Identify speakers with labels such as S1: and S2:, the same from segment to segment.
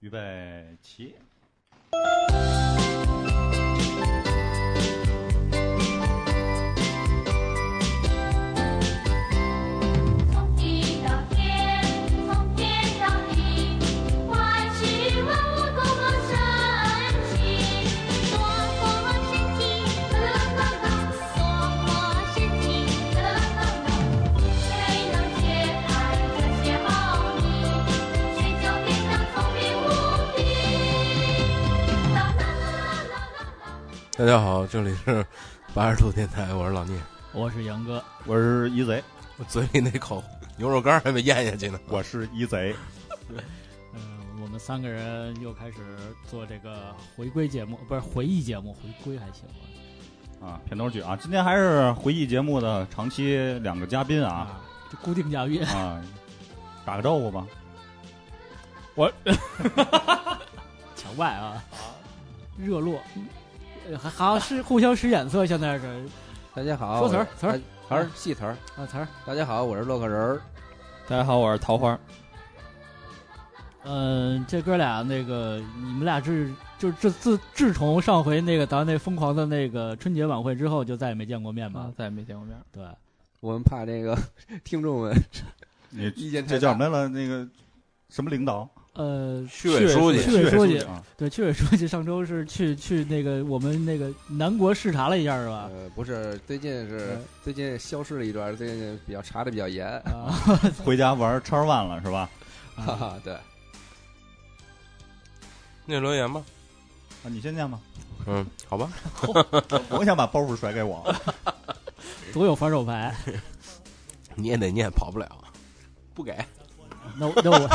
S1: 预备起。
S2: 从地到天，从天到地，万事万物共我升起。娑婆身体，得朗朗；娑婆身体，得朗朗。谁能解开这些奥秘？谁就变得聪明无比。啦啦啦啦啦啦。
S3: 大家好，这里是八十度电台，我是老聂，
S4: 我是杨哥，
S1: 我是一贼，
S3: 我嘴里那口牛肉干还没咽下去呢。
S1: 我是一贼，
S4: 嗯、我们三个人又开始做这个回归节目，不是回忆节目，回归还行吧
S1: 啊，片头曲啊，今天还是回忆节目的长期两个嘉宾啊
S4: 啊，这固定嘉宾，
S1: 啊，打个招呼吧。
S4: 墙外啊，热络，呃还还是互相使眼色，现在这
S5: 大家好，
S4: 说词儿
S5: 我
S4: 词儿
S5: 词儿戏词儿。
S4: 啊词儿，
S5: 大家好，我是洛克人儿。
S6: 大家好，我是桃花。
S4: 嗯、这哥俩那个你们俩自就自自自从上回那个咱那疯狂的那个春节晚会之后，就再也没见过面吧
S6: 啊，？再也没见过面。
S4: 对，
S5: 我们怕这个 听众们
S1: 你
S5: 意见
S1: 这
S5: 太
S1: 叫
S5: 大
S1: 什，么来了？那个什么领导？
S4: 呃，
S3: 区委书记
S4: 区委书记，
S1: 啊，
S4: 对，区委书记上周是去去那个我们那个南国视察了一下是吧？
S5: 呃，不是最近是
S4: 嗯
S5: 最近消失了一段，最近比较查的比较严，
S4: 啊，
S3: 呃
S1: 回家玩叉 one 了是吧？
S5: 哈
S1: 啊
S5: 哈，对，
S3: 念留言吧，
S1: 啊，你先念吧，
S3: 嗯，好吧，
S1: 甭想把包袱甩给我。
S4: 多有反手牌。
S3: 你也得念，跑不了，不给，
S4: 那我那 我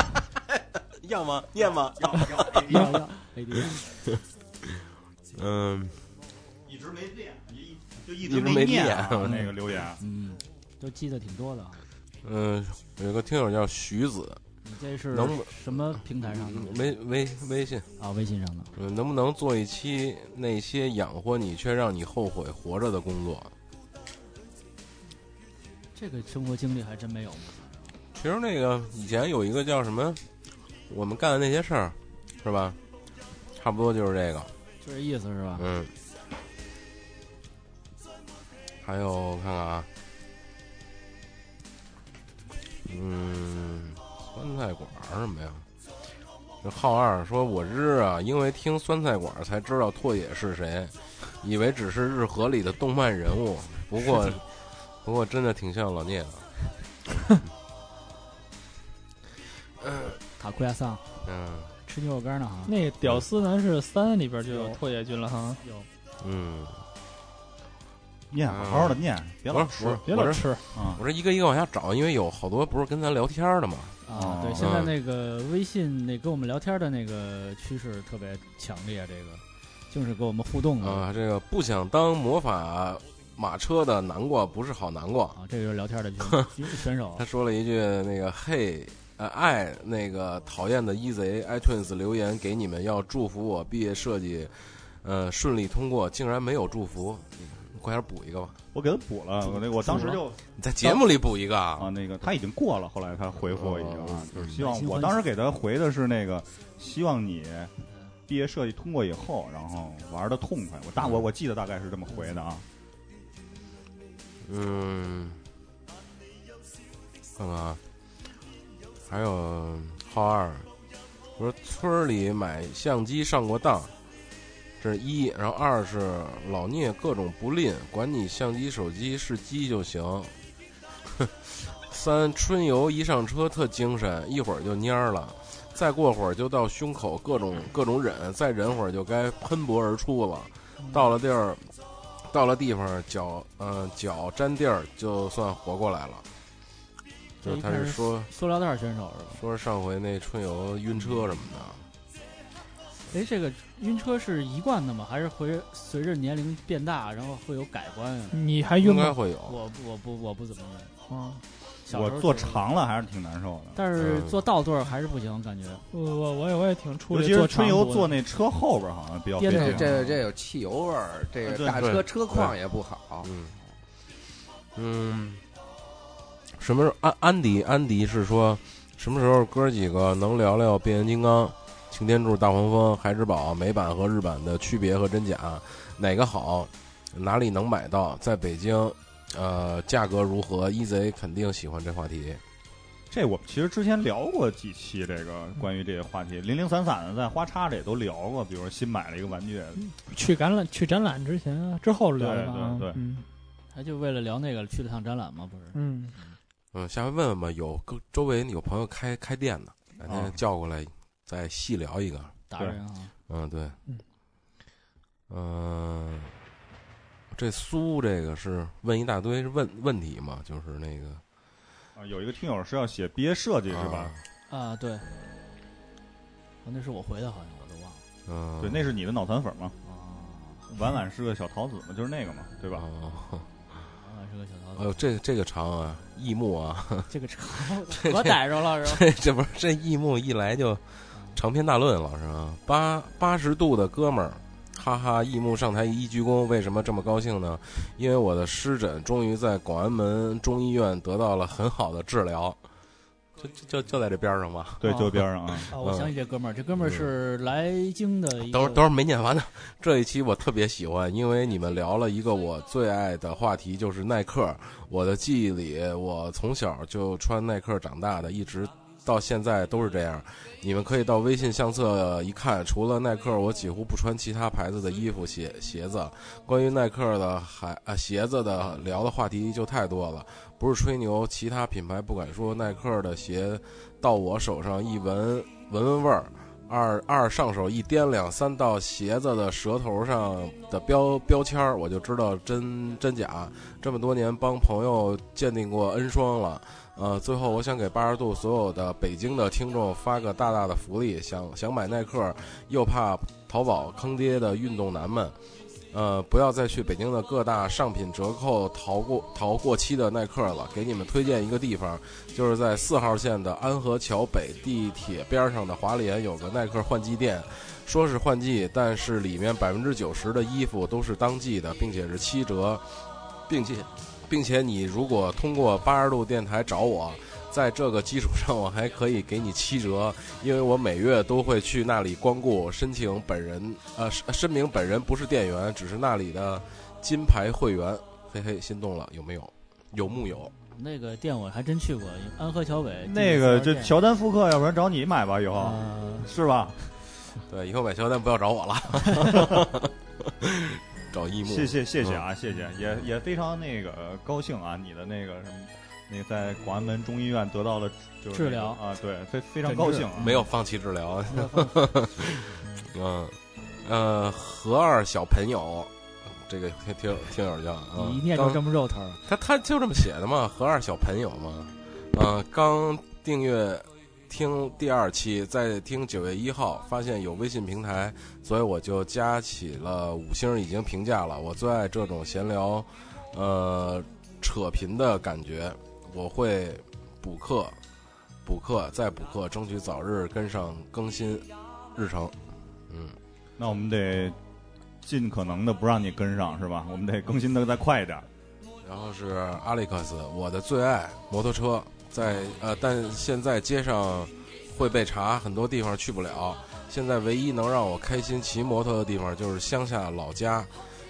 S3: 要吗？念吗？
S4: 要要 AD
S3: 嗯，
S1: 一直没念，一就一
S3: 直没念
S1: 啊那个留言。
S4: 嗯，都记得挺多的啊。
S3: 嗯，有个听友叫徐子，
S4: 你这是
S3: 能不
S4: 什么平台上的
S3: 微微微信，
S4: 啊？微信上的
S3: 嗯，能不能做一期那些养活你却让你后悔活着的工作？
S4: 这个生活经历还真没有。
S3: 其实那个以前有一个叫什么，我们干的那些事儿，是吧？差不多就是这个，
S4: 就这意思是吧？
S3: 嗯。还有看看啊，嗯，酸菜馆儿什么呀？这浩二说：“我日啊，因为听酸菜馆儿才知道拓野是谁，以为只是日和里的动漫人物，不过，不过真的挺像老聂的。”
S4: 卡库亚桑
S3: 嗯
S4: 吃牛肉干呢哈。
S6: 那个屌丝男士三里边就有拓野君了哈，
S4: 有
S3: 嗯，
S1: 念好好的念，别老
S3: 不是
S1: 说
S3: 不
S6: 别
S3: 是
S6: 老
S3: 我是
S6: 吃。
S1: 啊。
S3: 我是一个一个往下找，因为有好多不是跟咱聊天儿的嘛。
S4: 啊，对，
S1: 哦
S4: 现在
S3: 嗯
S4: 那个微信那跟我们聊天的那个趋势特别强烈，这个就是跟我们互动的
S3: 啊，这个不想当魔法马车的南瓜不是好南瓜。
S4: 啊，这个就是聊天的 选选手
S3: 他。说了一句那个嘿，呃爱那个讨厌的一贼 iTunes 留言给你们，要祝福我毕业设计，呃顺利通过，竟然没有祝福，你快点补一个吧。
S1: 我给他补了，我那个我当时就
S3: 你在节目里补一个啊
S1: 啊，那个他已经过了，后来他回复我已经啊
S3: 哦，
S1: 就是希望
S4: 嗯
S1: 我当时给他回的是那个，希望你毕业设计通过以后，然后玩的痛快。我大我我记得大概是这么回的啊，
S3: 嗯，看看啊，还有浩二，我说村儿里买相机上过当，这是一，然后二是老聂各种不吝，管你相机手机是鸡就行。 三春游一上车特精神，一会儿就蔫儿了，再过会儿就到胸口各种各种忍，再忍会儿就该喷薄而出了。到了地儿，到了地方，脚嗯、脚沾地儿就算活过来了。就是他是说
S4: 塑料袋选手是吧？
S3: 说是上回那春游晕车什么的，
S4: 哎，这个晕车是一贯的吗？还是会随着年龄变大，然后会有改观啊？
S1: 嗯
S6: 你还晕
S3: 应该
S6: 吗？
S3: 会有。
S4: 我我不我不怎么晕，
S6: 啊，
S4: 小
S1: 哦我
S4: 时候
S1: 做
S4: 是，
S1: 长了还是挺难受的。
S4: 但是
S3: 嗯
S4: 做倒座还是不行，感觉
S6: 我我我也我也挺出
S1: 尤
S6: 力
S1: 其是
S6: 做
S1: 春
S6: 长
S1: 游
S6: 途的
S1: 坐那车后边好像比较费
S4: 颠
S5: 这
S1: 劲
S4: 倒
S5: 这这有汽油味儿，这
S1: 啊
S5: 个
S1: 对
S5: 大
S3: 对
S5: 车车况也不好。
S3: 嗯嗯，什么时候安安迪安迪是说什么时候哥几个能聊聊变形金刚？擎天柱、大黄蜂、孩之宝美版和日版的区别和真假，哪个好，哪里能买到，在北京，呃，价格如何？EZ 肯定喜欢这话题。
S1: 这我其实之前聊过几期这个关于这个话题，零零散散的在花叉里也都聊过，比如说新买了一个玩具，
S6: 去展览去展览之前啊，之后聊的吧啊？
S1: 对对对
S6: 嗯
S4: 他就为了聊那个去了趟展览嘛，不是？
S6: 嗯，
S3: 嗯，下回问问吧，有各周围有朋友开开店的，哪
S1: 啊
S6: 哦
S3: 天叫过来再细聊一个。
S4: 达人啊，
S3: 嗯，对，
S6: 嗯
S3: 嗯，这苏这个是问一大堆问问题嘛，就是那个
S1: 啊，有一个听友是要写毕业设计是吧
S3: 啊？
S4: 啊，对，啊那是我回的，好像我都忘了
S3: 嗯，
S1: 对，那是你的脑残粉嘛，
S4: 啊
S1: 婉婉是个小桃子嘛，就是那个嘛，对吧？
S3: 哦，
S4: 啊，是个小桃
S3: 哎
S4: 子，
S3: 呦，这这个长啊，易木啊，
S4: 这个长，我逮着了是吧？
S3: 这不是这易木一来就长篇大论，老师啊，八八十度的哥们儿，哈哈，易木上台一鞠躬，为什么这么高兴呢？因为我的湿疹终于在广安门中医院得到了很好的治疗，就就就就在这边上吧。
S1: 对，
S6: 哦
S1: 就边上啊，
S4: 啊，我想起这哥们儿，这哥们
S3: 嗯
S4: 儿是来京的一个，
S3: 等会儿等会儿没念完呢。这一期我特别喜欢，因为你们聊了一个我最爱的话题，就是耐克。我的记忆里，我从小就穿耐克长大的，一直到现在都是这样。你们可以到微信相册一看，除了耐克，我几乎不穿其他牌子的衣服、鞋、鞋子。关于耐克的还啊鞋子的聊的话题就太多了，不是吹牛，其他品牌不敢说，耐克的鞋到我手上一闻闻闻味儿。二二上手一掂量，三到鞋子的舌头上的标标签儿，我就知道真真假。这么多年帮朋友鉴定过 N 双了，呃，最后我想给八十度所有的北京的听众发个大大的福利，想想买耐克又怕淘宝坑爹的运动男们。呃，不要再去北京的各大上品折扣淘过淘过期的耐克了。给你们推荐一个地方，就是在四号线的安河桥北地铁边上的华联有个耐克换季店，说是换季，但是里面百分之九十的衣服都是当季的，并且是七折，并且，并且你如果通过八十度电台找我。在这个基础上，我还可以给你七折，因为我每月都会去那里光顾。申请本人，呃，声声明本人不是店员，只是那里的金牌会员。嘿嘿，心动了，有没有？有木有？
S4: 那个店我还真去过，安河桥北
S1: 那个就
S4: 这
S1: 乔丹复刻，要不然找你买吧，以后
S4: 啊，
S1: 是吧？
S3: 对，以后买乔丹不要找我了，找易木。
S1: 谢谢谢谢
S4: 嗯
S1: 啊，谢谢，也也非常那个呃高兴啊，你的那个什么，那在广安门中医院得到了就是
S4: 治疗
S1: 啊，对，非非常高兴啊，
S3: 没有放弃治疗。
S4: 那放
S3: 嗯，呃，何二小朋友，这个听听听友叫啊，
S4: 你一念就
S3: 刚
S4: 这么肉疼，
S3: 他他就这么写的嘛，何二小朋友嘛，呃，刚订阅听第二期，在听九月一号，发现有微信平台，所以我就加起了五星，已经评价了。我最爱这种闲聊，呃，扯贫的感觉，我会补课，补课再补课，争取早日跟上更新日程。嗯，
S1: 那我们得尽可能的不让你跟上，是吧？我们得更新的再快一 点。
S3: 然后是阿历克斯，我的最爱摩托车，在呃，但现在街上会被查，很多地方去不了。现在唯一能让我开心骑摩托的地方就是乡下老家，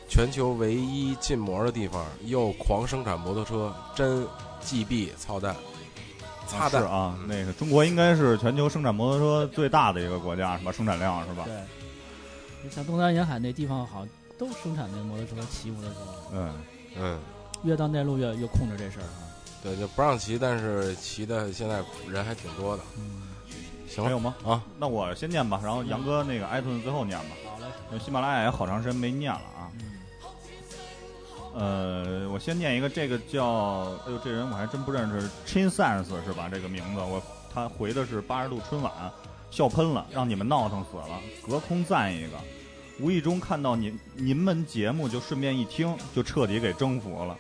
S3: 全球唯一禁摩的地方，又狂生产摩托车，真 GB 操蛋，
S1: 啊
S3: 擦
S1: 是
S3: 蛋
S1: 啊，
S4: 嗯
S1: 那个中国应该是全球生产摩托车最大的一个国家，是吧？生产量是吧？
S4: 对，你像东南沿海那地方好像都生产那摩托车、骑摩托车，
S1: 嗯，
S3: 嗯，
S4: 越到内陆越越控制这事儿啊。
S3: 对，就不让骑，但是骑的现在人还挺多的。
S4: 嗯，
S3: 行
S1: 还
S3: 了
S1: 有吗？
S3: 啊，
S1: 那我先念吧，然后杨哥那个 iTunes 最后念吧，
S4: 好嘞，
S1: 因为喜马拉雅也好长时间没念了啊。
S4: 嗯，
S1: 呃，我先念一个，这个叫，哎呦，这人我还真不认识，Chin Sense 是吧？这个名字，我他回的是八十度春晚，笑喷了，让你们闹腾死了，隔空赞一个。无意中看到您您们节目，就顺便一听，就彻底给征服了。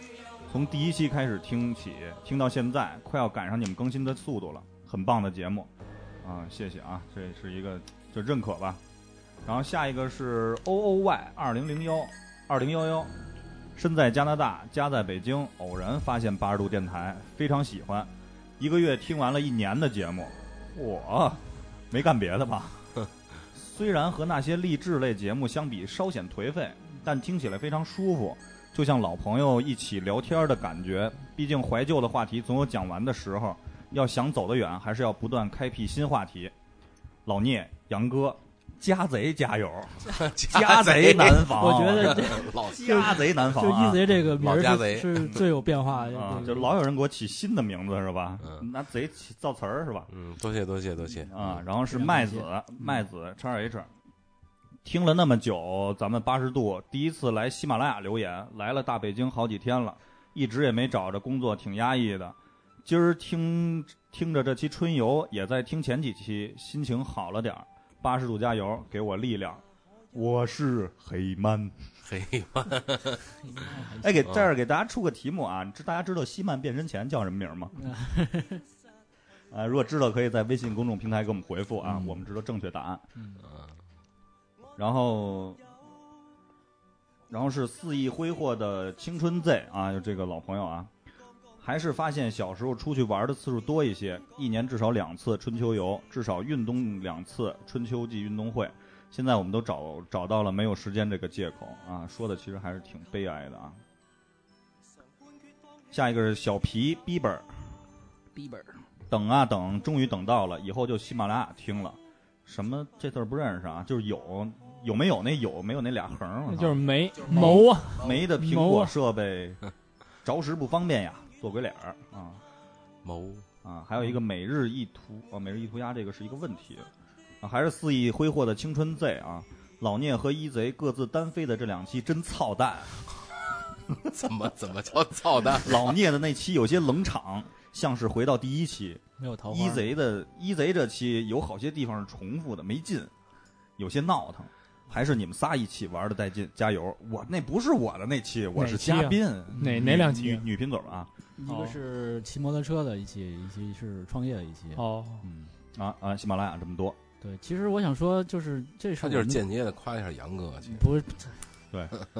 S1: 从第一期开始听起，听到现在，快要赶上你们更新的速度了，很棒的节目，啊，谢谢啊，这是一个就认可吧。然后下一个是 O O Y 二零零幺二零幺幺，身在加拿大，家在北京，偶然发现八十度电台，非常喜欢，一个月听完了一年的节目，我没干别的吧？ 虽然和那些励志类节目相比稍显颓废，但听起来非常舒服，就像老朋友一起聊天的感觉。毕竟怀旧的话题总有讲完的时候，要想走得远，还是要不断开辟新话题。老聂、杨哥，家贼加油，家贼难防。
S4: 我觉得这
S3: 老
S1: 家贼难防、
S4: 就
S1: 啊，
S4: 一贼这个名
S3: 老家
S4: 儿
S3: 贼
S4: 是是最有变化的，
S1: 啊，
S4: 这
S1: 就
S4: 个
S1: 老有人给我起新的名字是吧？
S3: 嗯
S1: 拿贼起造词儿是吧？
S3: 嗯，多谢多谢多谢
S1: 啊，！然后是麦子
S4: 非，
S1: 麦子叉 H，听了那么久，咱们八十度第一次来喜马拉雅留言，来了大北京好几天了，一直也没找着工作，挺压抑的。今儿听听着这期春游，也在听前几期，心情好了点儿。八十度加油，给我力量！我是黑曼。
S3: 嘿，
S1: 哎，给这儿给大家出个题目啊，知大家知道西曼变身前叫什么名吗？啊，如果知道，可以在微信公众平台给我们回复啊，
S4: 嗯
S1: 我们知道正确答案。
S4: 嗯
S1: 然后，然后是肆意挥霍的青春 Z 啊，就这个老朋友啊，还是发现小时候出去玩的次数多一些，一年至少两次春秋游，至少运动两次春秋季运动会。现在我们都找找到了没有时间这个借口啊，说的其实还是挺悲哀的啊。下一个是小皮 Bieber，
S5: 逼本
S1: 等啊等，终于等到了，以后就喜马拉雅听了。什么这字儿不认识啊？就是有有没有那有没有那俩横儿？我
S6: 那
S1: 操
S6: 就是没谋啊，
S1: 没的苹
S6: 谋
S1: 果
S6: 啊
S1: 设备着实不方便呀，做鬼脸儿啊
S3: 谋
S1: 啊！还有一个每日一涂啊，每日一涂鸦这个是一个问题啊，还是肆意挥霍的青春 Z 啊，老聂和一贼各自单飞的这两期真操蛋。
S3: 怎么怎么叫操蛋？
S1: 老聂的那期有些冷场，像是回到第一期，
S4: 没有桃花。
S1: 一贼的一贼这期有好些地方是重复的，没劲，有些闹腾，还是你们仨一起玩的带劲，加油！我那不是我的那期，我是
S6: 哪期啊
S1: 嘉宾，
S6: 哪
S1: 女
S6: 哪两期
S1: 女女贫嘴儿啊，
S4: 一个是骑摩托车的一期，一期是创业的一期。
S6: 哦，
S1: 嗯啊啊，喜马拉雅这么多，
S4: 对，其实我想说，就是这事
S3: 他
S4: 儿
S3: 就是
S4: 我们
S3: 间接的夸一下杨哥去。
S4: 不是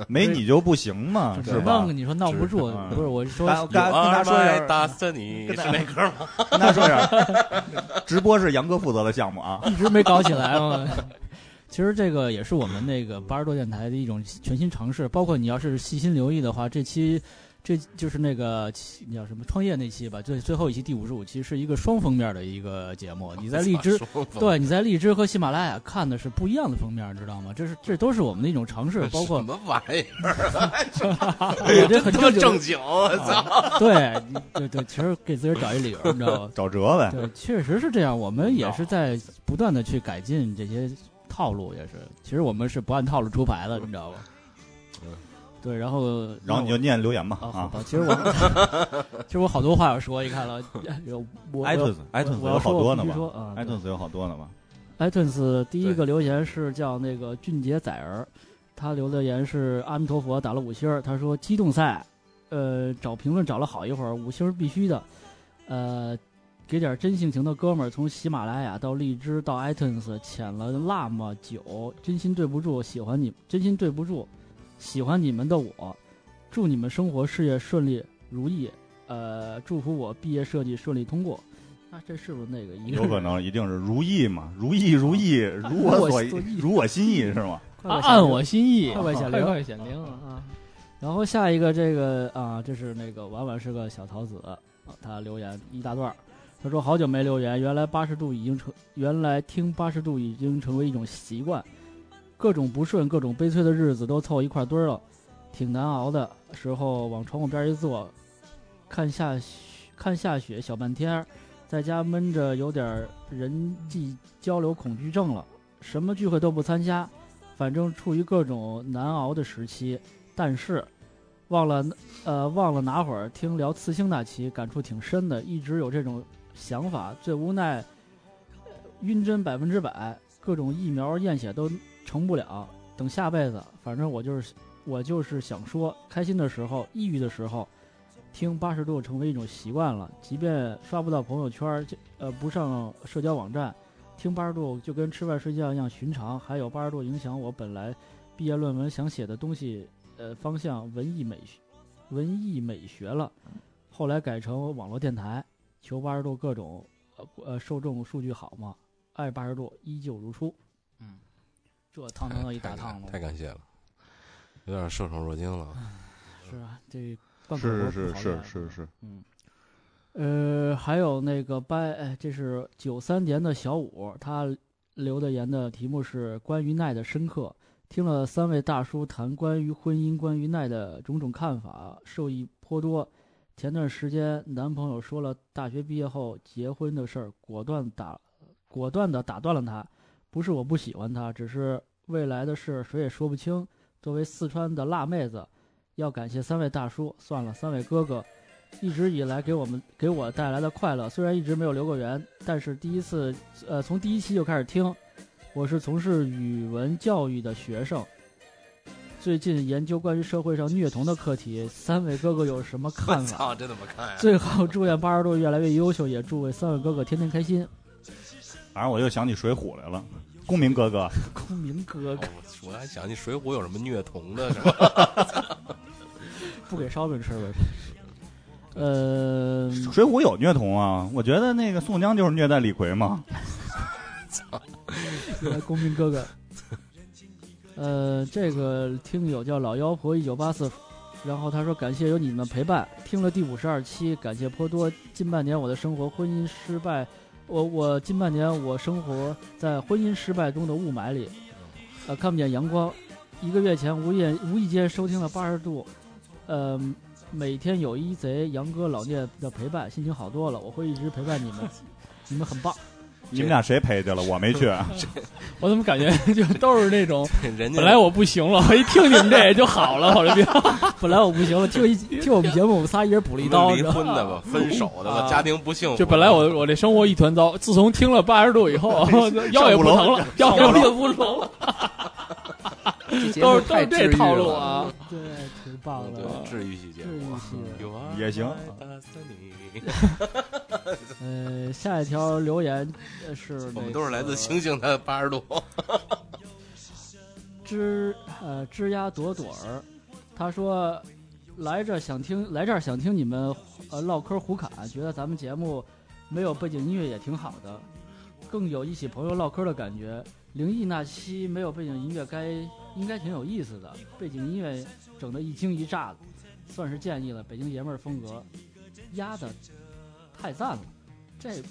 S1: 没你就不行嘛，
S4: 指
S1: 是啊吧
S4: 望？你说闹不住
S1: 嗯，
S4: 不是我是说啊
S1: 大大家跟大家说一下，
S3: 打死你是
S1: 跟大
S3: 那歌吗？
S1: 跟大家说一下，直播是杨哥负责的项目啊，？
S4: 一直没搞起来嘛。 其实这个也是我们那个八十多电台的一种全新尝试，包括你要是细心留意的话，这期这就是那个那叫什么创业那期吧，最最后一期第五十五期是一个双封面的一个节目，你在荔 枝对，你在荔枝和喜马拉雅看的是不一样的封面，知道吗？这是这都是我们的一种尝试，包
S3: 什
S4: 括
S3: 么玩意儿？
S4: 我这很
S3: 他妈
S4: 正经
S3: 正。经，
S4: 啊
S3: 啊我操！
S4: 对对对，其实给自己找一理由，你知道吧
S1: 找辙 呗。
S4: 对，确实是这样。我们也
S1: 闹
S4: 是在不断的去改进这些套路，也是。其实我们是不按套路出牌的，你知道吧
S3: 嗯？
S4: 对，然后
S1: 然后你就念留言吧
S4: 啊，好
S1: 啊
S4: 吧。其实我 其实我好多话要说，你看了， 我我
S1: ，iTunes
S4: 我
S1: iTunes
S4: 我
S1: 有
S4: 要
S1: 好
S4: 说
S1: 多
S4: 我
S1: 呢
S4: 必须
S1: 吧
S4: 说啊，对
S1: ，iTunes 有好多呢吧，
S4: iTunes 第一个留言是叫那个俊杰崽儿，他留的言是阿弥陀佛打了五星儿，他说机动赛，呃，找评论找了好一会儿，五星儿必须的，呃，给点真性情的哥们儿，从喜马拉雅到荔枝到 iTunes 潜了那么久，真心对不住，喜欢你，真心对不住，喜欢你们的我，祝你们生活事业顺利如意，呃，祝福我毕业设计顺利通过。那这是不是那个一个
S1: 有可能一定是如意嘛，如意如意， 如我啊所
S4: 如我所意
S1: 如我心意是吗？
S4: 快
S6: 啊
S4: 快下
S6: 按
S4: 一个
S6: 我心意，
S4: 快快显灵
S6: 快快显灵啊！
S4: 然后下一个这个啊，这是那个婉婉是个小桃子，啊她留言一大段儿，她说好久没留言，原来八十度已经成，原来听八十度已经成为一种习惯，各种不顺、各种悲催的日子都凑一块堆儿了，挺难熬的时候往窗户边一坐，看下雪，看下雪小半天儿，在家闷着有点儿人际交流恐惧症了，什么聚会都不参加，反正处于各种难熬的时期。但是忘了呃忘了哪会儿听聊刺青那期，感触挺深的，一直有这种想法。最无奈，呃晕针百分之百，各种疫苗验血都成不了，等下辈子。反正我就是我就是想说，开心的时候，抑郁的时候。听八十度成为一种习惯了，即便刷不到朋友圈儿，就呃不上社交网站，听八十度就跟吃饭睡觉一样寻常。还有八十度影响我本来毕业论文想写的东西呃方向文艺美学，文艺美学了，后来改成网络电台，求八十度各种呃呃受众数据好嘛，爱八十度依旧如初。这烫烫到一大
S3: 嗯太感
S4: 烫了，
S3: 太感谢了，有点受宠若惊了。
S4: 是啊，这灌口
S7: 是
S4: 不
S7: 是
S4: 好
S7: 是
S4: 干
S7: 是是，
S4: 嗯，呃，还有那个拜，哎，这是九三年的小五，他留的言的题目是关于奈的深刻。听了三位大叔谈关于婚姻、关于奈的种种看法，受益颇多。前段时间男朋友说了大学毕业后结婚的事儿，果断打，果断的打断了他。不是我不喜欢他，只是未来的事谁也说不清。作为四川的辣妹子，要感谢三位大叔，算了，三位哥哥，一直以来给我们给我带来的快乐，虽然一直没有留过言，但是第一次，呃，从第一期就开始听。我是从事语文教育的学生，最近研究关于社会上虐童的课题。三位哥哥有什么 看法？
S3: 真怎么 看呀
S4: 最后祝愿八十度越来越优秀，也祝愿三位哥哥天天开 心。
S1: 反正我又想起《水浒》来了，公明哥哥，
S4: 公民哥哥
S3: 哦我还想，你水浒有什么虐童的？ 是吧？
S4: 不给烧饼吃呗？呃，
S1: 《水浒》有虐童啊？我觉得那个宋江就是虐待李逵嘛。
S4: 来，公民哥哥。呃，这个听友叫老妖婆一九八四，然后他说感谢有你们的陪伴，听了第五十二期，感谢颇多。近半年我的生活婚姻失败，我我近半年我生活在婚姻失败中的雾霾里，呃，看不见阳光。一个月前无意无意间收听了八十度，呃，每天有一贼杨哥老聂的陪伴，心情好多了。我会一直陪伴你们，你们很棒。
S1: 你们俩谁陪去了？我没去。啊
S6: 我怎么感觉就都是 那种
S3: 人家
S6: 本来我不行了，我一听你们这就好了，我 这病。
S4: 本来我不行了， 听一听我们节目，我们仨一人补了一刀，
S3: 离
S4: 你知道吗
S3: 婚的吧，分手的吧，
S6: 啊
S3: 家庭不幸福的，
S6: 就本来我我这生活一团糟，自从听了八十度以后， 腰也不疼了，腰也不疼了，
S5: 这节目
S6: 都是都
S5: 太
S6: 是
S5: 治
S6: 这
S5: 愈
S6: 套路
S5: 了！
S6: 啊。
S4: 对，挺棒的。
S3: 对治愈系节
S4: 治愈
S3: 目
S4: 系
S3: 有啊
S1: 也行
S3: 打死你
S4: 呃，下一条留言呃是那个
S3: 我们都是来自星星的八十度，
S4: 知呃知丫朵朵儿，他说来这想听来这儿想听你们呃唠嗑胡侃，觉得咱们节目没有背景音乐也挺好的，更有一起朋友唠嗑的感觉。灵异那期没有背景音乐该应该挺有意思的，背景音乐整的一惊一乍的，算是建议了北京爷们儿风格，压的太赞了，这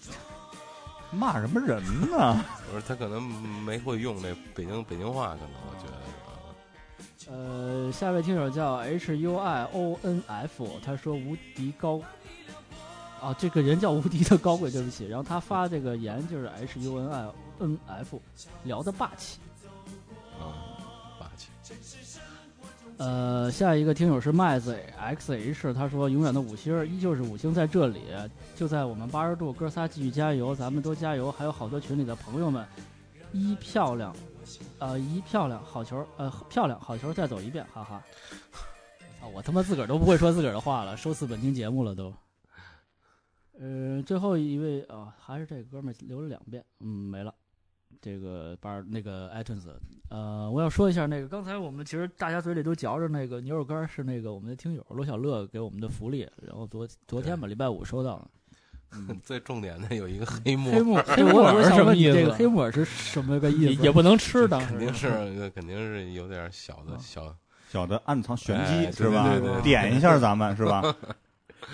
S1: 骂什么人 呢？
S3: 我说他可能没会用这北京北京话，可能我觉得是
S4: 呃，下位听友叫 H U I O N F，他说无敌高，啊，这个人叫无敌的高贵，对不起。然后他发这个言就是 H U N I N F，聊的霸气。
S3: 吧啊，霸气。
S4: 呃，下一个听友是麦子 X H，他说永远的五星儿依旧是五星在这里，就在我们八十度，哥仨继续加油，咱们都加油，还有好多群里的朋友们，一漂亮，呃，一漂亮，好球，呃，漂亮，好球，再走一遍，哈哈。啊，我他妈自个儿都不会说自个儿的话了，收次本期节目了都。呃，最后一位啊，还是这哥们儿留了两遍，嗯，没了。这个八那个 iTunes 呃，我想说一下那个，刚才我们其实大家嘴里都嚼着那个牛肉干儿，是那个我们的听友罗小乐给我们的福利，然后昨昨天吧，礼拜五收到了。
S1: 嗯
S3: 最重点的有一个黑幕，
S4: 黑木耳，
S6: 黑木耳
S4: 我我想问你
S6: 是什么意思啊
S4: 这个黑木耳是什么个
S6: 也
S4: 意思？
S6: 也不能吃，当
S3: 肯定
S6: 时
S1: 嗯
S3: 是肯定是有点小的小
S1: 小的暗藏玄机、
S3: 哎
S1: 是吧？
S3: 对对对对
S1: 点一下咱们是 吧？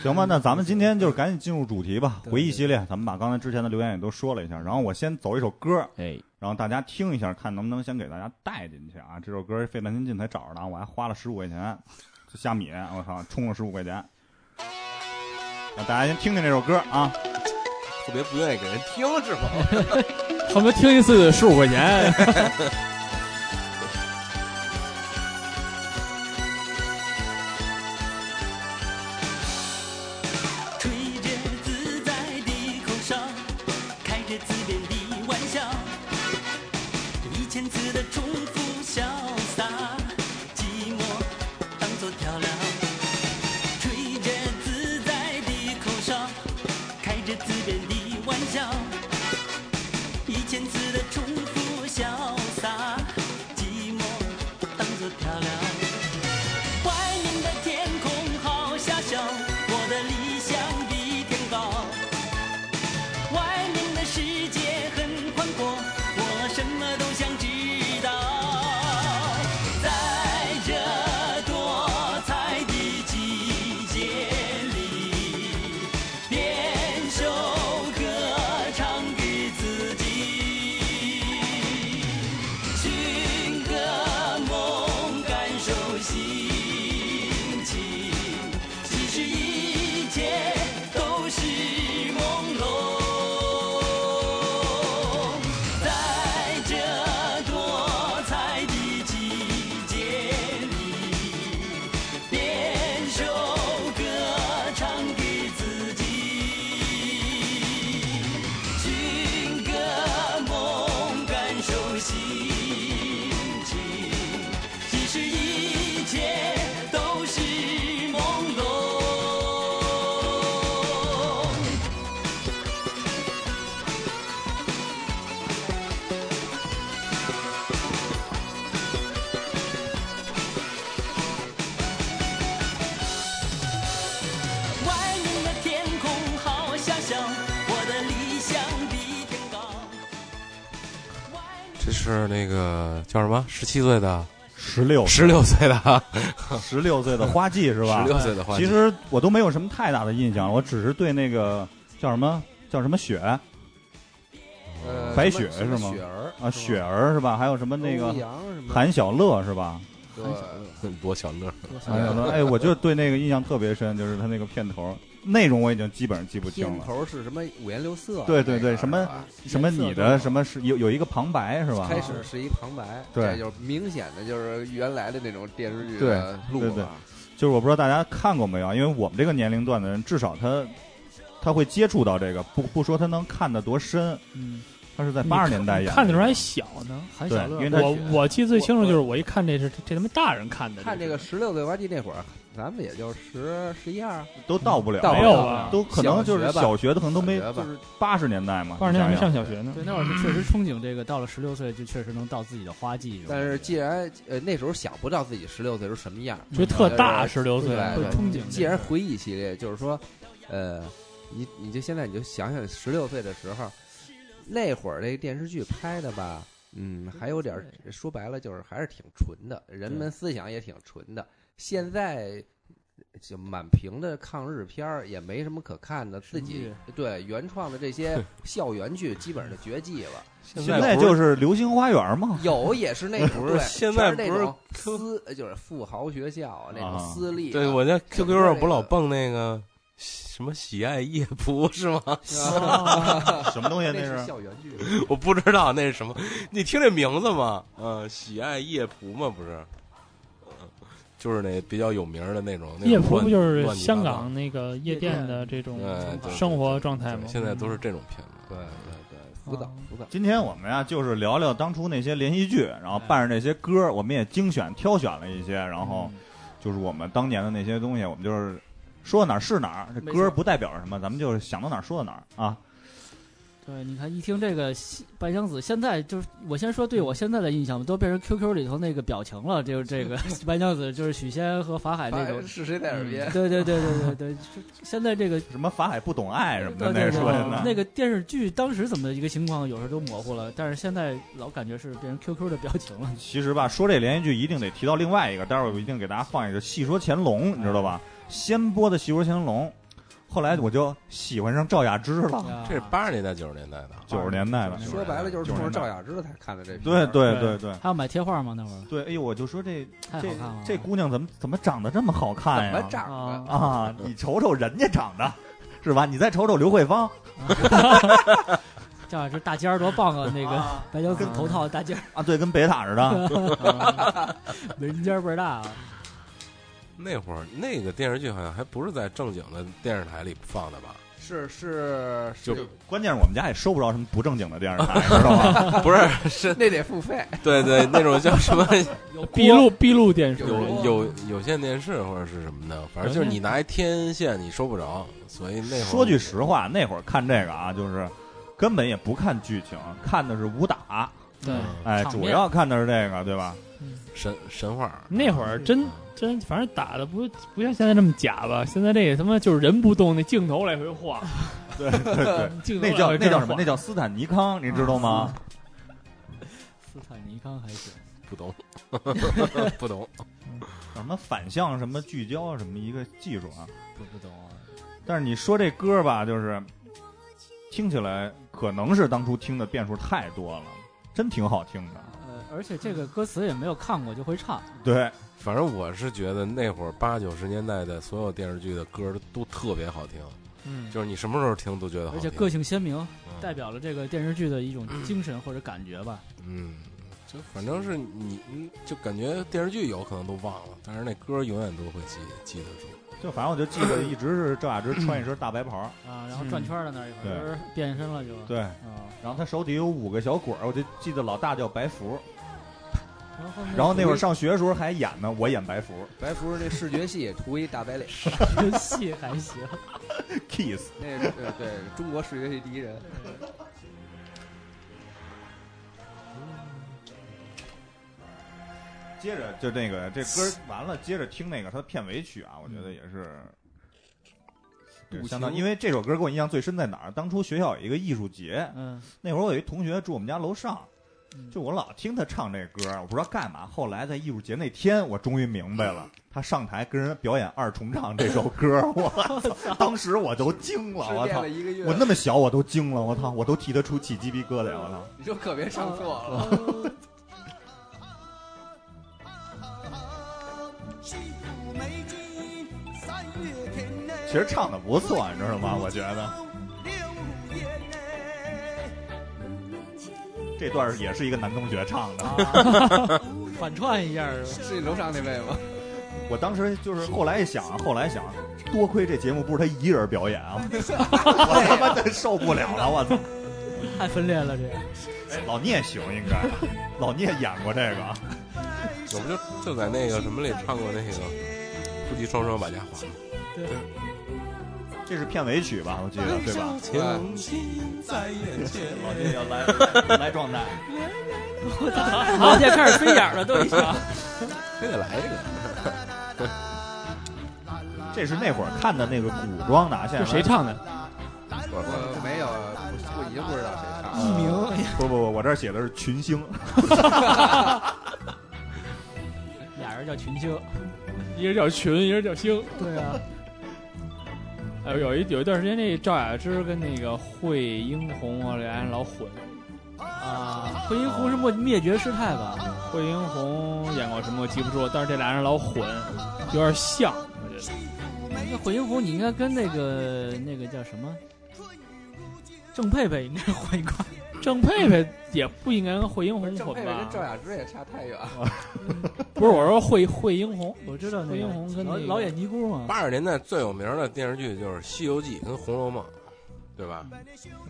S1: 行吧，那咱们今天就是赶紧进入主题吧，
S4: 对
S1: 回忆系列，咱们把刚才之前的留言也都说了一下，然后我先走一首歌，
S4: 哎，
S1: 然后大家听一下，看能不能先给大家带进去啊。这首歌费半天劲才找着呢，我还花了十五块钱，就虾米，我操，充了十五块钱。让大家先听听这首歌啊，
S3: 特别不愿意给人听，是吗？
S6: 恨不得听一次十五块钱。
S8: 吹着自在的口哨，开着自恋的玩笑，一千次的重复潇洒，寂寞当作调料。吹着自在的口哨，开着自恋的玩笑，一千次的重复潇洒，寂寞当作调料。外面的天空好狭小，我的理想比天高。外面的世界很宽阔，我什么都想知道。
S3: 是那个叫什么？十七岁的，
S1: 十六
S3: 十六岁的，啊
S1: 十六岁的花季是吧
S3: 十？六岁的话，
S1: 其实我都没有什么太大的印象，我只是对那个叫什么叫什么雪啊
S5: 呃
S1: 白
S5: 什
S1: 雪
S5: 么什
S1: 是吗
S5: 么雪儿
S1: 啊雪儿是吧？还有什么那个
S5: 欧阳什么
S1: 韩小乐是吧？
S5: 对
S3: 多小乐，
S1: 韩小乐，哎，我就对那个印象特别深，就是他那个片头内容我已经基本上记不清
S5: 片
S1: 了。
S5: 头是什么五颜六色？
S1: 对对对
S5: 那个
S1: 什么
S5: 是吧
S1: 什么你的什么是有有一个旁白是吧？啊
S5: 开始是一旁白，
S1: 对
S5: 这就是明显的就是原来的那种电视剧的路啊
S1: 对对
S5: 了。
S1: 就是我不知道大家看过没有，因为我们这个年龄段的人，至少他他会接触到这个，不不说他能看得多深，
S6: 嗯，
S1: 他是在八十年代演的
S6: 看的时候还小呢。
S4: 韩
S1: 对
S4: 小，
S1: 因
S4: 乐
S1: 为他
S6: 我我记得最清楚就是我一看这是这他妈大人看的，
S5: 看这
S6: 这
S5: 个十六岁挖机那会儿，咱们也就十十一二，
S1: 都到不了，
S5: 到
S6: 没有吧？
S1: 都可能就是小学的，可能都没，
S5: 小学
S1: 就
S5: 吧
S1: 是八十年代嘛，
S6: 八十年还没上
S1: 你想想
S6: 小学呢
S4: 对，，那会儿确实憧憬这个，到了十六岁就确实能到自己的花季。
S5: 但是既然呃那时候想不到自己十六岁时候什么样，
S6: 觉得特大，
S5: 对
S6: 十六岁
S5: 对
S6: 会
S5: 对
S6: 憧憬。
S5: 既然回忆系列就是说，呃，你你就现在你就想想十六岁的时候，那会儿这个电视剧拍的吧，嗯，还有点儿说白了就是还是挺纯的，人们思想也挺纯的。现在就满屏的抗日片儿，也没什么可看的，自己对原创的这些校园剧基本上就绝迹了。
S1: 现在就是是《流星花园》 嘛，
S5: 有也是那种，
S3: 不是
S5: 对
S3: 现
S5: 全
S3: 在
S5: 那
S3: 不是
S5: 种私，呃就是富豪学校那种
S1: 啊
S5: 私立的，
S3: 对我在 QQ 上不老
S5: 整个这个
S3: 蹦那个什么喜爱夜蒲是吗？
S1: 什么东西
S5: 啊
S1: 啊
S5: 那是
S1: 是？
S5: 校园剧。
S3: 我不知道那是什么，你听这名字吗？嗯、喜爱夜蒲吗？不是，嗯就是那比较有名的那种。那种
S6: 夜蒲不就是
S3: 乱
S6: 香港那个夜店的这种
S3: 乱七八糟哎对对
S6: 生活状态
S3: 对
S6: 吗？嗯
S3: 现在都是这种片子。
S5: 对对对，辅导
S6: 啊
S5: 辅导。
S1: 今天我们呀，就是聊聊当初那些连续剧，然后伴着那些歌，我们也精选挑选了一些，然后就是我们当年的那些东西，我们就是说到哪儿是哪儿，这
S4: 没
S1: 歌
S4: 错
S1: 不代表什么，咱们就是想到哪儿说到哪儿啊。
S4: 对，你看一听这个西半箱子，现在就是我先说对
S1: 嗯
S4: 我现在的印象吧，都变成 QQ 里头那个表情了，就是 这个半箱子，就是许仙和法海那
S5: 哎
S4: 种。嗯
S5: 是谁在耳边？
S4: 对对对对对对，就现在这个
S1: 什么法海不懂爱什么的，
S4: 对
S1: 那
S4: 对
S1: 是说
S4: 对
S1: 的呢
S4: 那个电视剧当时怎么一个情况，有时候都模糊了，但是现在老感觉是变成 QQ 的表情了。
S1: 其实吧，说这连续剧一定得提到另外一个，待会儿我一定给大家放一个《戏说乾隆》，你知道吧？先播的《戏说乾隆》，后来我就喜欢上赵雅芝了，
S4: 啊
S3: 这是八十年代、九十年代的，
S1: 九十年代的。
S5: 说白了就是冲着赵雅芝才看的这片
S1: 嗯对
S5: 儿。
S1: 对对对
S4: 还要买贴画吗？那会儿
S1: 对，哎呦，我就说这
S4: 太
S1: 这
S4: 好看了。
S1: 这姑娘怎么怎么长得这么好看
S5: 怎么
S1: 哎呀？
S5: 长的？
S4: 啊，
S1: 啊，你瞅瞅人家长得，是吧？你再瞅瞅刘慧芳，
S4: 叫这大尖儿多棒啊！那 个白腰跟头套大尖
S1: 啊，对，跟北塔似的。
S4: 儿，美人尖儿倍儿大啊。
S3: 那会儿那个电视剧好像还不是在正经的电视台里放的吧？
S5: 是是，
S3: 就是
S1: 关键是我们家也收不着什么不正经的电视台，知道吗？
S3: 不是，是
S5: 那得付费。
S3: 对对，那种叫 什么
S6: 闭路闭路电视，
S3: 有有有线电视或者是什么的，反正就是你拿一天线你收不着，所以那会儿
S1: 说句实话，那会儿看这个啊，就是根本也不看剧情，看的是武打。
S6: 对，
S1: 哎，
S4: 场
S1: 主
S4: 面
S1: 要看的是这个，对吧？
S3: 嗯神神话
S6: 那会儿
S3: 嗯
S6: 真真，反正打的不不像现在这么假吧？现在这他妈就是人不动，那镜头来回晃，
S1: 对对对，
S6: 镜头
S1: 那叫
S6: 来
S1: 那
S6: 回这
S1: 叫什
S6: 样
S1: 么？
S6: 晃
S1: 那叫斯坦尼康，你知道吗？
S4: 斯坦尼康还行，
S3: 不懂， 不懂。
S1: 叫什么反向什么聚焦什么一个技术啊？
S4: 不不懂啊。
S1: 但是你说这歌吧，就是听起来可能是当初听的变数太多了，真挺好听的。
S4: 呃，而且这个歌词也没有看过就会唱，
S1: 对，
S3: 反正我是觉得那会儿八九十年代的所有电视剧的歌都特别好听，
S6: 嗯，
S3: 就是你什么时候听都觉得好
S4: 而
S3: 听。
S4: 且个性鲜明，
S3: 嗯
S4: 代表了这个电视剧的一种精神或者感觉吧。
S3: 嗯，就反正是你嗯就感觉电视剧有可能都忘了，但是那歌永远都会记记得住。
S1: 就反正我就记得一直是赵雅芝穿一身大白袍儿，
S4: 啊，然后转圈儿的那儿一会
S1: 对
S4: 儿变身了就。
S1: 对，
S4: 啊，
S1: 然后她手底有五个小鬼儿，我就记得老大叫白福，
S4: 然后面
S1: 然后那会儿上学的时候还演呢，我演白福
S5: 白福这视觉系涂一大白脸，
S4: 游戏还行，
S1: ，kiss。
S5: 那是对对中国视觉系第一人。
S1: 接着就那个这歌儿完了，接着听那个它的片尾曲啊，我觉得也是，也是相当，因为这首歌给我印象最深在哪儿？当初学校有一个艺术节，
S4: 嗯，
S1: 那会儿我有一同学住我们家楼上，
S4: 嗯
S1: 就我老听他唱这歌，我不知道干嘛。后来在艺术节那天，我终于明白了，他上台跟人表演二重唱这首歌，我操！当时我都惊了，我
S5: 失恋
S1: 操！
S5: 了一个月，
S1: 啊 我那么小我都惊了，我操！我都替他出起鸡皮疙瘩，我操！
S5: 你就可别上错了。
S8: 西府美景三月天内
S1: 其实唱的不错，你知道
S7: 嗯
S1: 吗？我觉得
S8: 六月内
S1: 这段儿也是一个男同学唱的。
S4: 反串一下是吧？
S5: 是楼上那位吗？
S1: 我当时就是后来一想，后来想，多亏这节目不是他一人表演啊，我他妈真受不了了，我操！
S4: 太分裂了，这个
S1: 老聂行应该，老聂演过这个，
S3: 我不就就在那个什么里唱过那个“夫妻双双把家还
S1: 这是片尾曲吧？我记得对吧？
S3: 情
S8: 在眼前。
S1: 老聂要来 来状态，
S4: 好，现在开始飞眼了，都已经。
S3: 非得来一个
S1: 这是那会儿看的那个古装的，现在
S6: 这谁？唱的？
S5: 我没有，我已经不知道谁唱了。
S1: 艺名？不不不，我这儿写的是群星，
S4: 俩人叫群星。
S6: 一个叫群，一个叫星。
S4: 对啊，
S6: 哎，有一有一段时间，那赵雅芝跟那个惠英红啊，俩人老混。
S4: 啊，惠英红是灭灭绝师太吧？
S6: 惠英红演过什么我记不住，但是这俩人老混，有点像，我觉得。
S4: 那惠英红你应该跟那个那个叫什么郑佩佩应该混一块儿。
S6: 郑佩佩也不应该跟惠英
S5: 不
S6: 红
S5: 是郑
S6: 混
S5: 佩佩
S6: 吧
S5: 跟？赵雅芝也差太远。
S6: 不是，我说惠惠英红，
S4: 我知道那
S6: 惠英
S4: 个
S6: 红跟
S4: 老
S6: 那个
S4: 老演尼姑”。嘛，
S3: 八十年代最有名的电视剧就是《西游记》跟《红楼梦》，对吧？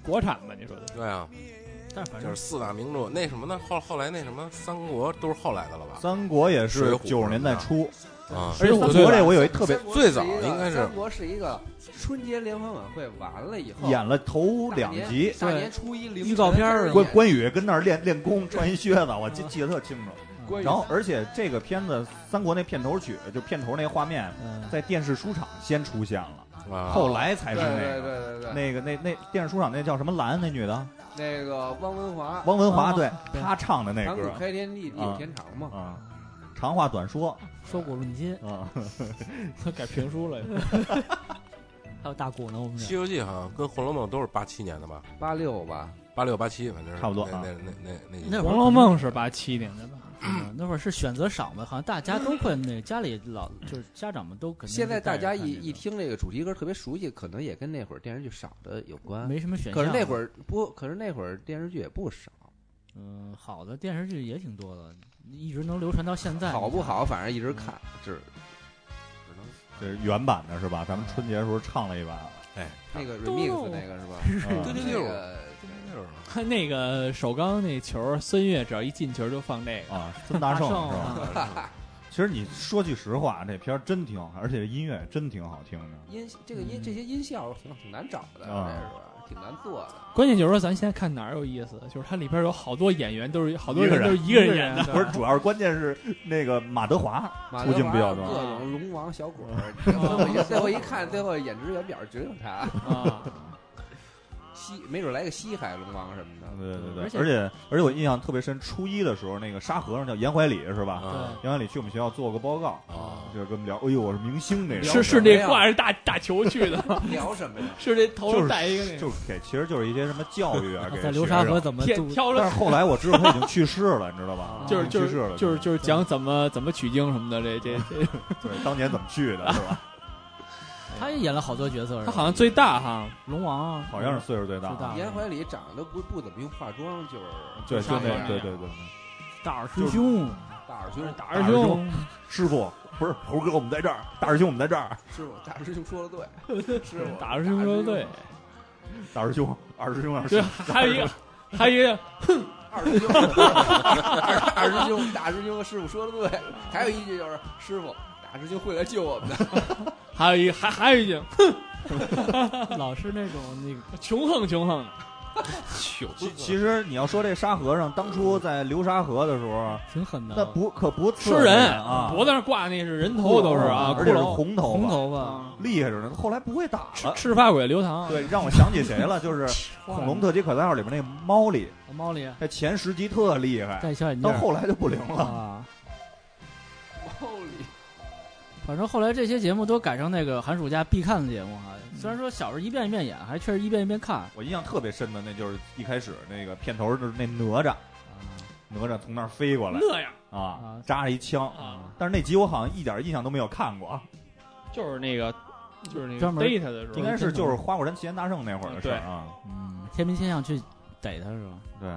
S6: 国产吧？你说的是？
S3: 对啊，
S4: 但是反
S3: 就
S4: 正
S3: 是四大名著。那什么呢？后后来那什么三国都是后来的了吧？
S1: 三国也是
S3: 水浒
S1: 九十年代初，
S3: 啊，
S1: 而且三国这我有一特别
S5: 三国
S3: 最早
S5: 是一个
S3: 应该是
S5: 三国是一个春节联欢晚会完了以后
S1: 演了头
S5: 大
S1: 两
S5: 年
S1: 集，
S5: 大年初一凌晨
S4: 预告片儿
S5: 开始
S1: 关
S5: 演
S1: 关羽跟那儿练练功，穿一靴子，我记记得特清楚。
S5: 关羽
S1: 然后，而且这个片子三国那片头曲，就片头那个画面，
S4: 嗯，
S1: 在电视书场先出现了，
S3: 啊，
S1: 后来才
S5: 对
S1: 是那个
S5: 对对对对，
S1: 那个那那电视书场那叫什么兰那女的，
S5: 那个汪文华
S1: 汪文华，
S4: 啊
S1: 对
S4: 对
S1: 她唱的那
S5: 盘古
S1: 歌
S5: 开天地，地
S1: 啊
S5: 久天长嘛。
S1: 啊，长话短说
S4: 说古论今，
S1: 啊，
S6: 他改评书 了。
S4: 还有大鼓呢，我们
S3: 《
S4: 这
S3: 西游记》好像跟《红楼梦》都是八七年的吧？
S5: 八六吧，
S3: 八六八七，反正是
S1: 差不多
S3: 那
S1: 啊
S3: 那那那那几
S4: 那
S3: 年
S6: 《红楼梦》是八七年的吧？
S4: 嗯那会儿是选择赏吧，好像大家都会那个家里老就是家长们都肯定是
S5: 现在大家
S4: 带着看
S5: 一
S4: 这个
S5: 一听这个主题歌特别熟悉，可能也跟那会儿电视剧少的有关。
S4: 没什么选项。
S5: 可是那会儿不，可是那会儿电视剧也不少，
S4: 嗯、好的电视剧也挺多的，一直能流传到现在。
S5: 好不好？反正一直看，只只能
S1: 这是原版的是吧？咱们春节的时候唱了一版，
S5: 那个
S6: 都
S5: remix 那个是吧？
S1: 啊
S3: 对对
S5: 那个
S3: 就是
S6: 看 那个首钢那球，孙悦只要一进球就放这个。
S1: 啊，孙大圣
S4: 大圣
S1: 是吧？
S5: 啊
S1: 其实你说句实话，这片儿真挺好，而且音乐真挺好听的。
S5: 音这个音这些音效挺挺难找的，这
S1: 嗯啊
S5: 是吧？挺难做的。
S6: 关键就是说，咱现在看哪儿有意思，就是它里边有好多演员都是好多
S1: 一个
S6: 人
S1: 人
S6: 都是一个人演的，
S1: 不是，主要是关键是那个马德华
S5: 马
S1: 出
S5: 德
S1: 镜
S5: 华
S1: 比较
S5: 各
S1: 多啊
S5: 种龙王小鬼儿， 最后一最后一看，最后演职员表只有他，
S6: 啊，
S5: 西没准来个西海龙王什么的。
S1: 对对对，
S4: 而且
S1: 而且而且我印象特别深，初一的时候，那个沙和尚叫严怀礼是吧？
S3: 啊
S1: 严怀礼去我们学校做过报告，
S3: 啊，
S1: 就是跟我们聊，哎呦，我是明星那
S6: 是
S1: 种，
S6: 是那挂着大大球去的，
S5: 聊什么呀？
S6: 是这头
S1: 就是
S6: 上戴一个那个
S1: 就是给，其实就是一些什么教育 啊，给学
S4: 在流沙河
S1: 生。
S4: 怎么
S6: 天
S4: 度？
S6: 挑
S1: 但
S6: 了，
S1: 是后来我知道他已经去世了，你知道 吧？
S6: 就是就
S1: 去世
S6: 是
S1: 了
S6: 就是就是讲怎么怎么取经什么的，这 这这，
S1: 对当年怎么去的，是 吧？
S4: 他也演了好多角色，是吧
S6: 他好像最大哈，
S4: 龙王啊，
S1: 好像是岁数最大
S4: 最大
S1: 的，
S5: 严怀礼长得都不不怎么用化妆，就是
S1: 对，就
S6: 沙和
S1: 那
S6: 尚
S1: 对对对，
S4: 大耳师兄，
S5: 大耳兄，
S6: 大
S1: 二
S6: 师
S1: 师
S6: 兄
S1: 兄，师傅不是猴哥，我们在这儿，大师兄我们在这儿，
S5: 师傅，大耳兄说的对，师傅，
S6: 大师兄说的对，
S1: 大师兄，二师兄，二师
S6: 对，
S1: 兄，
S6: 还有一个还有一个
S5: 二师兄，二二师兄，大师兄，师傅说的对。还有一句就是，师傅，大师兄会来救我们的。
S6: 还有一还还有一句
S4: 老是那种那个
S6: 穷横穷横的，
S3: 去
S1: 其其实你要说这沙和尚当初在流沙河的时候，
S4: 挺狠的。啊
S1: 那不可不刺
S6: 吃人
S1: 啊，哦
S6: 脖子上挂那是人头都是啊，
S1: 而且
S6: 骷
S1: 是
S6: 髅
S1: 红头
S4: 红
S1: 发，
S4: 头
S6: 嗯
S4: 发，
S1: 厉害着呢。后来不会打
S6: 吃
S1: 了，
S6: 吃发鬼刘唐，
S1: 对，让我想起谁了，就是《恐龙特级可赛号》里面那个猫里，
S4: 猫里啊
S1: 那前十集特厉害，
S4: 戴小眼镜
S1: 到
S4: 儿
S1: 后来就不灵了。
S4: 啊。反正后来这些节目都改成那个寒暑假必看的节目哈、虽然说小时候一遍一遍演，还确实一遍一遍看。啊
S1: 我印象特别深的，那就是一开始那个片头就是那哪吒，哪吒从那儿飞过来
S6: 那样
S1: 啊
S4: 啊，
S1: 扎了一枪。
S6: 啊，
S1: 但是那集我好像一点印象都没有看过，啊
S6: 就是那个就是那个
S4: 专门
S6: 逮他的时候，
S1: 应该是就是花果山奇缘大圣那会儿的事儿啊。
S4: 嗯，天兵天将去逮他是吧？
S1: 对，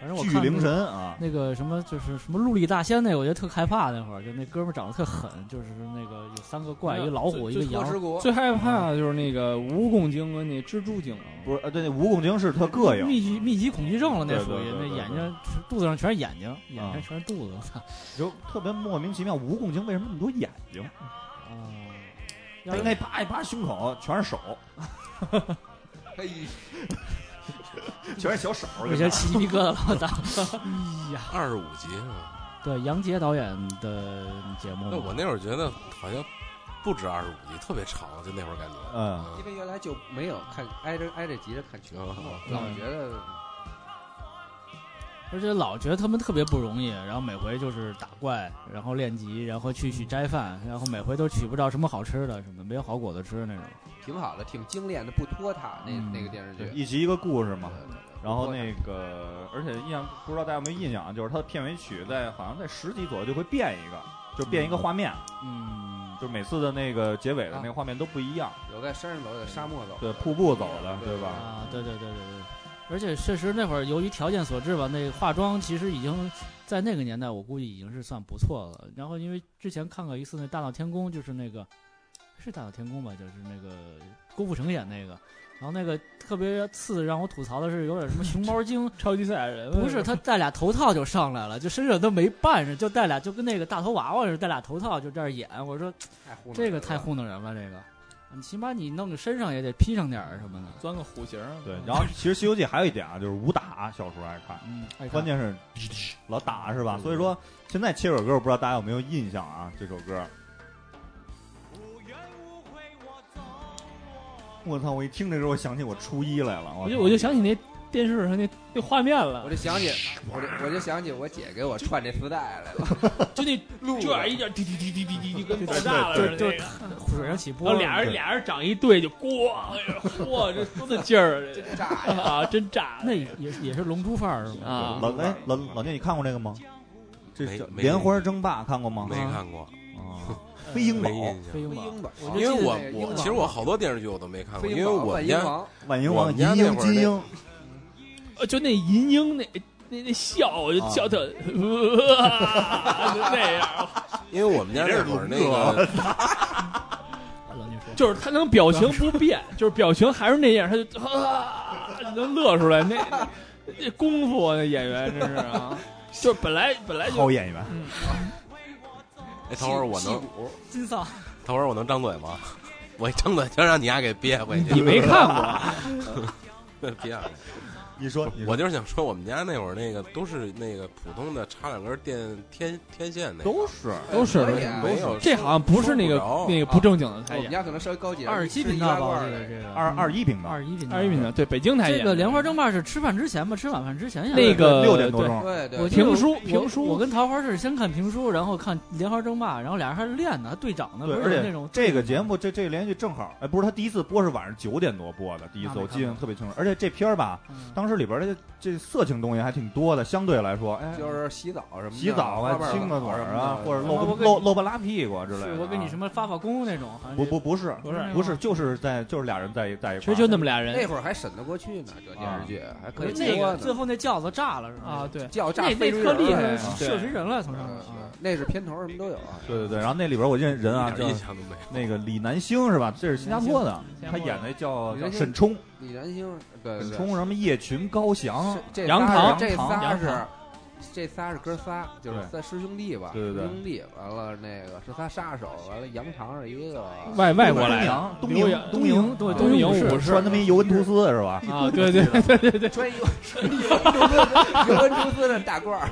S4: 反正我看
S1: 巨
S4: 那个
S1: 灵神啊，
S4: 那个什么就是什么陆力大仙那个，我觉得特害怕。那会儿就那哥们儿长得特狠，就是那个有三个怪，
S6: 那
S4: 一个老虎，一
S6: 最
S4: 个
S6: 最
S4: 羊
S5: 破。尸骨
S6: 最害怕的就是那个蜈蚣精跟那蜘蛛精啊了，
S1: 不是呃，对，那蜈蚣精是特膈应，
S4: 密集密集恐惧症了，那
S1: 对
S4: 属
S1: 对
S4: 于
S1: 对
S4: 那
S1: 对
S4: 眼
S1: 对
S4: 睛肚子上全是眼睛，眼
S1: 啊
S4: 睛全是肚子，我操
S1: 就特别莫名其妙。蜈蚣精为什么那么多眼睛？
S4: 啊！
S1: 他
S4: 要是
S1: 应该啪一啪胸口全是手，
S5: 哎，
S1: 全是小手。
S4: 有些起鸡皮疙瘩了，我操！ 哎呀，
S3: 二十五集啊，
S4: 对，杨洁导演的节目嘛，
S3: 那我那会儿觉得好像不止二十五集，特别长，就那会儿感觉。
S1: 嗯，
S5: 因为原来就没有看挨着挨着急着看全部
S3: 哦，
S1: 嗯
S5: 老觉得
S4: 而且老觉得他们特别不容易，然后每回就是打怪，然后练级，然后去取斋饭，然后每回都取不着什么好吃的，什么没有好果子吃那种。
S5: 挺好的，挺精炼的，不拖沓。那
S4: 嗯
S5: 那个电视
S1: 对，
S5: 剧，
S1: 一集一个故事嘛。
S5: 对对对
S1: 然后那个，而且印象不知道大家有没有印象啊，就是它的片尾曲在好像在十集左右就会变一个，就变一个画面，
S4: 嗯，
S1: 就是每次的那个结尾的
S5: 啊
S1: 那个画面都不一样。
S5: 有在山上走，有在沙漠走，
S1: 对，瀑布走的，对吧？
S4: 啊，对对对对对，而且确实那会儿由于条件所致吧，那化妆其实已经在那个年代，我估计已经是算不错了。然后因为之前看过一次那《大闹天宫》，就是那个是《大闹天宫》吧，就是那个呃郭富城演那个，然后那个特别次让我吐槽的是有点什么熊猫精
S6: 超级赛亚人
S4: 不是，他戴俩头套就上来了，就身上都没扮上，就戴俩就跟那个大头娃娃似的，戴俩头套就这儿演。我说
S5: 太糊弄人了
S4: 这个太糊弄人了，这个你起码你弄个身上也得披上点儿什么的。
S6: 钻个虎形儿，啊
S1: 对。然后其实《西游记》还有一点啊，就是武打，小时候爱看，
S4: 嗯，
S6: 哎
S4: 爱看
S1: 关键 是老打是吧？所以说现在切首歌，我不知道大家有没有印象啊？这首歌，我操！我一听这歌，我想起我初一来了，
S6: 我
S1: 我
S6: 就
S1: 操
S6: 我就想起那电视上那那画面了
S5: 我，就想起，我就我就想起我姐给我串这丝带来了，
S6: 就那
S5: 录
S6: 这
S5: 的
S6: 一点滴滴滴滴滴滴滴，跟爆炸了似的，
S4: 就
S6: 那个
S4: 水上起
S6: 然后
S4: 波，
S6: 俩人俩人长一对就咣，哎嚯，这多大劲儿
S5: 真炸呀！
S6: 啊这啊！真炸！
S4: 那也也是龙珠范儿是吗？
S6: 啊，
S1: 老哎老老聂，你看过这个吗？这
S3: 没
S1: 叫《
S3: 没
S1: 莲花争霸》看过吗？
S3: 没看过，
S1: 啊，飞鹰
S3: 没
S1: 堡、
S3: 印
S4: 飞
S3: 象。
S4: 鹰吧，
S5: 飞鹰吧，
S4: 我就
S3: 因为我
S5: 记得那个
S3: 我
S5: 鹰
S3: 其实我好多电视剧我都没看
S5: 王
S3: 过，
S5: 飞
S3: 因
S5: 鹰
S3: 为
S5: 王
S3: 我
S5: 万
S3: 们
S5: 鹰
S3: 家
S5: 王
S1: 万鹰
S3: 我
S1: 王、
S3: 们
S1: 银
S3: 家
S1: 鹰、
S3: 那会儿
S1: 金
S3: 那
S1: 鹰，
S6: 呃，就那银鹰那那那笑，就笑他，呃就那样，
S3: 因为我们家那会儿那 个
S4: 老聂说
S6: 就是他能表情不变，就是表情还是那样，他就啊，就能乐出来。那那那功夫啊，那演员真是啊，就是本来 本来就
S1: 好演员。
S6: 嗯
S3: 哎，等会儿我能，
S4: 金嗓
S3: 等会儿我能张嘴吗？ 我一张嘴就让你丫给憋回去。
S6: 你没看过，
S3: 憋回去。
S1: 你说，你说
S3: 我就是想说，我们家那会儿那个都是那个普通的插两根电天天线那个，
S1: 都是
S6: 都是
S5: 可以啊
S3: 没有
S6: 这哎好像不是那个
S3: 说不着
S6: 那个不正经的才
S5: 我们
S6: 演，
S5: 家可能稍微高级点，
S4: 二十七频道吧，这个这个
S1: 二二一频道，
S4: 二十一频道，
S6: 二一频道对北京台
S4: 这
S6: 演
S4: 个
S6: 的
S4: 莲花争霸是吃饭之前吧，吃晚饭之前演的。
S6: 那个
S1: 六点多
S6: 对
S1: 钟，
S5: 对对，
S4: 我
S5: 对
S4: 记得
S6: 评书
S4: 我
S6: 评书
S4: 我跟桃花是先看评书，然后看莲花争霸，然后俩人还练呢，还对长呢，
S1: 对，
S4: 不
S1: 而
S4: 是有
S1: 且
S4: 那种
S1: 这个节目这这个连续剧正好，哎，不是他第一次播是晚上九点多播的，第一次
S4: 那没
S1: 我
S4: 看
S1: 记得特别清楚。而且这片儿吧，
S4: 嗯
S1: 当时里边儿的这这色情东西还挺多的，相对来说，哎，
S5: 就是洗澡什么的，
S1: 洗澡啊
S5: 花、瓣
S1: 亲个嘴
S5: 澡什
S1: 儿
S5: 么
S1: 啊
S5: 的，
S1: 或者
S4: 我
S1: 露
S4: 我
S1: 个
S4: 跟
S1: 露露个拉屁股之类的
S4: 是
S1: 啊。
S4: 我跟你什么发发功那种，好像
S1: 不
S4: 是
S1: 不不是
S4: 不是那种
S1: 不是，就是在就是俩人在在一
S6: 其
S1: 块
S6: 实
S1: 儿，
S6: 就那么俩人
S5: 那会儿还审得过去呢，这电视剧还可以
S4: 那
S5: 播
S4: 个
S5: 呢
S4: 最后那轿子炸了是吧？
S6: 啊，，对，
S5: 叫炸
S4: 那那
S5: 飞出
S4: 特
S5: 人
S4: 厉害
S5: 来
S1: 对，
S5: 啊
S4: 嗯射谁人了从上面
S5: 嗯
S4: 啊，
S5: 那是片头什么都有啊。
S1: 对对对，然后那里边我认人啊，
S3: 一
S1: 叫
S3: 点印象都没有。
S1: 那个李南星是吧？这是新加坡的，
S6: 南星
S1: 他演的叫
S5: 李
S1: 叫
S5: 南星
S1: 沈冲，
S5: 李然星，对
S1: 沈
S5: 对对，
S1: 冲什么叶群、高翔
S5: 是这仨
S6: 杨
S5: 是
S6: 唐
S5: 这
S1: 杨
S5: 仨
S1: 唐
S5: 是这仨是哥仨，就是
S1: 对
S5: 三师兄弟吧，
S1: 对对对
S5: 师兄弟。完了那个是仨杀手，完了洋堂是一个，
S6: 外外国来的，
S1: 的东
S6: 刘洋
S1: 营，东营，
S6: 对
S1: 啊
S6: 东营
S1: 武士
S6: 武士
S1: 穿他妈一尤文图斯是吧？
S6: 啊，对对对对对，
S5: 穿一个穿一个尤文图斯的大褂儿，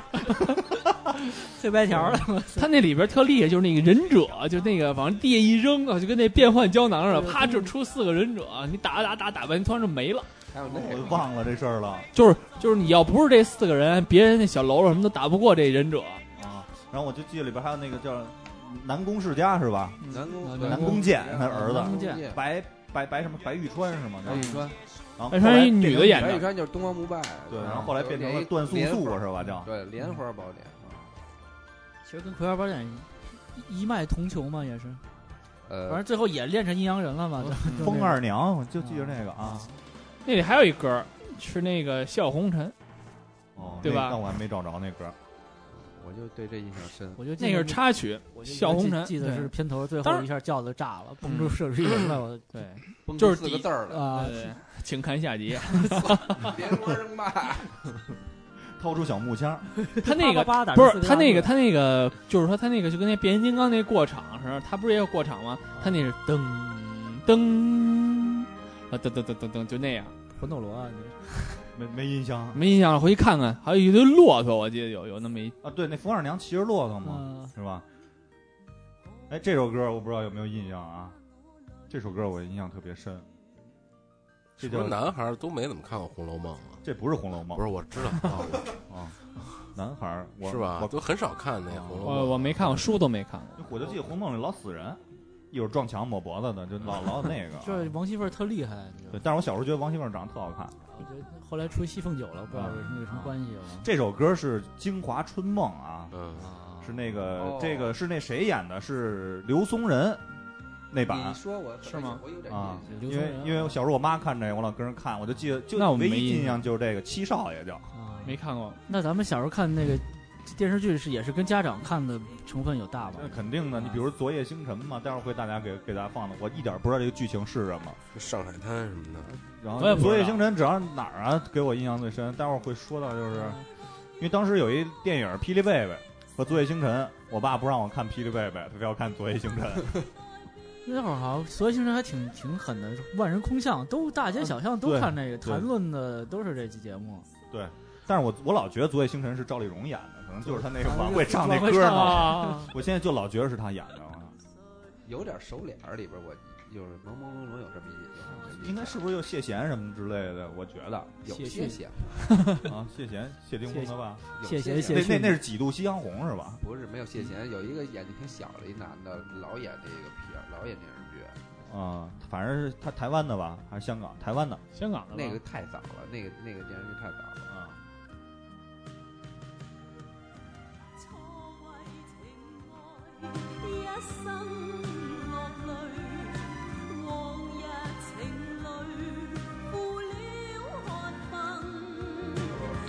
S4: 黑白条的，
S6: 他那里边特厉害，就是那个忍者，就那个往地下一扔啊，就跟那变换胶囊似的，啪就出四个忍者，你打打打打完，突然就没了。
S5: 还有那
S1: 我
S5: 个
S1: 忘了这事儿了
S6: 就是就是你要不是这四个人，别人那小喽啰什么都打不过这忍者。
S1: 啊。然后我就记得里边还有那个叫南宫世家是吧？
S5: 南宫
S4: 南
S5: 对
S1: 南宫剑他儿
S4: 南
S1: 子，
S4: 宫
S5: 南
S4: 剑
S5: 剑
S1: 白白白什么白玉川是吗？
S5: 白玉川，
S1: 然后
S6: 白玉
S1: 后来
S6: 川一
S1: 变
S6: 女的
S1: 成
S6: 演
S5: 白玉
S6: 的，
S5: 川就是东方不败，嗯
S1: 对，然后后来变成了段素
S5: 莲
S1: 素
S5: 花
S1: 是吧？叫
S5: 对莲花宝典。
S4: 其实跟葵花宝典一一脉同穷嘛，也是，反
S5: 呃
S4: 正，最后也练成阴阳人了嘛，
S6: 嗯
S4: 就
S1: 风二娘，我就记着那个啊。
S6: 那里还有一歌儿是那个《笑红尘》，
S1: 哦，
S6: 对吧
S1: 那那我还没找着那歌。
S5: 我就对这印象深。
S4: 我就记
S6: 那
S4: 得
S6: 个是插曲，
S4: 我就
S6: 笑红尘
S4: 记记得
S6: 对
S4: 是片头最
S6: 当
S4: 后
S6: 然
S4: 一下轿子炸了，蹦出射出一人来，我
S6: 对
S5: 蹦
S6: 就
S5: 出
S6: 是
S5: 四个
S6: 底
S5: 字儿
S1: 嗯
S5: 了，
S4: 啊，
S6: 对，请看下集。
S5: 莲花争霸。
S1: 掏出小木枪，
S6: 他那个
S4: 啪啪啪打
S6: 不
S4: 出
S6: 是
S4: 四个
S6: 他那个
S4: 大字
S6: 他那个，就是说他那个就跟那变形金刚那过场似的，他不是也有过场吗？他那是噔噔啊噔噔噔噔噔，就那样，
S4: 魂斗罗啊，你
S1: 没没印象啊
S6: 没印象了，回去看看。还有一堆骆驼，我记得有有那么一，
S1: 啊？对，那风二娘骑着骆驼嘛，
S4: 嗯。
S1: 是吧？哎，这首歌我不知道有没有印象啊？这首歌我印象特别深。这
S3: 不
S1: 叫
S3: 是男孩儿都没怎么看过《红楼梦》啊？
S1: 这不是《红楼梦
S3: 不》是，我知道，啊
S1: 啊？男孩儿
S3: 我
S1: 我
S3: 是吧？
S1: 我
S3: 都很少看那《红楼梦
S6: 呃我》。我没看过，书都没看过。
S1: 我就记得《红楼梦》里老死人，一会儿撞墙抹脖子的，就老老那个啊
S4: 这王熙凤特厉害，你知道
S1: 对，
S4: 吗？
S1: 但是我小时候觉得王熙凤长得特好看。
S4: 我觉得后来出西凤酒了，不知道有什么有什么关系吗？
S1: 这首歌是《京华春梦》啊，
S3: 嗯，
S4: 啊
S1: 是那个、
S5: 哦
S1: 这个是那谁演的？是刘松仁那版
S5: 你说我
S6: 是吗？
S5: 我有点印
S1: 啊
S5: 象。
S4: 刘
S1: 因
S4: 松
S1: 为
S4: 仁啊
S1: 因为我小时候我妈看这个，我老跟着看，我就记得就
S6: 那我
S1: 唯
S6: 没
S1: 一
S6: 印
S1: 印
S6: 象
S1: 象就是这个七少爷叫
S4: 啊
S6: 没看过，
S4: 那咱们小时候看那个电视剧是也是跟家长看的成分有大吧
S1: 那？肯定的。你比如《昨夜星辰》嘛，待会儿会大家给给大家放的，我一点不知道这个剧情是什么。
S3: 上海滩什么的，
S1: 然后
S6: 我也
S1: 《
S6: 不知道
S1: 昨夜星辰》只要哪儿啊给我印象最深，待会儿会说到，就是
S6: 嗯
S1: 因为当时有一电影《霹雳贝贝》和《昨夜星辰》，我爸不让我看《霹雳贝贝》，他非要看《昨夜星辰》。
S4: 那会儿好像所有星辰还挺挺狠的，万人空巷，都大街小巷都
S1: 对
S4: 看这个，
S1: 对
S4: 谈论的都是这期节目。
S1: 但是我我老觉得《昨夜星辰》是赵丽蓉演的，可能就是她那个
S4: 啊
S1: 晚会唱那
S4: 晚 会
S1: 歌
S4: 唱
S1: 呢。
S6: 啊，
S1: 我现在就老觉得是她演的，
S5: 有点熟脸儿里边，我就是朦朦胧胧有这么一印象，
S1: 应该是不是又谢贤什么之类的？我 觉得
S5: 有
S4: 谢谢
S5: 些显，
S1: 啊，谢贤、谢霆锋的吧？
S5: 有
S4: 谢谢
S5: 些显
S4: 谢
S1: 那那
S4: 逊
S1: 那是几度夕阳红是吧？
S5: 不是没有谢贤，有一个眼睛挺小的一男的，老演这个片儿，老演电视剧，
S1: 啊，反正是他台湾的吧，还是香港？台湾的
S6: 香港的吧
S5: 那个太早了，那个那个电视剧太早了。
S1: 啊。
S7: 错为情爱，一生落泪。往日情侣负了寒恨。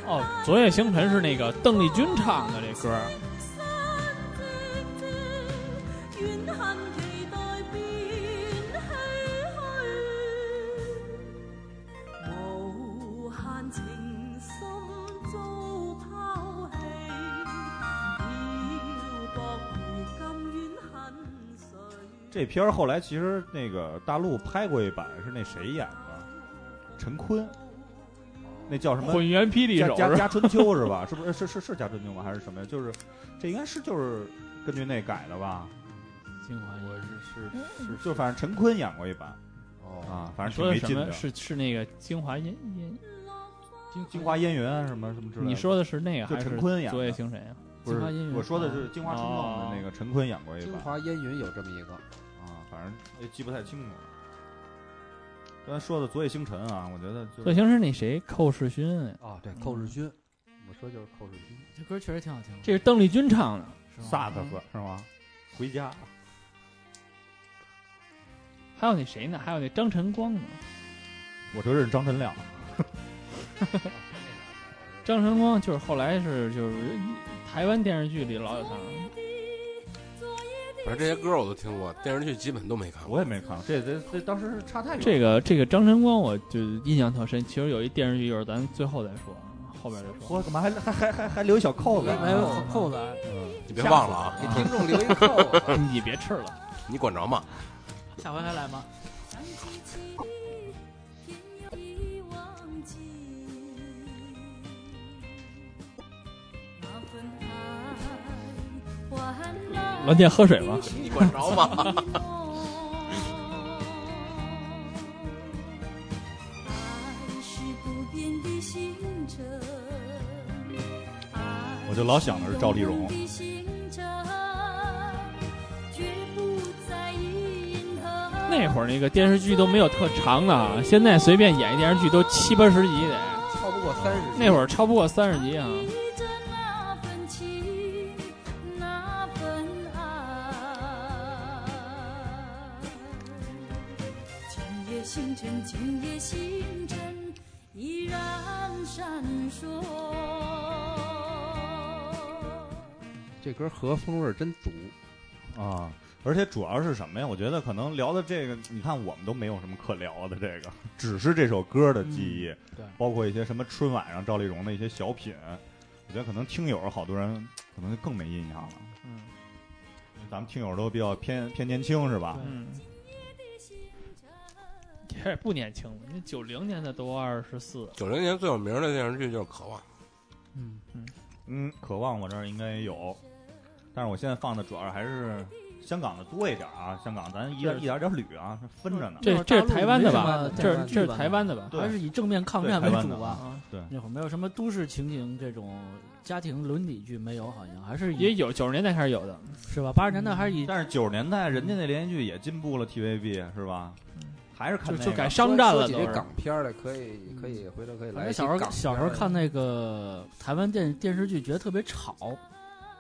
S6: 哦，《昨夜星辰》是那个邓丽君唱的这歌儿，
S7: 相知知，怨恨期待变唏嘘，无限情深遭抛弃，漂泊如今怨恨谁？
S1: 这片儿后来其实那个大陆拍过一版，是那谁演的？陈坤，那叫什么？
S6: 混元霹雳
S1: 家
S6: 手
S1: 家
S6: 是吧？
S1: 家春秋是 吧？是不是是是是家春秋吗？还是什么呀？就是这应该是就是根据那改的吧？
S4: 精华一
S5: 是是是
S1: 就反正陈坤演过一版
S5: 哦，
S1: 啊，反正挺
S6: 说的
S1: 没
S6: 什
S1: 劲
S6: 么
S1: 的。
S6: 是是那个精华音音？
S1: 京京华烟云啊什么什么之类的。
S6: 你说的是那个
S1: 就
S6: 还是
S1: 陈坤演的
S6: 昨夜星辰呀？
S1: 不是
S4: 京华烟？云
S1: 我说的是《京华春梦》
S6: 哦
S1: 的那个陈坤演过一
S5: 京
S1: 版
S5: 华烟云有这么一个，
S1: 啊，反正也记不太清楚了。刚才说的《昨夜星辰》啊，我觉得就
S6: 昨夜
S1: 是
S6: 星辰那谁寇世勋，啊
S5: 哦，对，寇世勋，我说就是寇世勋，
S4: 这歌确实挺好听的，
S6: 这是邓丽君唱的。
S4: 是吗
S1: 萨克斯是吗？回家
S6: 还有那谁呢？还有那张晨光呢？
S1: 我就认识张晨亮，
S6: 张晨光就是后来是就是台湾电视剧里老有他。
S3: 反正这些歌我都听过，电视剧基本都没看过。
S1: 我也没看过，这这这当时差太远了。
S6: 这个这个张晨光，我就印象特深。其实有一电视剧，一会儿咱最后再说啊。后面这说。
S1: 我干嘛还还还还还留一小扣子？
S4: 没有扣子啊，
S3: 你别忘了啊，
S5: 给听众留一扣子。
S6: 你别吃了，
S3: 你管着吗？
S6: 下回还来吗？
S7: 想起情侣，偏又已忘记。那份爱，晚来
S6: 老聂喝水吧。
S3: 你管着吗？
S7: 爱是不变的星辰，
S1: 我就老想的是赵丽蓉。
S6: 那会儿那个电视剧都没有特长的啊，现在随便演一电视剧都七八十集得，
S5: 超不过三十，
S6: 那会儿超不过三十集啊。
S7: 星辰，今夜星辰依然闪烁。
S5: 这歌和风味儿真足。
S1: 啊，而且主要是什么呀？我觉得可能聊的这个，你看我们都没有什么可聊的，这个只是这首歌的记忆，
S4: 嗯
S6: 对
S1: 包括一些什么春晚上赵丽蓉的一些小品，我觉得可能听友好多人可能就更没印象了。
S6: 嗯
S1: 咱们听友都比较偏偏年轻是吧？
S6: 嗯，也不年轻了，那九零年的都二十四。
S3: 九零年最有名的电视剧就是《渴望》，
S6: 嗯嗯，
S1: 嗯，渴望我这儿应该也有，但是我现在放的主要还是香港的多一点啊，香港咱一点一点点捋啊，分着呢。
S6: 这
S4: 那会儿大陆
S6: 这是台湾的
S4: 没什
S6: 吧
S4: 么？
S6: 这是
S4: 电视剧
S6: 这是
S4: 吧
S6: 台湾的吧？
S1: 对
S4: 还是以正面抗战为主吧。
S6: 啊，
S4: 那会儿没有什么都市情景这种家庭伦理剧，没有好像还是
S6: 也
S4: 以
S6: 有九十年代开始有的。
S4: 是吧？八十年代还是以
S1: 但是九十年代人家那连续剧也进步了，TVB 是吧？还是看
S6: 就
S1: 那个
S6: 就改商战
S5: 说
S6: 了
S5: 起
S6: 都
S5: 这
S6: 是。
S5: 港片儿的，可以可以回头可以
S4: 反
S5: 来
S4: 正
S5: 一
S4: 小
S5: 期港
S4: 时
S5: 片
S4: 候小
S5: 儿。
S4: 时候看那个台湾电电视剧，觉得特别吵，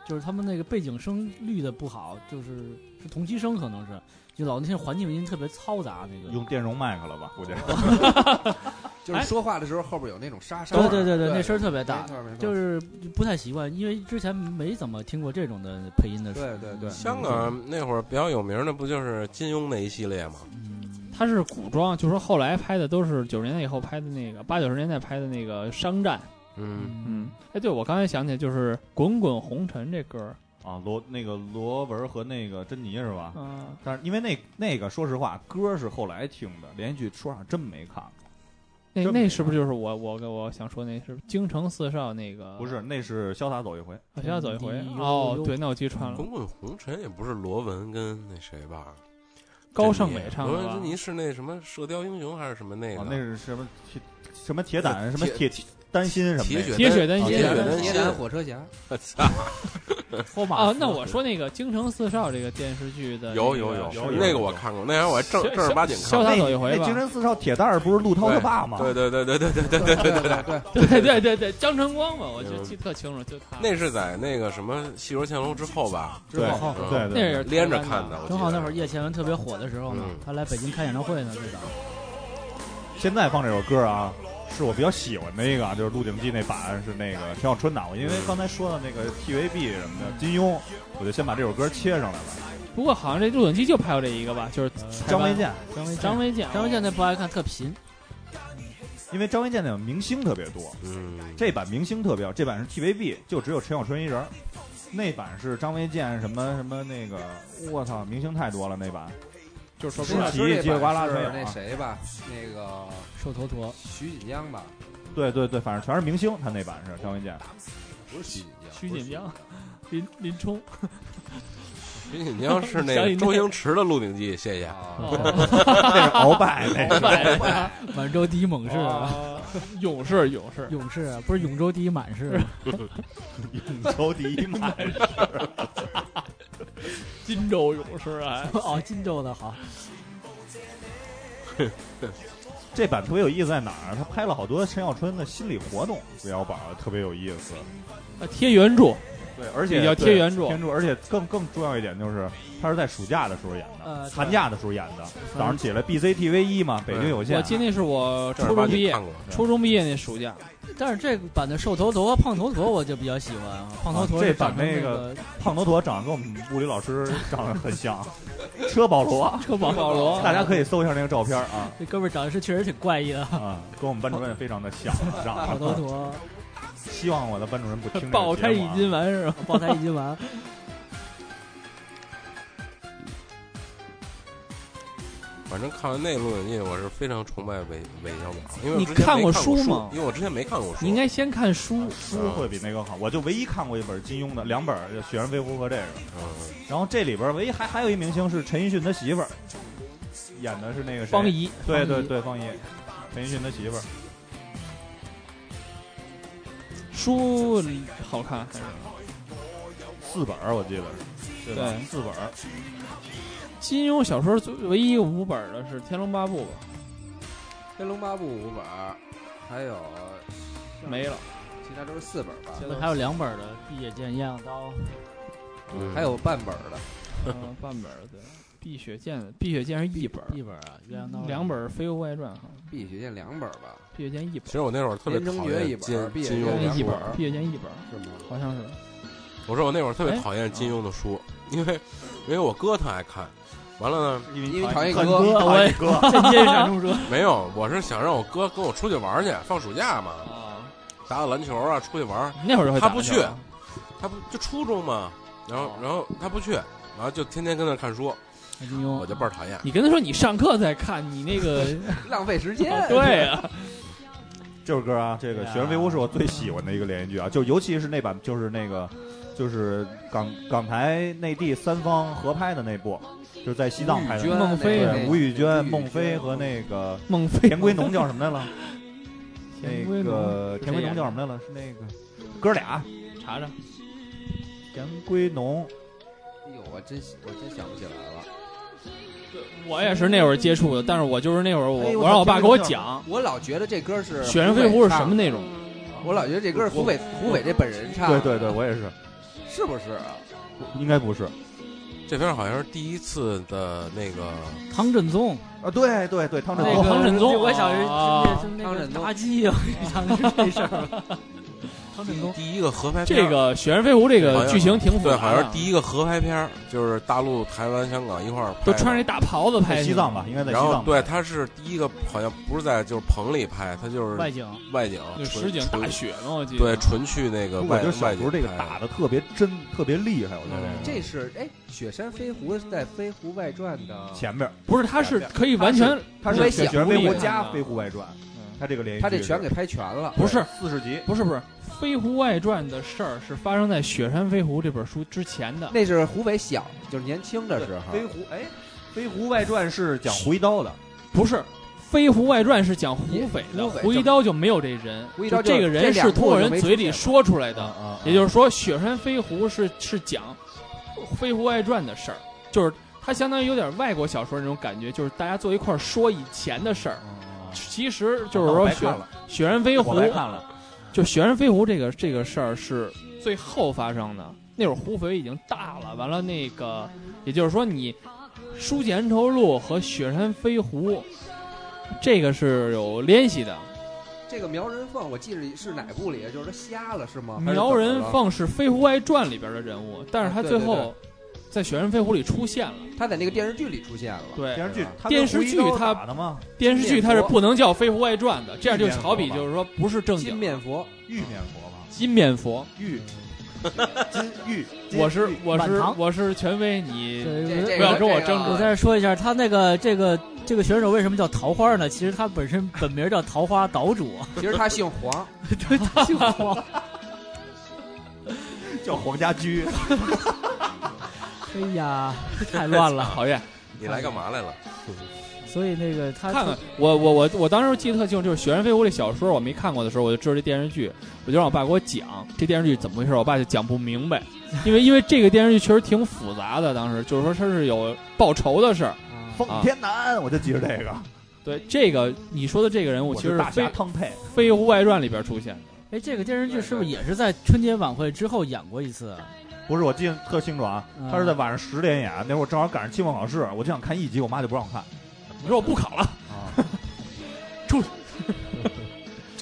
S4: 就是他们那个背景声律的不好，就是是同期声可能是，就老那些环境音特别嘈杂那个。
S1: 用电容麦克了吧？估计。
S6: 哎
S5: 就是说话的时候后边有那种沙沙。
S4: 对对对
S5: 对，
S4: 那声儿特别大
S5: 没，错没错
S4: 就是不太习惯，因为之前没怎么听过这种的配音的。
S5: 对对对
S3: 香港那会儿比较有名的不就是金庸那一系列吗？
S4: 嗯，
S6: 它是古装，就说后来拍的都是九十年代以后拍的那个八九十年代拍的那个商战。
S3: 嗯，
S6: 嗯，哎，对，我刚才想起来就是《滚滚红尘》这歌儿，
S1: 啊，罗那个罗文和那个珍妮是吧？
S6: 嗯，
S1: 但是因为那那个，说实话，歌是后来听的，连续剧说上真没看过。
S6: 那
S1: 真没
S6: 那是不是就是我我我想说那是京城四少那个？
S1: 不是，那是《潇洒走一回》
S6: 啊，学校走一回
S4: 嗯你。
S6: 哦
S4: 有，
S6: 对，那我记串
S3: 《
S6: 了。
S3: 滚滚红尘》也不是罗文跟那谁吧？
S6: 高胜美唱
S3: 罗
S6: 的
S3: 文
S6: 吧
S3: 珍？妮是那什么《射雕英雄》还是什么那个？
S1: 啊，那是什么铁什么铁胆
S3: 铁
S1: 什么铁丹心什么
S3: 铁
S1: 的。
S6: 铁
S3: 血
S6: 血丹
S3: 心，
S6: 心
S3: 铁血丹
S5: 啊铁
S3: 心。
S5: 胆火车侠，
S3: 我操，
S4: 托马
S6: 哦，那我说那个《京城四少》这个电视剧的
S3: 啊有
S6: 那
S3: 有
S6: 个
S3: 有
S1: 有有，
S3: 那个我看过，那会儿我还正
S6: 潇
S3: 正儿八经看
S6: 潇
S3: 过。
S6: 洒
S1: 那
S6: 走一回
S1: 那
S6: 吧
S1: 京。城四少铁蛋儿不是陆涛他爸
S6: 啊
S1: 吗？
S3: 对对对对对对对，
S5: 对对对 对，
S6: 对对对对，张晨光嘛，我就
S3: 嗯
S6: 记得特清楚，就他。
S3: 那是在那个什么《戏说乾隆》之后吧？
S1: 对
S4: 之后
S1: 对
S6: 那也
S1: 对。
S6: 是
S3: 连着
S6: 台湾
S3: 看的，我记
S4: 正好
S3: 得
S4: 那会儿叶倩文特别火的时候呢
S3: 嗯，
S4: 她来北京开演唱会呢，最早。
S1: 现在放这首歌啊，是我比较喜欢的一个啊，就是《鹿鼎记》那版是那个陈小春的。我因为刚才说到那个 TVB 什么的，金庸，我就先把这首歌切上来了。
S6: 不过好像这《鹿鼎记》就拍过这一个吧，就是台
S1: 张
S6: 湾
S1: 卫健，
S4: 张卫
S6: 张呃卫健，哦
S4: 张卫健那不爱看，特贫。
S1: 因为张卫健那种明星特别多，
S3: 嗯，
S1: 这版明星特别，这版是 TVB，就只有陈小春一人儿。那版是张卫健什么什么那个，我操，明星太多了那版。
S6: 就是说
S1: 舒
S6: 不出
S1: 淇
S6: 来。
S1: 叽里呱啦
S5: 是
S1: 没有啊
S5: 那谁吧，那个
S4: 瘦头陀，
S5: 徐锦江吧，
S1: 对对对，反正全是明星，他那版是张卫健。
S5: 不是徐锦江，
S6: 徐锦江、林林冲，
S3: 徐锦江嗯是那
S6: 想起
S3: 个
S6: 那
S3: 周星驰的《鹿鼎记》，谢 谢。
S5: 啊，
S6: 哦，
S1: 那是鳌拜，那 是
S6: 满
S4: 满洲第一猛士，
S6: 哦勇士勇 士，
S4: 勇士啊不是永州第一满士，
S1: 永州第一满。
S6: 金州勇士哎，
S4: 哦，荆州的好，
S1: 这版特别有意思在哪儿？他拍了好多陈小春的心理活动韦小宝，特别有意思。
S6: 啊贴原著，
S1: 对，而
S6: 且
S1: 且
S6: 比较贴原著
S1: 原著，而且更更重要一点就是，他是在暑假的时候演
S4: 呃
S1: 的，
S4: 对
S1: 寒假的时候演的。早上起来 BCTV 一嘛，北京有线
S6: 我。记得那是我
S3: 正
S6: 初
S3: 儿八
S6: 中毕
S3: 经
S6: 业
S3: 看，过，
S6: 初中毕业那暑假，
S4: 但是这个版的瘦头陀、胖头陀我就比较喜欢啊，胖头陀
S1: 啊这
S4: 是长
S1: 版
S4: 成
S1: 那
S4: 个
S1: 胖头陀长得跟我们物理老师长得很像， 车保罗。
S4: 车保
S6: 保罗
S1: 大家可以搜一下那个照片啊
S4: 这哥们儿长得是确实挺怪异的，
S1: 啊，跟我们班主任非常的像，长
S4: 胖头
S1: 得
S4: 陀，
S1: 希望我的班主任不听这个节目啊
S6: 爆胎一斤丸是吧？
S4: 爆胎一斤丸，
S3: 反正看完那部《论文记》，我是非常崇拜韦韦小宝，因为我
S6: 你
S3: 之前没
S6: 看过
S3: 看过
S6: 书吗
S3: 因为我之前没看过书，
S6: 你应该先看书，
S1: 书会比那个好。我就唯一看过一本金庸的，两本儿就《雪山飞狐》和这个。
S3: 嗯，
S1: 然后这里边儿唯一还还有一明星是陈奕迅他媳妇儿，演的是那个谁
S6: 方，怡，
S1: 对对
S6: 方怡，
S1: 对，方怡，陈奕迅他媳妇儿。
S6: 书好看还是？
S1: 四本儿我记得是，吧
S6: 对
S1: 四本儿
S6: 金庸小说最唯一五本儿的是《天龙八部》吧？
S5: 《天龙八部》五本儿，还有
S6: 没了，
S5: 其他都是四本儿吧，
S6: 现在
S4: 还有两本的《碧血剑》《艳阳刀》，
S3: 嗯
S5: 还有半本儿的。
S6: 嗯半本儿对，《碧血剑》《碧血剑》是一本儿，
S4: 一本啊，《鸳鸯刀》
S6: 两本儿《飞狐外传》哈，
S5: 《碧血剑》两本儿吧，
S6: 《碧血剑》一本
S3: 其实我那会儿特别
S5: 连城
S3: 讨
S5: 诀一
S3: 厌
S5: 本
S3: 金
S5: 儿毕业
S3: 金
S5: 有
S3: 庸
S5: 两
S6: 儿，
S3: 的
S6: 一
S5: 本
S6: 本
S5: 儿
S6: 儿，《碧血剑》一本儿，
S5: 是吗？
S6: 好像是。
S3: 我说我那会儿特别
S6: 哎
S3: 讨厌金庸的书，因为因为我哥特爱看。完了呢，
S1: 因
S5: 因为
S1: 讨
S5: 讨
S1: 厌
S5: 厌
S1: 哥，
S5: 哥
S1: 讨厌哥，
S4: 剑剑闪出者，
S3: 没有，我是想让我哥跟我出去玩儿去，放暑假嘛，
S6: 啊，
S3: 打打篮球啊，出去玩儿。
S6: 那会儿就会打
S3: 他不
S6: 篮球
S3: 去
S6: 了
S3: 他不就初中嘛，然
S1: 哦
S3: 后然后他不去，然后就天天跟那儿看书，
S4: 金庸，
S3: 我就倍儿讨厌。
S6: 你跟他说你上课在看，你那个
S5: 浪费时间。
S6: 对啊，
S1: 这首歌啊，这个《雪山飞狐》是我最喜欢的一个连续剧啊，就尤其是那版，就是那个，就是港港台内地三方合拍的那部，就是在西藏拍
S5: 吴宇
S1: 的
S5: 娟，
S6: 孟非
S4: 啊
S5: 那
S1: 对，
S5: 个
S1: 吴宇娟、孟
S5: 孟
S1: 非
S5: 非
S1: 和那个
S6: 孟非
S1: 田归农叫什么来了？
S6: 田
S1: 那
S6: 归农
S1: 个田归农叫什么来了？是那个哥俩，
S6: 查查，
S1: 田归农，
S5: 哎呦，我真我真想不起来了。
S6: 我也是那会儿接触的，但是我就是那会儿我、
S1: 哎呦
S6: 我让我爸给我
S1: 我操这
S6: 讲
S5: 我老觉得这歌是《
S6: 《雪山飞狐》是什么？内容，
S5: 我老觉得这歌是胡伟胡伟这本人唱。
S1: 对对对，，我也是，
S5: 是不是啊？
S1: 应该不是
S3: 这片儿好像是第一次的那个，
S4: 汤振宗，
S1: 啊，对对对，汤镇
S4: 那
S1: 宗
S4: 个。
S6: 唐振宗
S4: 我小时候
S6: 啊
S4: 是那
S5: 唐
S4: 个
S5: 振宗
S4: 妲己啊，我想的是这事儿。汤振宗，
S3: 第一个合拍片儿
S6: 这个《雪山飞狐》这
S3: 好
S6: 个
S3: 像
S6: 剧情挺
S3: 对，
S6: 复杂的，
S3: 好像是第一个合拍片儿，就是大陆、台湾、香港一块儿拍
S6: 都
S3: 的
S6: 穿着一大袍子拍
S1: 在
S6: 的
S1: 西藏吧，应该在西
S3: 然后
S1: 藏吧。
S3: 对，他是第一个，好像不是在就是棚里拍，他就是
S4: 外景，
S3: 外景，
S6: 就
S3: 纯
S6: 实景
S3: 纯
S6: 大雪嘛，我记得
S3: 对，纯去那个
S1: 我
S3: 外
S1: 觉得小
S3: 外
S1: 时候
S3: 景
S1: 这个
S3: 拍
S1: 打的特别真，特别厉害，我觉得
S3: 嗯
S5: 这是哎，《雪山飞狐》是在《飞狐外传》的，
S1: 前边儿
S6: 不是，他是可以完全
S1: 他
S5: 我
S1: 是
S5: 也
S1: 雪
S5: 想
S1: 山
S6: 不
S1: 飞
S6: 厉
S1: 狐
S6: 害
S1: 加
S6: 呢
S1: 飞狐外传，他这个连续
S5: 他这
S1: 剧
S5: 全给拍全了。
S6: 不是
S1: 四十集，
S6: 不是不是《飞狐外传》的事儿是发生在《雪山飞狐》这本书之前的，
S5: 那是胡伟小，就是年轻的时候
S1: 飞。狐哎，飞狐外传是讲胡一刀的，
S6: 不是。《飞狐外传》是讲胡匪的，
S5: 胡匪
S6: 胡一刀就没有这人，
S5: 胡一刀
S6: 就
S5: 就
S6: 这个人
S5: 这两
S6: 是
S5: 部
S6: 通过
S5: 就
S6: 人
S5: 没出
S6: 嘴里
S5: 现
S6: 说出来
S1: 啊
S6: 的，
S1: 啊，啊
S6: 也就是说，《雪山飞狐是》是讲《飞狐外传》的事儿，就是它相当于有点外国小说那种感觉，就是大家坐一块儿说以前的事儿。其实就是
S1: 我
S6: 说
S1: 白
S6: 雪
S1: 看了，
S6: 《雪山飞狐
S1: 我》白看了，
S6: 就《雪山飞狐》这个这个事儿是最后发生的。那会儿胡斐已经大了，完了那个，也就是说你《书剑恩仇录》和《雪山飞狐》这个是有联系的。
S5: 这个苗人凤，我记着是哪部里？就是他瞎了是吗？啊还是怎么
S6: 苗人
S5: 了，
S6: 凤是《飞狐外传》里边的人物，但是他
S5: 啊对
S6: 最
S5: 对
S6: 后在《雪山飞狐》里出现了。
S5: 他在那个电视剧里出现了。
S6: 对，
S1: 电视剧
S5: 对吧
S1: 他跟
S6: 电视
S1: 胡一
S6: 剧
S1: 刀
S6: 他
S1: 打的吗？
S6: 电视剧它是不能叫《飞狐外传》的，这样就好比就是说不是正
S5: 金
S6: 经
S5: 面佛，
S1: 玉面佛吧，
S6: 金面佛。
S1: 玉金玉，金
S6: 我是
S1: 玉
S6: 我
S4: 满
S6: 是
S4: 堂
S6: 我是权威，你
S4: 对
S5: 这
S4: 我
S5: 这
S6: 不要
S5: 个
S6: 跟我
S5: 这个
S6: 争
S4: 我
S6: 执
S4: 再说一下，他那个这个这个选手为什么叫桃花呢？其实他本身本名叫桃花岛 主，
S5: 其实他姓黄，
S4: 他姓黄。
S6: 哎
S1: 叫黄家驹，
S4: 哎呀，太乱了。
S6: 啊讨厌。
S3: 你来干嘛来了？
S4: 所以那个他
S6: 看看我我我我当时记得特清，就是《雪山飞狐》这小说我没看过的时候，我就知道这电视剧，我就让我爸给我讲这电视剧怎么回事，我爸就讲不 明白，因为因为这个电视剧确实挺复杂的，当时就是说它是有报仇的事儿。
S4: 啊
S1: 奉天南，我就记着这个，
S6: 对这个你说的这个人物，
S1: 我
S6: 其实是
S1: 是大
S6: 《
S1: 侠
S6: 飞
S1: 汤佩，
S6: 飞狐外传》里边出现的。
S4: 哎，这个电视剧是不是也是在春节晚会之后演过一次？啊
S1: 不是我记得特清楚啊，
S4: 嗯
S1: 他是在晚上十点演，那会儿正好赶上期末考试，我就想看一集，我妈就不让我看，
S6: 你说我不考了，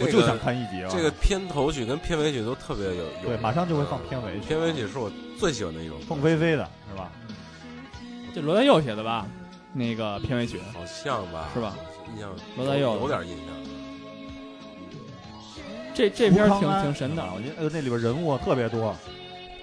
S1: 我就想看一集啊，
S3: 这个片头曲跟片尾曲都特别有有。
S1: 对，马上就会放片尾曲，
S3: 片尾曲是我最喜欢的一首歌。
S1: 凤飞飞的是吧？
S6: 这罗大佑写的吧？那个片尾曲。
S3: 好像吧，
S6: 是吧？
S3: 印象
S6: 罗大佑
S3: 有点印象。
S6: 这这
S1: 吴
S6: 片儿
S1: 康
S6: 挺
S1: 安
S6: 挺神的
S1: 啊。我觉得呃那里边人物特别多，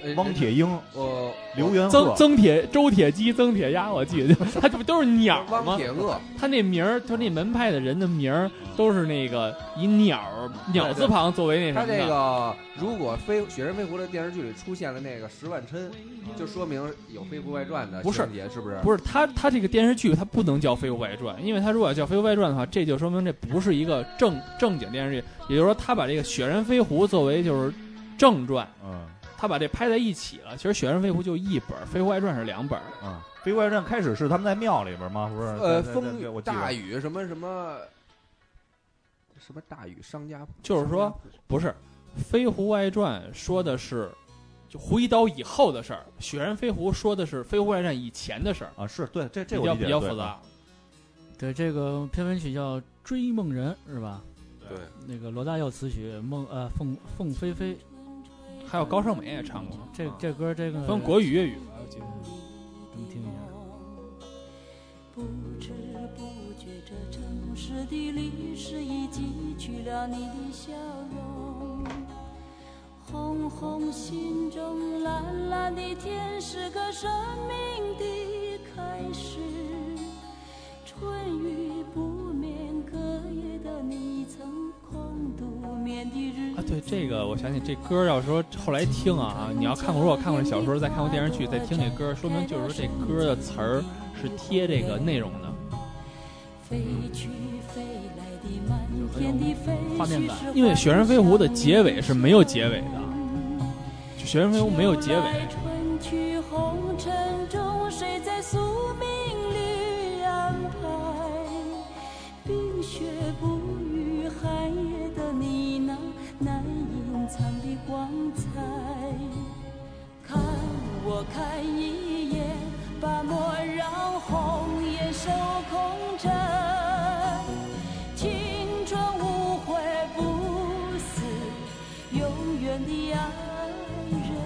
S5: 呃
S1: 汪铁英、
S5: 我
S1: 刘元
S6: 曾
S1: 鹤，
S6: 曾铁、周铁鸡、曾铁鸭，我记得他这不都是鸟儿
S5: 汪
S6: 吗？
S5: 铁鳄，
S6: 他那名儿，他那门派的人的名儿都是那个以鸟儿鸟字旁作为那什
S5: 他
S6: 么
S5: 这啊
S6: 的。
S5: 个如果飞《雪山飞狐》的电视剧里出现了那个十万琛，就说明有《飞狐外传》的
S6: 不是
S5: 情节，是不是？
S6: 不是他，他这个电视剧他不能叫《飞狐外传》，因为他如果叫《飞狐外传》的话，这就说明这不是一个正正经电视剧。也就是说，他把这个《雪山飞狐》作为就是正传，
S1: 嗯
S6: 他把这拍在一起了。其实《雪山飞狐》就一本，《飞狐外传》是两本。
S1: 嗯，飞狐外传开始是他们在庙里边吗？不
S6: 啊
S1: 是，
S5: 呃，
S1: 在在
S5: 风
S1: 在
S5: 雨
S1: 我记得
S5: 大雨什么什么什么大雨商家，
S6: 就是说不是，《飞狐外传》说的是就胡一刀以后的事儿，《雪山飞狐》说的是《飞狐外传》以前的事儿，
S1: 啊，是对这这
S6: 比
S1: 我
S6: 较
S1: 理解
S6: 比较
S1: 对
S6: 复杂。
S4: 对，这个片尾曲叫《追梦人》是吧？
S3: 对，
S4: 那个罗大佑词曲《梦》呃凤凤飞飞，
S6: 还有高胜美也唱过，
S4: 这
S1: 啊
S4: 这歌这个
S6: 分国语、粤语。
S4: 咱们听一下。
S7: 不知不觉，这城市的历史已汲取了你的笑容。红红心中蓝蓝的天，是个生命的开始。春雨不眠，隔夜的你曾空独眠的日子。
S6: 啊，对这个，我想起这歌，要说后来听啊，你要看过，如果看过这小说，再看过电视剧，再听这歌，说明就是说这歌的词儿是贴这个内容的。
S7: 飞去飞来的满天的飞絮
S4: 画面感
S7: 是
S6: 因为《雪山飞狐》的结尾是没有结尾的，
S7: 嗯
S6: 《雪山飞狐》没有结尾。
S7: 在春去红尘中，谁在宿命里安排？冰雪不语，寒夜的你那难隐藏的光彩。看我看一眼，把莫让红颜守空枕。青春无悔不死，永远的爱人。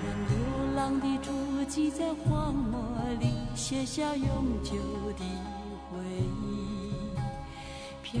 S7: 让流浪的足迹在荒漠里写下永久的回忆。飘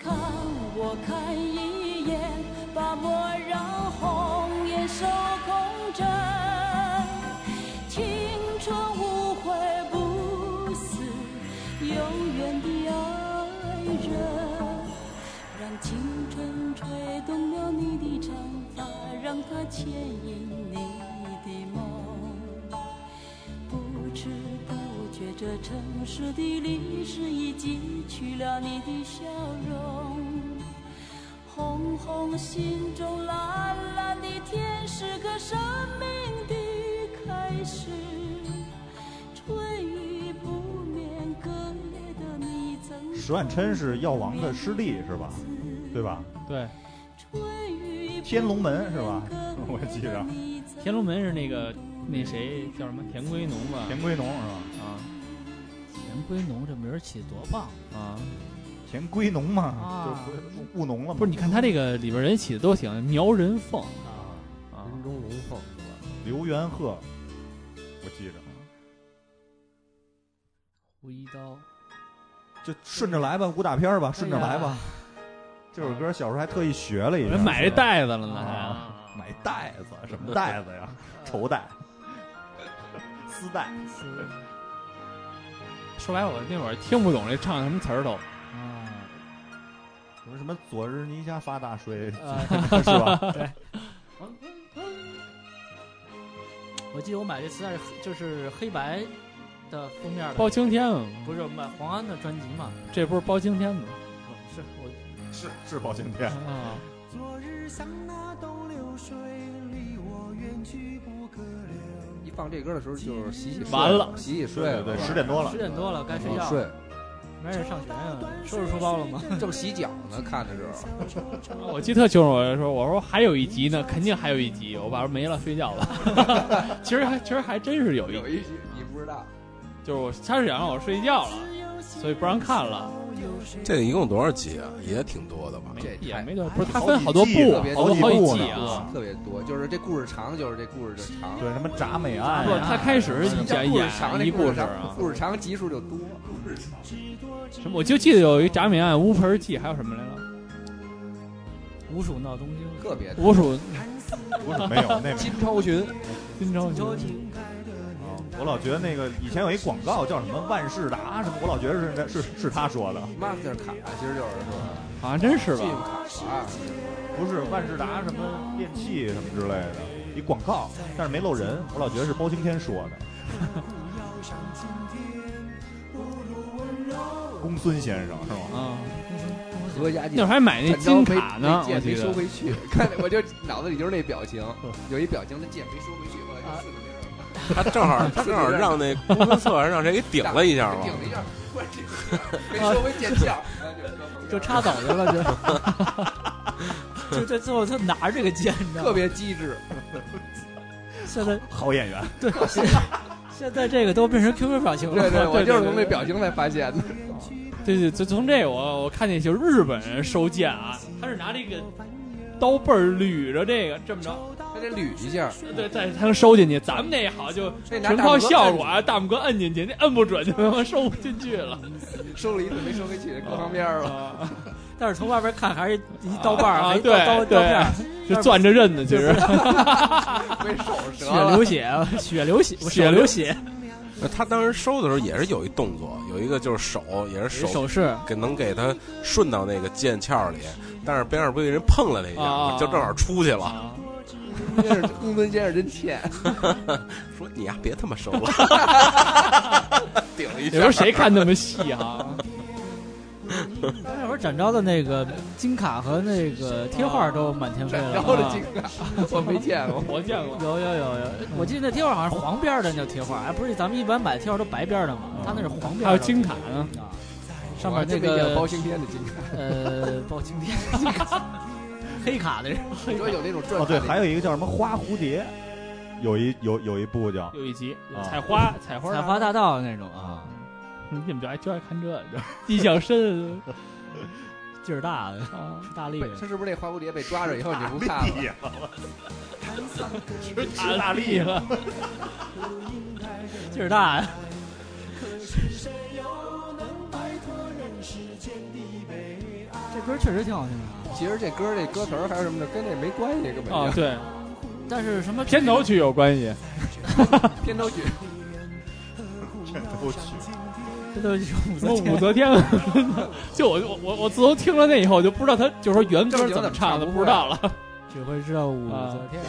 S7: 看我看一眼，把莫让红颜守空枕。青春无悔不死，永远的爱人。让青春吹动了你的长发，让它牵引你的梦。不知不觉，这城市的历史已汲取了你的笑容。红红心中蓝蓝的天，是个生命的开始。春雨不眠，隔夜的你曾
S1: 石万琛是药王的师弟是吧？对吧？
S6: 对，
S7: 春雨不
S1: 天龙门是吧？我记得
S6: 《天龙门》是那个那谁叫什么田归农吧？
S1: 田归农是吧？
S6: 啊
S4: 田归农这名儿起得多棒！
S6: 啊，
S1: 田归农嘛
S4: 啊，
S1: 就不务农了嘛。
S6: 不是，你看他这个里边人起的都挺苗人凤
S1: 啊，
S6: 啊，
S5: 人中龙凤是吧？
S1: 刘元鹤，我记着。
S4: 胡一刀，
S1: 就顺着来吧，武打片儿吧，顺着来吧。这首歌小时候还特意学了一
S6: 我
S1: 下，
S6: 这买这袋子了呢
S1: 啊
S6: 还。
S1: 买袋子，什么袋子 呀？绸带、丝带。
S6: 说白，我那会儿听不懂这唱什么词儿都。
S4: 啊，
S1: 什么什么昨日泥下发 大水，
S4: 呃，
S1: 是吧？
S4: 我记得我买这磁带是黑就是黑白的封面的，
S6: 包青天嘛，
S4: 不是我买黄安的专辑嘛？
S6: 这不是包青天吗？
S4: 是我
S1: 是哦是包青天，
S6: 啊，
S8: 昨日像那东流水，离我远去不可留。
S5: 一放这歌的时候就是洗洗睡
S6: 完了
S5: 洗洗睡
S1: 对
S5: 了，
S1: 对，十点多了啊
S4: 十，点多了该睡觉，
S5: 睡
S4: 了，，没人上学啊呀，收拾书包了吗？
S5: 正洗脚呢，看的时候。
S6: 我记得特清楚，我就说我说还有一集呢，肯定还有一集，我爸说没了，睡觉吧。 其实还其实还真是有一
S5: 有一集你不知道，
S6: 就是我他是想让我睡觉了，所以不让看了，
S3: 这一共多少集啊？也挺多的吧？
S5: 这
S6: 没也
S5: 太
S6: 没多，不是他分好
S1: 好
S6: 多
S1: 几季
S6: 部啊
S5: 特别，
S6: 好
S5: 多
S6: 多好几
S1: 好几部
S6: 季
S1: 呢
S6: 啊。
S5: 特别多，就是这故事长，就是这故事就长。
S1: 对什么铡美案
S6: 啊不是
S1: 呀，
S6: 他开始是
S5: 叫
S6: 演
S5: 故事长，
S6: 演
S5: 这
S6: 一
S5: 故
S6: 故
S5: 事
S6: 事啊
S5: 长，，故事长集数就多。故事长，
S6: 什么我就记得有一铡美案、乌盆儿记，还有什么来着？
S4: 五鼠闹东京，
S5: 特别多。
S6: 我数
S1: 不是没有那个。
S5: 金超群，
S6: 今朝
S1: 我老觉得那个以前有一广告叫什么万事达什么，我老觉得是是是他说的，
S5: Master 卡其实就是说
S6: 好像真是吧？
S5: 信用卡啊，
S1: 不是万事达什么电器什么之类的，一广告，但是没露人，我老觉得是包青天 说的。公孙先生是吗？
S6: 啊，
S5: 合家劲
S6: 那会儿还买那
S5: 展昭
S6: 金
S5: 没
S6: 卡呢，
S5: 没见
S6: 我记
S5: 没收
S6: 得。
S5: 回去， 看我就脑子里就是那表情，有一表情，那剑没收回去，后来就四个字儿
S3: 他正好他正好让那公孙策还让谁给顶了一下嘛
S5: 顶。了一下，突然这没收回剑鞘，然后
S4: 就 插走去 了，就就这最后他拿着这个剑，你知道
S5: 特
S4: 吗？
S5: 别机智，
S4: 现在
S1: 好演员，
S4: 对，现在现在这个都变成 QQ 表情了，
S5: 对对，我就是从那
S4: 对
S5: 表情才 发现的。
S6: 对对，就从这我我看见就是日本人收剑啊，他是拿这个刀背儿捋着这个这么着，
S5: 他得捋一下，
S6: 对，再才能收进去。咱们那好就
S5: 这拿
S6: 全
S5: 大拇
S6: 靠
S5: 哥
S6: 效果啊，大拇哥摁进去，那摁不准就他妈收不进去了。
S5: 收了一次没收回去，搁旁边了。
S6: 啊，
S4: 但是从外边看还是一刀把儿，
S6: 啊
S4: 还一刀
S6: 对
S4: 刀刀片儿，
S6: 就攥着刃呢，其实。
S3: 啊
S5: 被手折
S4: 血
S5: 了
S4: 流。血，血流血，
S6: 血
S4: 血
S6: 流
S4: 流血，
S3: 那他当时收的时候也是有一动作，有一个就是手也是手
S4: 手势，
S3: 给能给他顺到那个剑鞘里，但是边上被人碰了他一
S6: 啊
S3: 下，就正好出去了，
S6: 啊，
S5: 先生公孙先生真欠，
S3: 说你呀别他妈收了，顶了一
S6: 有
S3: 下。
S6: 时候谁看那么细哈？
S4: 那会儿展昭的那个金卡和那个贴画都满天
S3: 啊
S4: 飞
S5: 然
S4: 了。
S5: 后这金卡我没见过。
S6: 我见过。
S4: 有有有有，我记得那贴画好像是黄边儿的那贴画，哎，不是咱们一般买贴画都白边儿的嘛，他那是黄边儿的。
S6: 还有金卡呢，
S4: 啊，上面那
S5: 我还真没见过包
S4: 个
S5: 青天的金卡，
S4: 呃包青天的金卡， 黑卡的人，
S5: 你说有那种转
S1: 哦对，还
S5: 有
S1: 有一个叫什么花蝴蝶，有一有有一部叫
S6: 有一集
S1: 啊
S6: 采花，哦采花，
S4: 采花大盗那种啊，
S6: 你怎么就爱就爱看这个？ 印象深
S4: 劲儿大的，
S6: 啊！
S4: 吃大力
S5: 被
S4: 的。
S5: 他是不是那花蝴蝶被抓着以后你就不看了？
S1: 呀，
S6: 吃大力了，
S4: 劲儿大呀！这歌确实挺好听的，
S5: 其实这歌这歌词儿还有什么的，跟这没关系，根本
S1: 哦
S6: 啊，
S5: 就。
S6: 对，
S4: 但是什么
S6: 片头曲有关系，
S5: 片头曲
S1: 这部曲
S4: 这都是武
S6: 什
S4: 则
S6: 么
S4: 天
S6: 武则天， 就我我我我自从听了那以后，我就不知道他就是说原歌怎么唱的，不知道了。
S4: 只会知道武则天。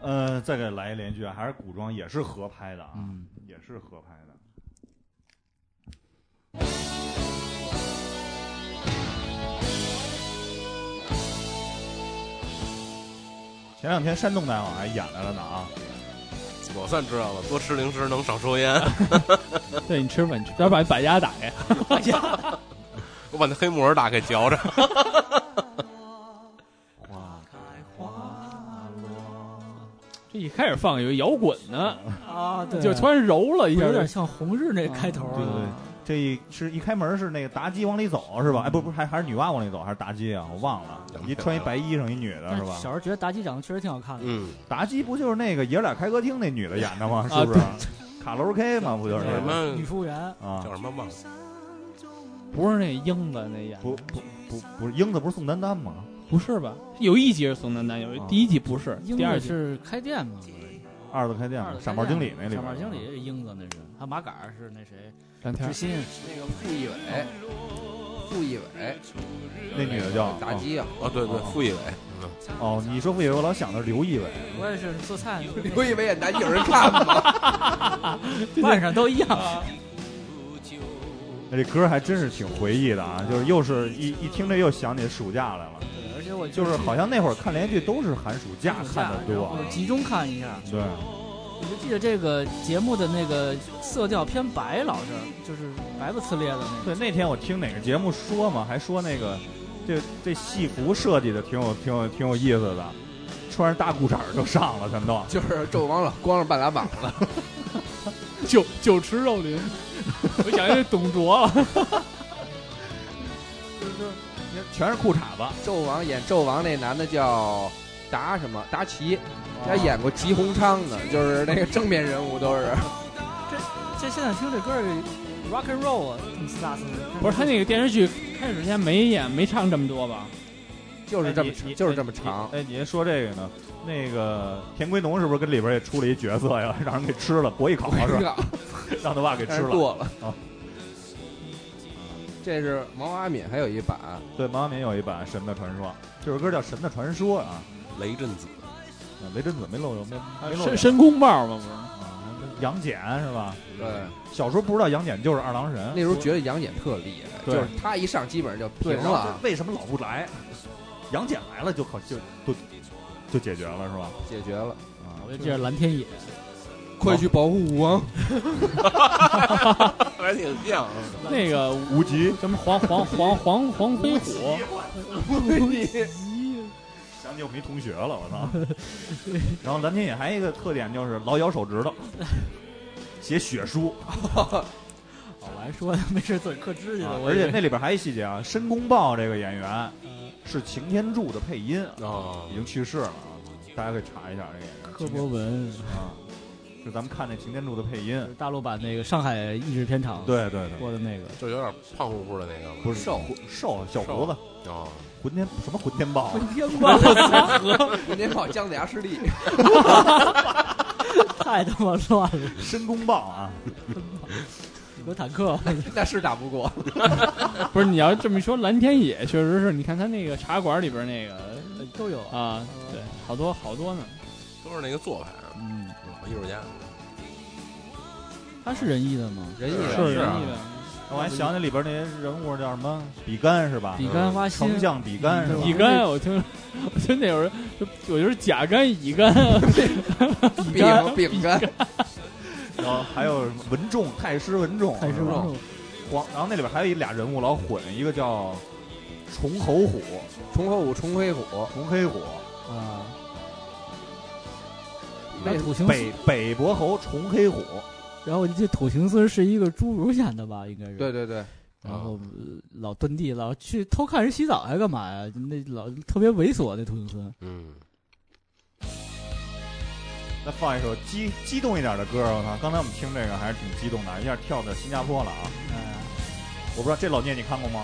S1: 呃，再给来一连句，还是古装，也是合拍的啊，
S4: 嗯
S1: 也是合拍的。前两天山东大王还演来了呢啊，
S3: 我算知道了，多吃零食能少抽烟。
S6: 对你吃饭，你吃，要不然把牙打开。
S3: 我把那黑木耳打开嚼着。
S6: 这一开始放有摇滚呢，
S4: 啊，对，
S6: 就突然柔了一下，
S4: 有点像红日那开头啊。
S1: 对对
S3: 嗯
S1: 对，这一是一开门是那个妲己往里走是吧？哎，不不，还还是女娲往里走，还是妲己啊？我忘了，一穿一白衣裳一女的
S4: 但
S1: 是
S4: 是
S1: 吧
S4: 小？时候觉得妲己长得确实挺好看的，
S3: 嗯，
S1: 妲己不就是那个爷俩开歌厅那女的演的 吗？是不是？卡拉 OK 嘛，不就是
S3: 啊叫什
S1: 那个
S3: 么
S4: 女服务员
S1: 啊
S3: 叫？什么忘了？
S6: 不是那英子那演，
S1: 不不不不是英子不是宋丹丹吗？
S6: 不是吧？有一集是宋丹丹，有一
S1: 啊
S6: 第一集不是，
S4: 英
S6: 第二
S4: 子
S6: 集
S4: 是开店嘛，
S1: 二次开店
S4: 二
S1: 嘛
S4: 的
S1: 上班经理那里边，
S4: 上班经理是英子那是，他马杆儿是那谁
S6: 张天
S4: 知
S6: 儿
S4: 心
S5: 那个傅艺伟，傅艺伟，
S1: 那女的叫
S5: 打
S1: 哦
S5: 击啊，
S3: 哦，对对，傅艺伟，
S1: 哦，你说傅艺伟，我老想的是刘仪伟。
S9: 我也是做菜，
S5: 刘仪伟也难有人看吗？
S9: 晚上都一样。
S1: 那这歌还真是挺回忆的啊，就是又是一一听着又想起暑假来了，
S9: 对，而且我
S1: 就是好像那会儿看连续剧都是寒暑假
S9: 暑
S1: 看
S9: 假
S1: 的多啊
S9: 我。集中看一下。
S1: 对，
S9: 我就记得这个节目的那个色调偏白，老是就是白不呲咧的那
S1: 对，那天我听哪个节目说嘛，还说那个这这戏服设计的挺有挺有挺有意思的，穿着大裤衩儿就上了，全都。
S5: 就是纣王老光着半拉膀子，
S6: 酒酒池肉 林，我想起董卓了。
S1: 全是裤衩子，
S5: 纣王演纣王那男的叫达什么达奇，
S1: 哦
S5: 他演过齐鸿昌呢，就是那个正面人物都是。
S9: 个。这现在听这歌儿，rock and roll 啊，这么斯拉斯的。
S6: 不是他那个电视剧开始之前没演没唱这么多吧？
S5: 就是这么
S1: 哎你
S5: 就是这么长。
S1: 哎，您说这个呢？那个田归农是不是跟里边也出了一角色呀？ 让人给吃了，博一烤哎 是吧？让他爸给
S5: 但
S1: 吃
S5: 是
S1: 了。
S5: 哎剁了
S1: 啊。
S5: 这是毛阿敏还有一版，
S1: 对，毛阿敏有一版《神的传说》，这首歌叫《神的传说》啊。
S3: 雷震子，
S1: 雷震子没露没没露
S6: 申
S1: 脸
S6: 申公豹嘛不是？
S1: 啊，杨戬是吧？
S5: 对，
S1: 小时候不知道杨戬就是二郎神，
S5: 那时候觉得杨戬特厉害，就
S1: 对
S5: 是他一上基本上就
S1: 对
S5: 平
S1: 然后
S5: 了，
S1: 这为什么老不来？杨戬来了就可就就就解决了是吧？
S5: 解决了。
S1: 啊
S4: 我，就记着蓝天野，
S5: 快去保护武 王！
S3: 还挺像。
S6: 那个
S1: 无极
S6: 什么黄黄黄黄黄飞虎， 哦
S1: 想起我们一同学了，我操！ 然后蓝天野还有一个特点就是老咬手指头，写血书，
S4: 哦我还说没事自己刻指甲
S1: 啊
S4: 呢，我
S1: 而且
S4: 以为
S1: 那里边还有一细节啊，申公豹这个演员是擎天柱的配音啊，
S3: 哦
S1: 已，经去世了啊，大家可以查一下这个演员
S4: 柯博文
S1: 啊，就咱们看这擎天柱的配音
S4: 就，是大陆版那个上海译制片厂
S1: 对对对，
S4: 播的那个，
S3: 就有点胖乎乎的那个吧。
S1: 不是瘦瘦啊小胡子，
S3: 哦，
S1: 混天什么混天豹啊，
S9: 哎天光了，
S5: 我那跑姜子牙师弟，
S4: 太他妈乱了，
S1: 申公豹 啊，
S4: 有坦克。
S5: 那是打不过。
S6: 不是你要这么一说，蓝天野确实是你看他那个茶馆里边那个
S4: 都有啊。
S6: 啊，对，好多好多呢。
S3: 都是那个做派，
S4: 嗯，
S3: 艺术家。
S4: 他是仁义的吗？
S5: 仁义
S1: 是
S5: 是
S1: 啊我还想起里边那些人物叫什么比干是吧？嗯
S4: 比干挖
S9: 呃
S4: 心，
S1: 丞相比干是吧
S6: 乙？肝，啊我听，我听那有人，我就是甲肝、乙肝，
S5: 饼饼干，
S1: 然后还有什么文仲太师文仲，
S4: 太师
S1: 是吧
S4: 王
S1: 黄，然后那里边还有一俩人物老混，一个叫重侯虎、
S5: 重后武重黑虎，
S1: 重黑虎，
S4: 啊，
S5: 那
S4: 那土行孙，
S1: 北北伯侯重黑虎，
S4: 然后我记得土行孙是一个侏儒演的吧，应该是。
S5: 对。对对，
S4: 然后呃老遁地，老去偷看人洗澡还干嘛呀？那老特别猥琐那土行孙。
S3: 嗯，
S1: 那放一首激激动一点的歌，我操！刚才我们听这个还是挺激动的，一下跳到新加坡了啊！
S4: 哎，
S1: 我不知道这老聂你看过吗？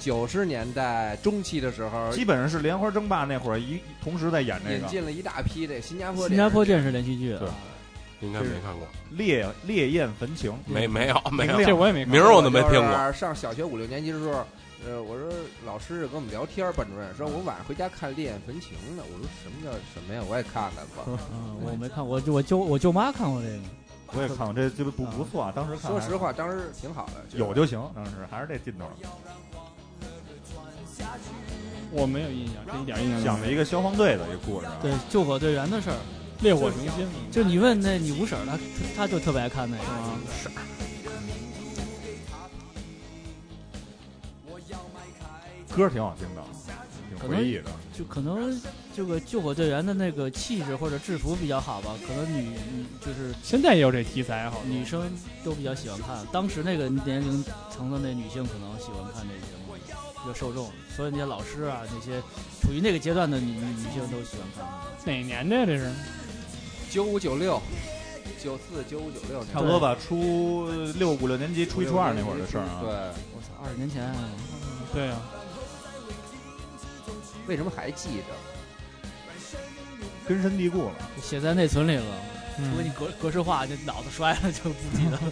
S5: 九十年代中期的时候，
S1: 基本上是莲花争霸那会儿一同时在演这
S5: 引
S1: 个《
S5: 进了一大批这新加坡
S4: 新加坡电视连续剧，
S1: 对
S3: 应该没看过，
S1: 烈烈焰焚情》，
S3: 没没有没有，
S6: 这我也没看过
S3: 名儿我都没听过。。
S5: 上小学五六年级的时候，呃，我说老师跟我们聊天，班主任说我晚上回家看《烈焰焚情》呢。我说什么叫什么呀？我也看看吧。
S4: 嗯，我没看，我就我舅我舅妈看过这个，
S1: 我也看过，这这不不错啊！当时看
S5: 说
S1: 还
S5: 实话，当时挺好的，觉得
S1: 有就行，当时还是这劲头。
S6: 我没有印象，这一点印
S5: 嗯
S6: 象
S1: 讲了一
S6: 个
S1: 个消防队的一个故事啊，
S4: 对救火队员的事儿。
S6: 烈火雄心。
S4: 就你问那你五婶儿，她她就特别爱看那个。啊、
S1: 歌挺好听的，挺回忆的。
S4: 就可能这个救火队员的那个气质或者制服比较好吧，可能女女就是
S6: 现在也有这题材，好多
S4: 女生都比较喜欢看，当时那个年龄层的那女性可能喜欢看这节目，比较受众，所以那些老师啊，那些处于那个阶段的女女女性都喜欢看。
S6: 哪年的这是？
S5: 九五九六、九四九五九六，
S1: 差不多吧，初六五六年级，初一初二那会儿的事儿啊。
S5: 对，
S4: 我操，二十年前、啊，
S6: 对啊，
S5: 为什么还记着？
S1: 根深蒂固了。
S4: 就写在内存里了。除非
S6: 嗯
S4: 你格格式化，就脑子摔了就不记得了。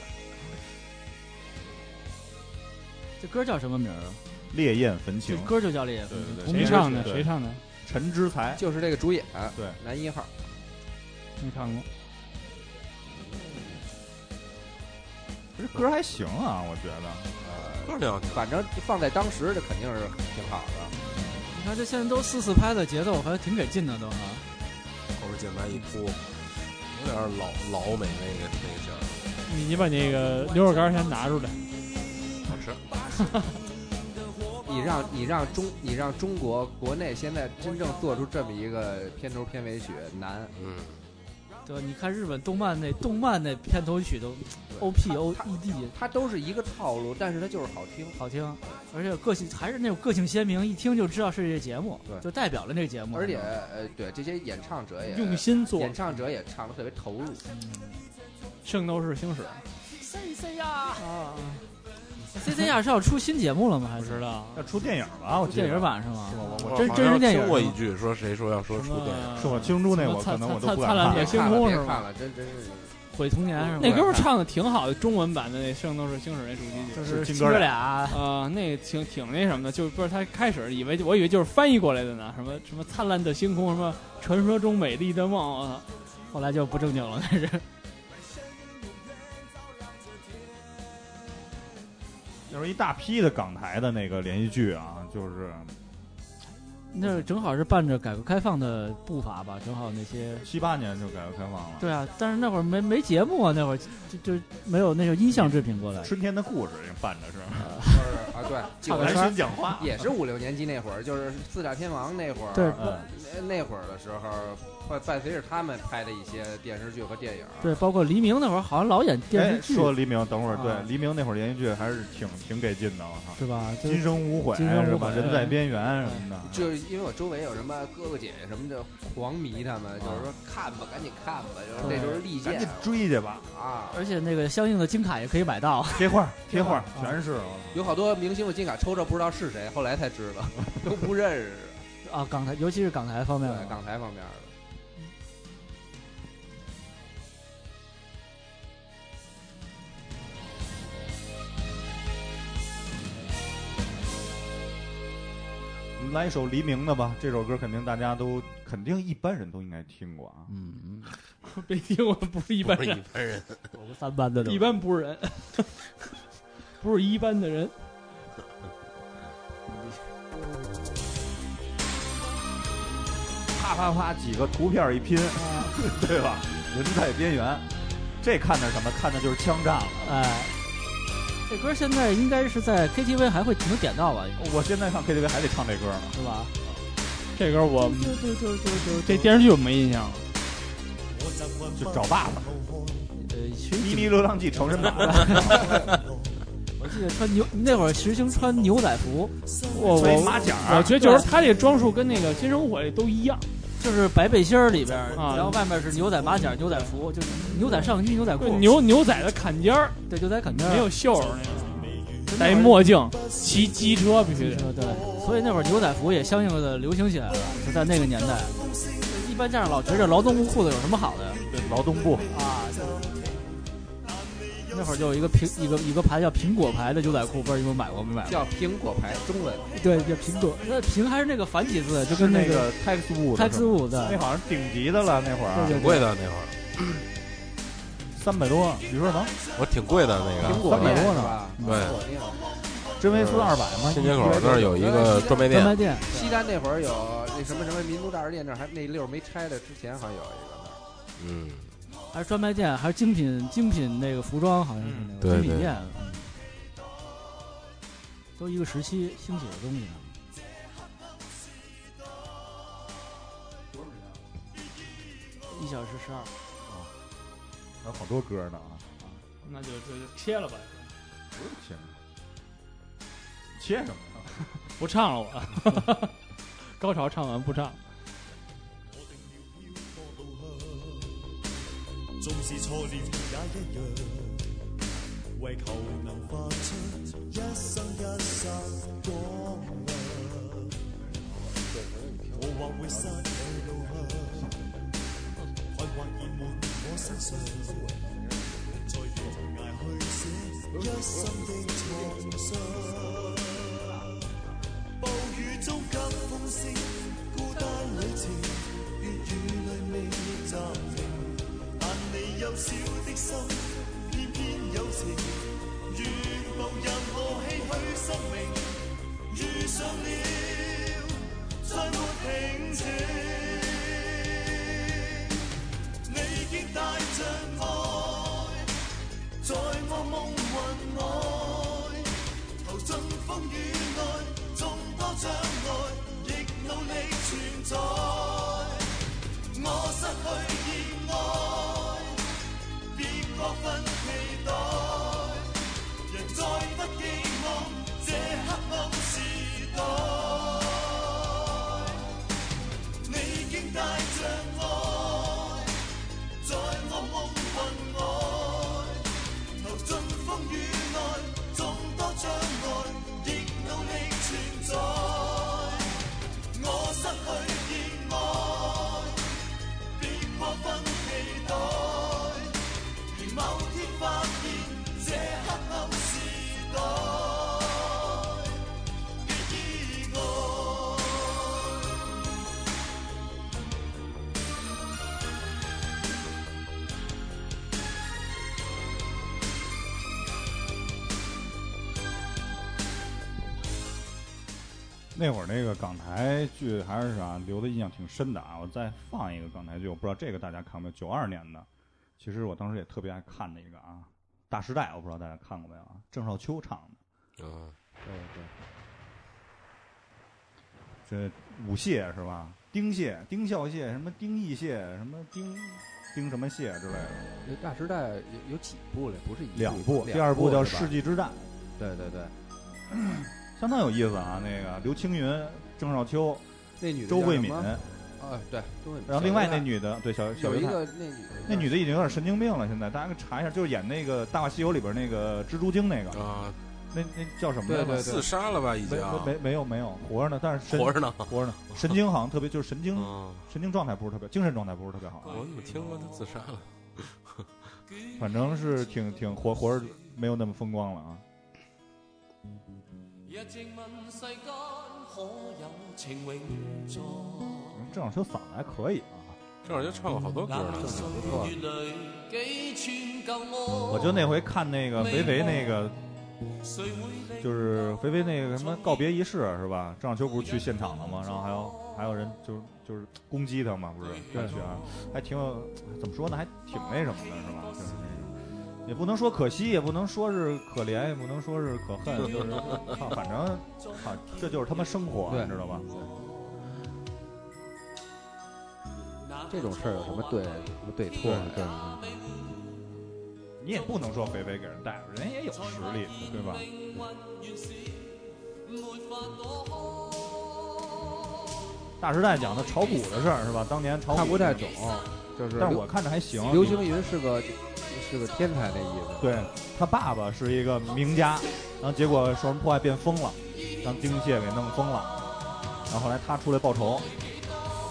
S4: 这歌叫什么名儿啊？
S1: 烈焰焚
S4: 这
S1: 情，
S4: 歌就叫《烈焰
S1: 对
S4: 焚情》。
S1: 对对，
S6: 谁唱的？
S1: 对
S6: 谁？唱的？
S1: 陈之才，
S5: 就是这个主演，
S1: 对，
S5: 男一号，
S6: 没看过。
S1: 这歌还行啊，我觉得。
S3: 歌挺好听，
S5: 反正放在当时这肯定是挺好的。
S4: 你看这现在都四四拍的节奏，还挺给劲的都啊。
S3: 后边键盘一铺，有点老老美那个那个劲儿。
S6: 你你把那个牛肉干先拿出来。
S3: 好吃，
S5: 你让你让中你让中国国内现在真正做出这么一个片头片尾曲难，
S3: 嗯，
S4: 对吧，你看日本动漫那动漫那片头曲都 O
S5: 对
S4: P
S5: 它
S4: O
S5: 它
S4: E D
S5: 它都是一个套路，但是它就是好听，
S4: 好听，而且个性还是那种个性鲜明，一听就知道是这节目，
S5: 对
S4: 就代表了那个节目。
S5: 而且呃对这些演唱者也
S6: 用心做
S5: 演，唱者也唱的特别投入。
S6: 圣斗士星矢。
S4: C C 呀，C C 呀是要出新节目了吗？还
S6: 不
S4: 是
S6: 知道。
S1: 要出电影吧？我记得
S4: 电影版是吗？
S1: 是吗？我
S3: 我
S1: 我
S4: 真
S3: 好像
S4: 真人电影
S3: 听过
S4: 是
S3: 一
S4: 吗
S3: 句，说谁说要说
S6: 什
S3: 出
S6: 啊么
S3: 电影，
S1: 是我青珠那
S6: 什么
S1: 我
S6: 灿
S1: 可能我都
S6: 灿
S1: 不敢
S6: 灿烂
S1: 看
S6: 野
S1: 了
S6: 星
S5: 看了
S6: 空
S5: 别
S6: 是
S5: 看
S6: 吗？
S5: 了，真真是
S4: 毁童年是吗？
S6: 那哥们儿唱的挺好的，中文版的那《圣斗士星矢》那主题曲。
S4: 就是
S1: 金
S4: 亲
S1: 哥
S4: 哥俩，
S6: 啊、那挺挺那什么的，就不是他开始以为我以为就是翻译过来的呢，什么什么灿烂的星空，什么传说中美丽的梦，啊我 操
S4: 后来就不正经了，开始。
S1: 就是一大批的港台的那个连续剧啊，就是
S4: 那正好是伴着改革开放的步伐吧，正好那些。
S1: 七八年就改革开放了。
S4: 对啊，但是那会儿没没节目啊，那会儿就就没有那种音像制品过来。
S1: 春天的故事伴着是
S5: 就是啊对，
S4: 唱
S5: 我
S4: 歌
S1: 来
S5: 是
S1: 新讲话，
S5: 也是五六年级那会儿，就是四大天王那会儿，
S4: 对
S1: 嗯，
S5: 那那会儿的时候，伴伴随着他们拍的一些电视剧和电影，
S4: 对，包括黎明那会儿好像老演电视
S1: 哎，
S4: 剧，
S1: 说黎明，等会儿对
S4: 啊
S1: 黎明那会儿连续剧还是挺挺给劲的，我操，
S4: 是吧？就
S1: 今生无悔，
S4: 今生无悔
S1: 是吧？人在边缘
S4: 嗯
S1: 什么的，
S5: 就是因为我周围有什么哥哥姐姐什么的狂迷他们，就是说看吧，赶紧看吧，就是那时候利
S1: 赶
S5: 剑
S1: 紧追去吧，
S5: 啊，
S4: 而且那个相应的金卡也可以买到，
S1: 贴画贴画
S4: 啊
S1: 全是，我操
S5: 有好多明星我金卡抽着不知道是谁，后来才知道 都不认识，
S4: 啊，港台，尤其是港台方面
S5: 对
S4: 的，
S5: 港台方面的
S1: 我们来一首黎明的吧，这首歌肯定大家都肯定一般人都应该听过啊，
S4: 嗯，
S6: 别听我不是一般
S3: 不是
S6: 人
S3: 一，般人。
S4: 我们三班的都
S6: 一般不是人， 不是一般的人。
S1: 啪啪啪几个图片一拼，对吧？人在边缘，这看的是什么？看的就是枪战了。
S4: 哎，这歌现在应该是在 KTV 还会能点到吧，
S1: 我现在上 KTV 还得唱这歌呢。
S4: 是吧？
S6: 这歌我这电视剧我没印象了，
S1: 就找爸爸，
S4: 呃，
S1: 《
S4: 徐
S1: 咪咪流浪记》成人版，
S4: 我记得穿牛那会儿实行穿牛仔服，
S6: 我
S1: 穿一
S6: 我
S1: 马甲儿，
S6: 我觉得就是他这装束跟那个《今生无悔》都一样，
S4: 就是白背心儿里边，
S6: 啊
S4: 然后外面是牛仔马甲、牛仔服，就是牛仔上衣、牛仔
S6: 就
S4: 裤，
S6: 牛牛仔的坎肩儿，
S4: 对牛仔坎肩儿，
S6: 没有袖儿那种，
S4: 嗯真的
S6: 戴一墨镜，骑机车必须得。
S4: 对，所以那会儿牛仔服也相应的流行起来了，就在那个年代。一般家长老觉着劳动部裤子有什么好的
S1: 劳动部，
S4: 啊？那会儿就有一个苹一个一个牌叫苹果牌的牛仔裤，不知道你们买过没买过？
S5: 叫苹果牌中文，
S4: 对，叫苹果，那苹还是那个繁体字，就跟
S1: 那
S4: 个
S1: 个 Tax Wood，
S4: 开字舞的
S1: 那，好像是顶级的了，那会儿啊
S4: 对对
S3: 挺贵的那会儿，
S1: 三百多，你说什么？
S3: 我挺贵的那
S5: 苹
S3: 个。
S5: 果
S1: 300
S5: 面
S1: 多
S5: 是
S1: 呢
S5: 吧？
S3: 对
S5: 苹果面
S1: 真维斯二百吗？
S3: 新街口那儿有一个专卖
S4: 专卖
S3: 店，
S4: 店
S5: 西单那会儿有那什么什么民族大食店，那儿还那溜儿没拆的，之前好像有一个那儿。
S3: 嗯，
S4: 还是专卖店，还是精品精品那个服装，好像是那
S3: 嗯
S4: 个精品
S3: 对对
S4: 店，嗯都一个时期兴起的东西啊。一小时十二，
S1: 还有好多歌呢啊，
S6: 那就就就切了吧，
S1: 行，切什么呀？
S6: 不唱了我。 高潮唱完不唱，
S10: 纵是错了也一样。为求能发出一生一世光亮，我或会失去路向，困惑已满我身上，再悬崖去写一生的創傷。暴雨中急風聲，孤單旅程，粵語裏未暫停。但你幼小的心，偏偏有情，願無任何唏噓生命。遇上了，再沒停止。你竟帶着愛，在我夢魂內，投進風雨內，眾多障礙，亦努力存在。我失去熱愛，便過分期待，人再不寄望這黑暗時代。你竟帶着愛，在我夢魂外，投進風雨內，眾多障礙亦努力存在。我失去熱愛，別過分期待，而某天發現這黑暗時代嘅意外。
S1: 那会儿那个港台剧还是啥留的印象挺深的啊！我再放一个港台剧，我不知道这个大家看没有，九二年的，其实我当时也特别爱看的一个啊，《大时代》，我不知道大家看过没有啊？郑少秋唱的，
S3: 嗯，
S1: 对对，这舞蟹是吧？丁蟹、丁笑蟹、什么丁义蟹、什么丁丁什么蟹之类的，
S5: 那大时代有有几部了？不是一
S1: 两
S5: 部
S1: 部，，第二部叫《
S5: 是吧
S1: 世纪之战》。
S5: 对对对，
S1: 相当有意思啊！那个刘青云、郑少秋、
S5: 那女的
S1: 周
S5: 叫
S1: 慧
S5: 什
S1: 敏，
S5: 么
S1: 然
S5: 啊，对，周慧敏。
S1: 后另外
S5: 小啊
S1: 那
S5: 刘
S1: 女的，对小
S5: 娜
S1: 小
S5: 有一
S1: 刘娜
S5: 个那女的
S1: 那女的已经有点神经病了，现在大家查一下，就是演那个《大话西游》里边那个蜘蛛精那个，
S3: 啊，
S1: 那那叫什么来
S5: 对
S1: 着？
S5: 对
S3: 自杀了吧已经，
S1: 没没没没有没有活着呢，但是神
S3: 啊活着呢，
S1: 活着呢，神经好像特别就是神经
S3: 嗯，
S1: 神经状态不是特别，精神状态不是特别好啊，
S3: 我怎么听说他自杀了？
S1: 反正是挺挺活活着没有那么风光了啊。
S8: 一直問世間可有情永在？
S1: 嗯郑少秋嗓子还可以啊，
S3: 正好就唱过嗯好多歌
S8: 那
S3: 呢
S8: 個，歲月裏幾寸舊
S1: 我
S8: 我，
S1: 就那回看那个肥肥那个
S8: 誰會理
S1: 就是肥肥那个什么告别仪式是吧？郑少秋不是去现场了吗？然后还有还有人就是就是攻击他嘛，不是？对去啊，还挺有怎么说呢？还挺那什么的是吧？就是那种，也不能说可惜，也不能说是可怜，也不能说是可恨，就是操，反正啊，这就是他妈生活，
S5: 对
S1: 你知道吧？
S5: 这种事儿有什么对什么对错
S1: 对
S5: 呀？
S1: 对对，你也不能说肥肥给人带，人也有实力，对吧？大时代讲的炒股的事儿是吧？当年炒股
S5: 看不太懂，就是
S1: 但是
S5: 刘
S1: 我看着还行。
S5: 刘青云是个是个天才那意思。
S1: 对他爸爸是一个名家，然后结果受人迫害变疯了，让丁蟹给弄疯了，然后后来他出来报仇，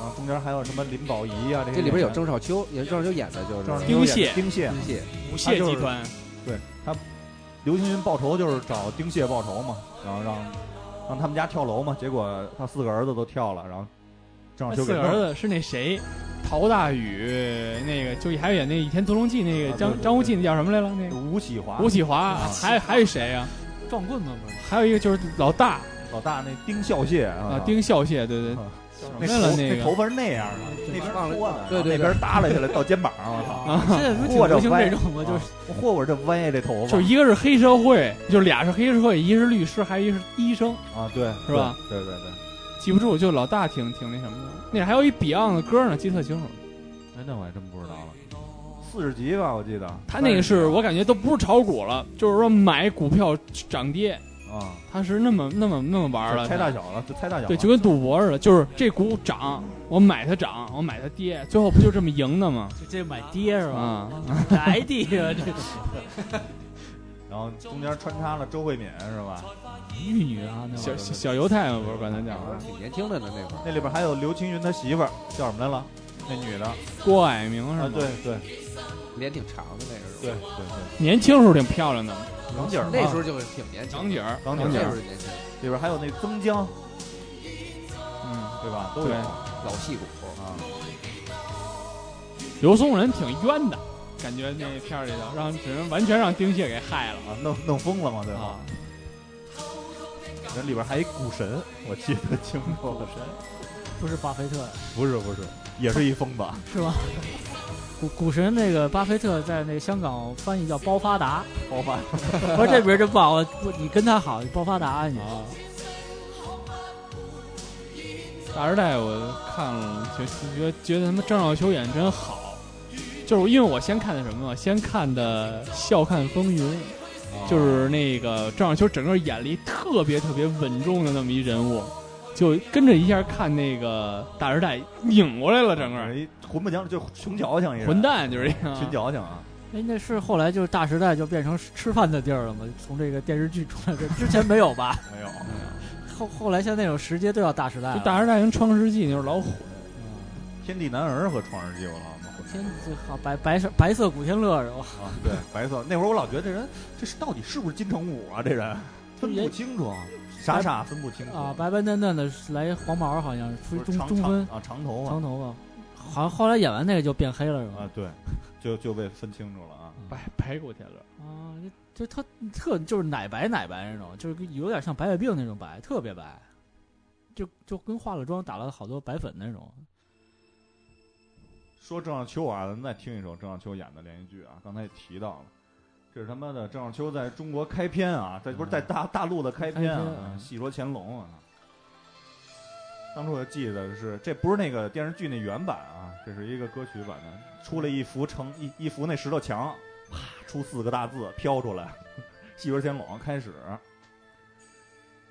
S1: 然后中间还有什么林保怡啊这些演员，
S5: 这里边有郑少秋，也郑少秋演的就是
S1: 郑少秋
S6: 丁
S1: 演
S6: 蟹
S1: 的丁蟹，
S5: 丁蟹，
S6: 不屑集团，
S1: 对他，刘青云报仇就是找丁蟹报仇嘛，然后让让他们家跳楼嘛，结果他四个儿子都跳了，然后郑少秋
S6: 四
S1: 给
S6: 个
S1: 弄
S6: 儿
S1: 了
S6: 子是那谁，陶大宇那个，就还有演那《倚天屠龙记》那
S1: 啊
S6: 个
S1: 对
S6: 张
S1: 对
S6: 张无忌，那叫什么来了？那个
S1: 吴启华，
S6: 吴启华，
S1: 啊
S6: 还还有谁啊？
S9: 撞棍 嘛不是？
S6: 还有一个就是老大
S1: 老大那丁笑蟹啊
S6: 啊，丁孝谢，对对
S1: 啊，那
S6: 对，
S1: 头
S6: 忘了那
S1: 那
S6: 个
S1: 头发是那样的，那边
S5: 忘了
S1: 搓的，
S5: 对对对
S1: 然后那边耷拉下来到肩膀，我操。
S6: 啊，
S9: 现在不挺流行这种 吗？就是
S1: 啊我霍霍这歪这头发，
S6: 就一个是黑社会，就俩是黑社会，一个是律师，还有一个是医生，
S1: 啊，对，
S6: 是吧？
S1: 对对对，
S6: 记不住，就老大挺挺那什么的。那还有一 Beyond 的歌呢，记得特清楚。
S1: 哎，那我还真不知道了，四十集吧，我记得。
S6: 他那个是我感觉都不是炒股了，就是说买股票涨跌，
S1: 啊，
S6: 他是那么那么那么玩
S1: 就
S6: 了。
S1: 拆大小了，就拆大小了。
S6: 对，就跟赌博似的，就是这股涨，我买它涨，我买它跌，最后不就这么赢的吗？
S9: 就这买爹是吧？
S6: 啊，
S9: 宅地啊，这
S1: 然后中间穿插了周慧敏是吧？
S9: 玉女啊，那会
S6: 小
S9: 儿
S6: 小小犹太嘛，不是管他叫
S1: 啊
S5: 挺年轻的呢那会儿。
S1: 那里边还有刘青云他媳妇儿叫什么来了？那女的啊，
S6: 郭蔼明是吗？
S1: 对对，
S5: 脸挺长的那时候，
S1: 对对对，
S6: 年轻时候挺漂亮的，
S1: 港姐
S5: 那时候就挺年轻的，
S6: 港姐儿，
S1: 港姐
S5: 那
S1: 儿
S5: 时
S6: 姐
S5: 候
S6: 儿，
S5: 就年轻，
S1: 里边还有那曾江，
S6: 嗯，
S1: 对吧？都有
S6: 对
S1: 啊。
S5: 老戏骨，
S6: 刘松仁挺冤的，感觉那片儿里头让只能完全让丁蟹给害了
S1: 啊，弄弄疯了嘛，对吧
S6: 啊？。
S1: 那里边还一股神，我记得 清楚。股神
S4: 不是巴菲特啊
S1: 不是不是，也是一疯子。
S4: 是吧？股股神那个巴菲特在那个香港翻译叫包发达，
S1: 包发
S4: 我说这名儿真棒，我我你跟他好，你包发达啊你。
S6: 啊。大时代我看了，就觉得觉得他妈郑少秋演得真好，就是因为我先看的什么嘛，先看的《笑看风云》，
S1: 啊
S6: 就是那个郑少秋整个演了一特别特别稳重的那么一人物，就跟着一下看那个大时代拧过来了，整个
S1: 一哎混不讲，就穷矫情一人，
S6: 混蛋就是这样。
S1: 群矫情啊！
S4: 哎，那是后来就是大时代就变成吃饭的地儿了吗？从这个电视剧出来的，之前没有吧？
S1: 没有，
S4: 后后来像那种时间都要大时代
S6: 就
S4: 了。
S6: 大时代跟《创世纪》那时候老火，
S1: 天地男儿和创世纪我老妈混
S4: 天这好白白色白色古天乐是吧？
S1: 啊！对，白色那会儿我老觉得这人这是到底是不是金城武啊？这人分不清楚，啊傻傻分不清楚
S4: 啊，白白嫩嫩的来黄毛好像出
S1: 不是
S4: 中
S1: 长
S4: 中
S1: 长
S4: 分
S1: 啊，长头发
S4: 长头发，好像后来演完那个就变黑了是吧？
S1: 啊，对，就就被分清楚了啊。
S6: 白白骨天乐。
S4: 啊，就就特特就是奶白奶白那种，就是有点像白血病那种白，特别白，就就跟化了妆打了好多白粉那种。
S1: 说郑少秋啊，咱们再听一首郑少秋演的连续剧啊，刚才也提到了，这是他妈的郑少秋在中国开篇啊，在不是在大大陆的开篇
S4: 嗯开篇
S1: 啊，
S4: 嗯
S1: 戏说乾隆啊。当初我记得是，这不是那个电视剧那原版啊，这是一个歌曲版的，出了一幅城一一幅那石头墙，啪出四个大字飘出来， 戏说乾隆开始。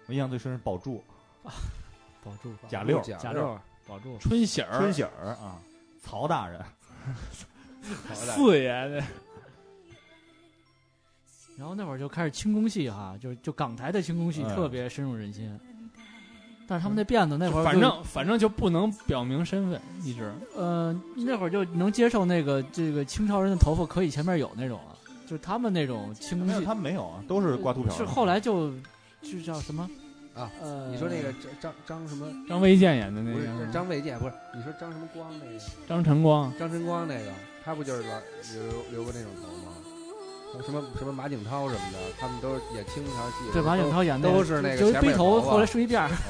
S1: 我印象最深是宝柱、
S4: 保住，
S1: 贾六、
S5: 贾
S4: 贾六，保住，
S6: 春喜儿、
S1: 春喜儿啊、曹大人，
S6: 四爷那
S4: 然后那会儿就开始清宫戏哈，就就港台的清宫戏
S1: 哎
S4: 特别深入人心。但是他们那辫子那会儿就，
S6: 哎反正反正就不能表明身份，一直
S4: 呃那会儿就能接受那个这个清朝人的头发可以前面有那种了，就是他们那种清宫
S1: 没有
S4: 戏
S1: 他们没有啊，都是挂秃瓢的。
S4: 是后来就就叫什么
S5: 啊？
S4: 呃，
S5: 你说那个张张张什么？
S6: 张卫健演的那
S5: 不
S6: 个
S5: 是
S6: 是吗
S5: 张卫健，不是你说张什么光那个？
S6: 张晨光，
S5: 张晨光那个，他不就是老留留过那种头吗？什么什么马景涛什么的，他们都是演清朝戏的时候都。
S4: 对马景涛演那
S5: 都是那个
S4: 就是
S5: 前面
S4: 背
S5: 有
S4: 头，
S5: 头发
S4: 后来梳一辫儿。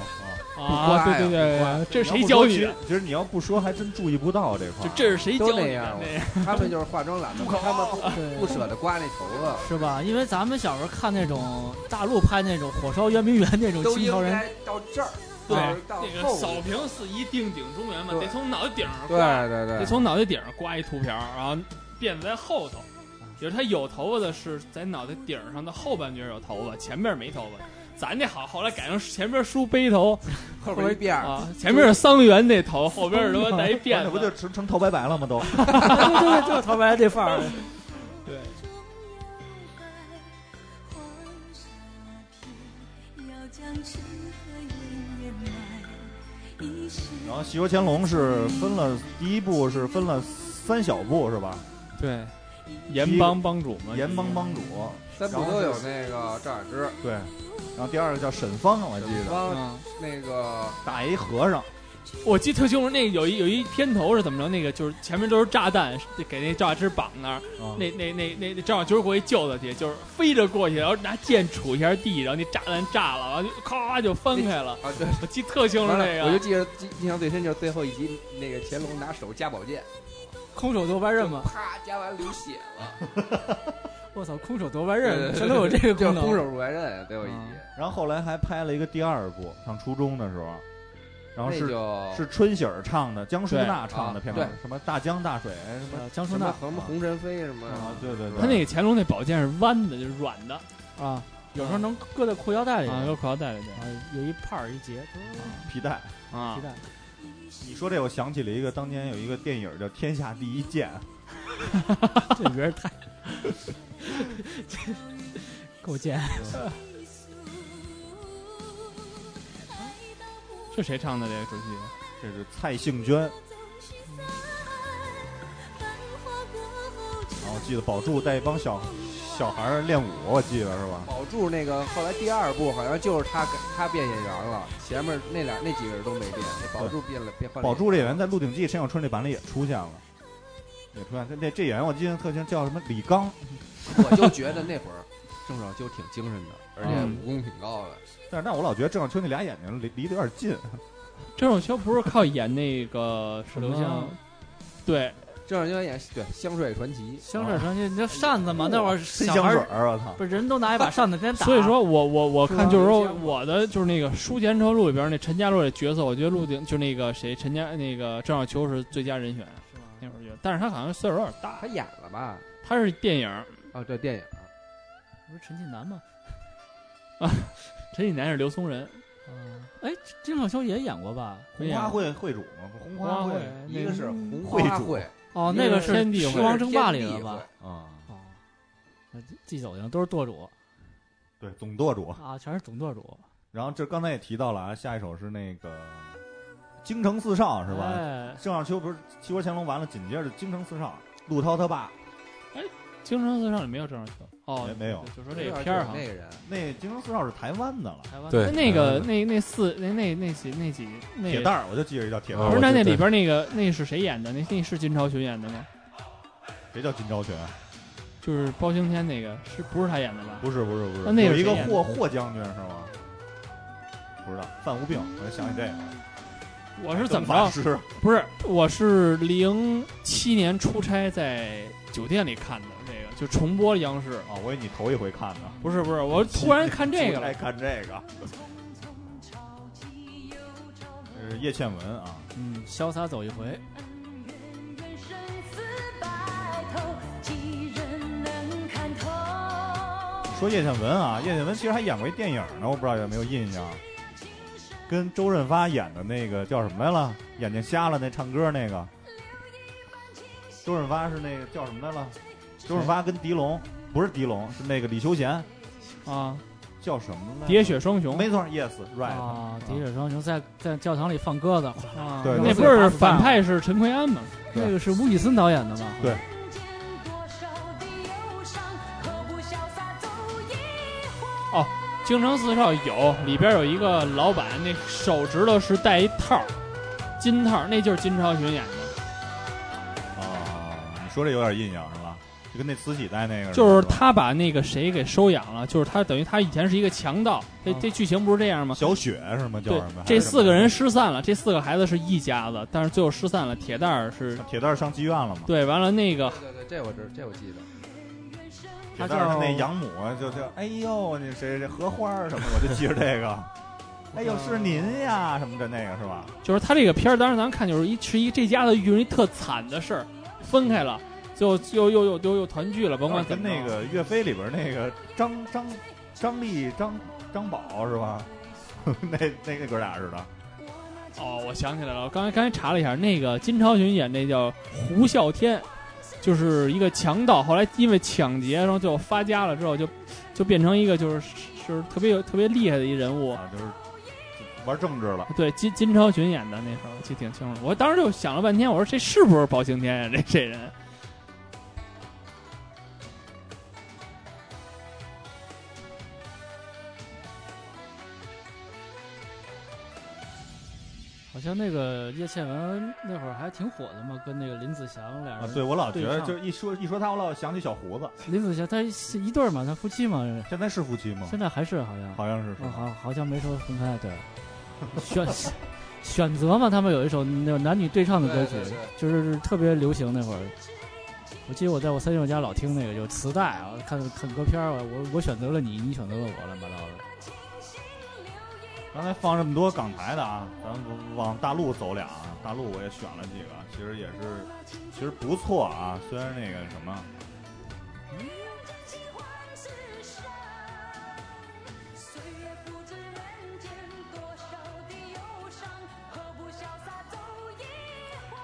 S5: 不
S6: 啊，
S5: 乖
S6: 对
S5: 啊
S6: 对
S5: 不
S6: 对
S5: 乖，
S6: 这
S1: 你
S6: 谁
S1: 要不
S6: 教
S1: 说
S6: 你
S1: 其
S6: 的
S1: 实？其实你要不说，还真注意不到这块
S6: 就
S1: 儿。
S6: 这是谁
S5: 都
S6: 教
S5: 那
S6: 你的
S5: 样？
S6: 那
S5: 他们就是化 妆懒得，他们
S4: 对
S5: 不不舍得刮那头发，
S4: 是吧？因为咱们小时候看那种大陆拍那种火烧圆明园那种
S5: 都
S4: 清
S5: 应
S4: 朝人，
S5: 该到这儿，
S6: 对
S5: 就是到
S6: 那个
S5: 后
S6: 扫屏四夷定鼎中原嘛，
S5: 对
S6: 得从脑袋顶上
S5: 对
S6: 刮，
S5: 对对，
S6: 得从脑袋顶上刮一秃瓢，然后辫子在后头。就是他有头发的是在脑袋顶上的后半截有头发，前面没头发。咱这好，后来改成前边梳背头
S5: 后边一辫儿，
S6: 啊，前面是桑园那头，后边是他妈来一辫
S1: 那不
S6: 子
S1: 就。成成陶白白了 吗？都
S4: 对对对，就是陶白这范儿。
S6: 对，
S1: 然后《戏说乾隆》是分了第一部是分了三小部是吧？
S6: 对，盐帮帮主嘛，
S1: 盐帮帮主
S5: 三部都有那个赵雅芝，
S1: 对，然后第二个叫沈方，我记得
S5: 帮
S6: 嗯，
S5: 那个
S1: 打一和尚，
S6: 我记得特清楚，那个有一有一片头是怎么着？那个就是前面都是炸弹，给那赵雅芝绑那儿，
S1: 啊
S6: 那那那那那赵雅芝过去救他去，就是飞着过去，然后拿剑杵一下地，然后那炸弹炸了，然后就咔就翻开了。
S5: 啊对。
S6: 我记得特清楚
S5: 完了
S6: 那，
S5: 我就
S6: 个，
S5: 记着记印象最深就是最后一集，那个乾隆拿手夹宝剑，
S4: 空手夺白刃嘛，
S5: 啪夹完流血了，
S4: 我操，空手夺白
S5: 对对
S4: 刃，
S5: 对
S4: 全都有这个
S5: 就
S4: 功
S5: 是
S4: 能。
S5: 空手入白刃最后一集，
S1: 然后后来还拍了一个第二部，上初中的时候，然后
S5: 那
S1: 是
S5: 就是
S1: 春喜儿唱的，江淑娜唱的
S5: 对
S1: 片
S5: 啊
S1: 段，什么大江大水什么
S4: 呃江
S5: 什
S4: 淑
S5: 么
S4: 娜
S5: 什么红尘飞什么
S1: 啊，对对对，
S6: 他那个乾隆那宝剑是弯的，就是软的，
S4: 啊，有时候能搁在裤腰带里
S6: 啊，
S4: 啊，
S6: 有口罩带着的
S4: 有一帕儿一截，
S1: 皮带。
S6: 啊
S4: 皮。带。
S1: 你说这，我想起了一个当年有一个电影叫《天下第一剑》，
S4: 这名儿太够
S6: 啊
S4: 贱。
S6: 是谁唱的这个主题？
S1: 这是蔡幸娟。啊，我记得宝柱带一帮小小孩儿练武，我记得是吧？
S5: 保住那个后来第二部好像就是他跟他变演员了，前面那俩那几个人都没变，保住变了变换了。
S1: 宝柱这演员在《鹿鼎记》《陈小春》这版里也出现了，也出现。这这这演员我记得特清，叫什么李刚，
S5: 我就觉得那会儿郑少秋挺精神的，而且
S6: 嗯
S5: 武功挺高的。
S1: 但是但我老觉得郑少秋那俩眼睛离离得有点近，
S6: 这种秋不是靠演那个
S4: 什
S6: 石
S4: 么
S6: 榴香，对，
S5: 郑少秋演对《香帅传奇
S4: 香水传奇，你这扇子嘛，那
S5: 哦
S4: 会儿
S1: 喷
S4: 小
S1: 香
S4: 孩
S1: 水
S4: 儿
S1: 儿，我操！
S4: 不是人都拿一把扇子天打，
S6: 所以说我我我
S5: 是
S6: 看
S5: 吧
S6: 就是说
S5: 有香吗
S6: 我的就是那个《书前车录》里边那陈家洛的角色，我觉得陆鼎就那个谁陈家那个郑少秋是最佳人选，那会儿觉得，但是他好像岁数有点》，大
S5: 他，演了吧？
S6: 他是电影儿
S5: 哦，这电影
S4: 不是陈近南吗？
S6: 陈近南是刘松仁，
S4: 哎，郑少秋也演过吧？
S1: 红花会会主嘛，红花会
S5: 一个是红
S1: 会
S5: 花
S1: 主
S5: 会，
S4: 哦，
S6: 一
S4: 那
S6: 个
S4: 个
S6: 是
S4: 是
S6: 天地
S4: 《
S6: 会
S4: 狮王争霸》里的吧？
S1: 啊，
S4: 哦，那祭酒营都是舵主
S1: 对，总舵主。
S4: 啊，全是总舵主
S1: 然后这刚才也提到了啊，下一首是那个《京城四少》是吧？
S4: 哎，
S1: 郑少秋不是《七国乾隆》完了，紧接着《京城四少》，陆涛他爸
S6: 《京城四少》里没有郑少秋，哦
S1: 没，没有
S6: 就就说
S5: 天地会
S6: 这个片儿哈
S5: 那，个人
S1: 那《京城四少》是台湾的了，
S4: 台湾
S3: 对
S6: 那个那那四那那那几那几那
S1: 嗯
S6: 哦
S1: 铁蛋儿，我就记着叫铁蛋
S3: 啊
S6: 不是
S1: 儿，
S3: 我
S6: 那
S3: 知
S6: 那
S3: 对
S6: 里边那个那是谁演的？那那是金超群演的吗？
S1: 谁叫金昭群？
S6: 就是包青天那个是不是他演的吧？
S1: 不是不是不
S6: 啊
S1: 是，
S6: 那
S1: 有
S6: 是
S1: 一个
S6: 谁演的
S1: 霍霍将军是吗？不知道，犯无病，我就想起这个了。
S6: 我嗯是怎么
S1: 法
S6: 着？
S1: 师啊
S6: 不是，我是零七年出差在酒店里看的这个，就重播央视。
S1: 啊？我以为你头一回看呢。
S6: 不是不是，我突然看这个
S1: 爱
S6: 了。
S1: 看这个。这是叶倩文啊，
S4: 嗯，潇洒走一回，
S7: 人生似白头，几人能看透？
S1: 说叶倩文啊，叶倩文其实还演过一电影呢，我不知道有没有印象，跟周润发演的那个叫什么来了？眼睛瞎了那唱歌那个，周润发是那个叫什么来了？周润发跟狄龙不是狄龙，是那个李修贤，
S6: 啊，
S1: 叫什么来着？
S6: 喋血双雄
S1: 没错，yes right，
S4: 啊，喋血双雄在在教堂里放鸽子，
S6: 啊，
S1: 对
S6: 那不是反派是陈奎安吗？
S1: 对
S4: 那个是吴宇森导演的嘛？
S1: 对
S6: 京城四少有里边有一个老板，那手指头是带一套儿金套儿，那就是金超群演的，
S1: 啊，你说这有点印象是吧？就跟那慈禧在那个似的，
S6: 就是
S1: 吧
S6: 他把那个谁给收养了，就是他等于他以前是一个强盗，这这剧情不是这样吗？
S1: 嗯小雪是吗？叫
S6: 对
S1: 什么？，还是什
S6: 这
S1: 么
S6: 四个人失散了，这四个孩子是一家子，但是最后失散了。铁蛋儿是
S1: 铁蛋儿上妓院了吗？
S6: 对，完了那个
S5: 对对对，这我知这我记得，
S1: 铁蛋儿那养母就就哎呦，那谁谁荷花儿什么，我就记着这个。哎呦，是您呀，什么的那个是吧？
S6: 就是他这个片儿，当时咱看就是一是一这家子遇着一特惨的事儿，分开了，最后又又又又又团聚了，甭管怎
S1: 啊跟
S6: 么着啊
S1: 那个岳飞里边那个张张张丽张张宝是吧？ 那那那哥俩似的，
S6: 哦，我想起来了，我刚才刚才查了一下，那个金超群演那叫胡啸天，就是一个强盗，后来因为抢劫，然后最后发家了之后就就变成一个就是就是特别有特别厉害的一人物。
S1: 啊，就是玩政治了。
S6: 对，金金超群演的那时候记得挺清楚，我当时就想了半天，我说这是不是包青天呀、这这人，
S4: 好像那个叶倩文那会儿还挺火的嘛，跟那个林子祥俩
S1: 啊，
S4: 人。
S1: 对我老觉
S4: 对
S1: 得
S4: 上
S1: 就是一说一说他，我老想起小胡子。
S4: 林子祥他是一对儿嘛，他夫妻嘛，
S1: 现在是夫妻吗？
S4: 现在还是好像，
S1: 好像是是
S4: 哦、
S6: 嗯
S1: 吧。
S4: 好好像没说分开。对， 选选择嘛，他们有一首那种男女对唱的歌曲，
S5: 对对对
S4: 就是特别流行那会儿。我记得我在我三舅家老听那个，有磁带啊，看看歌片儿，我我选择了你，你选择了我，乱七八糟的。
S1: 刚才放这么多港台的啊，咱们往大陆走俩啊。大陆我也选了几个，其实也是，其实不错啊。虽然那个什么，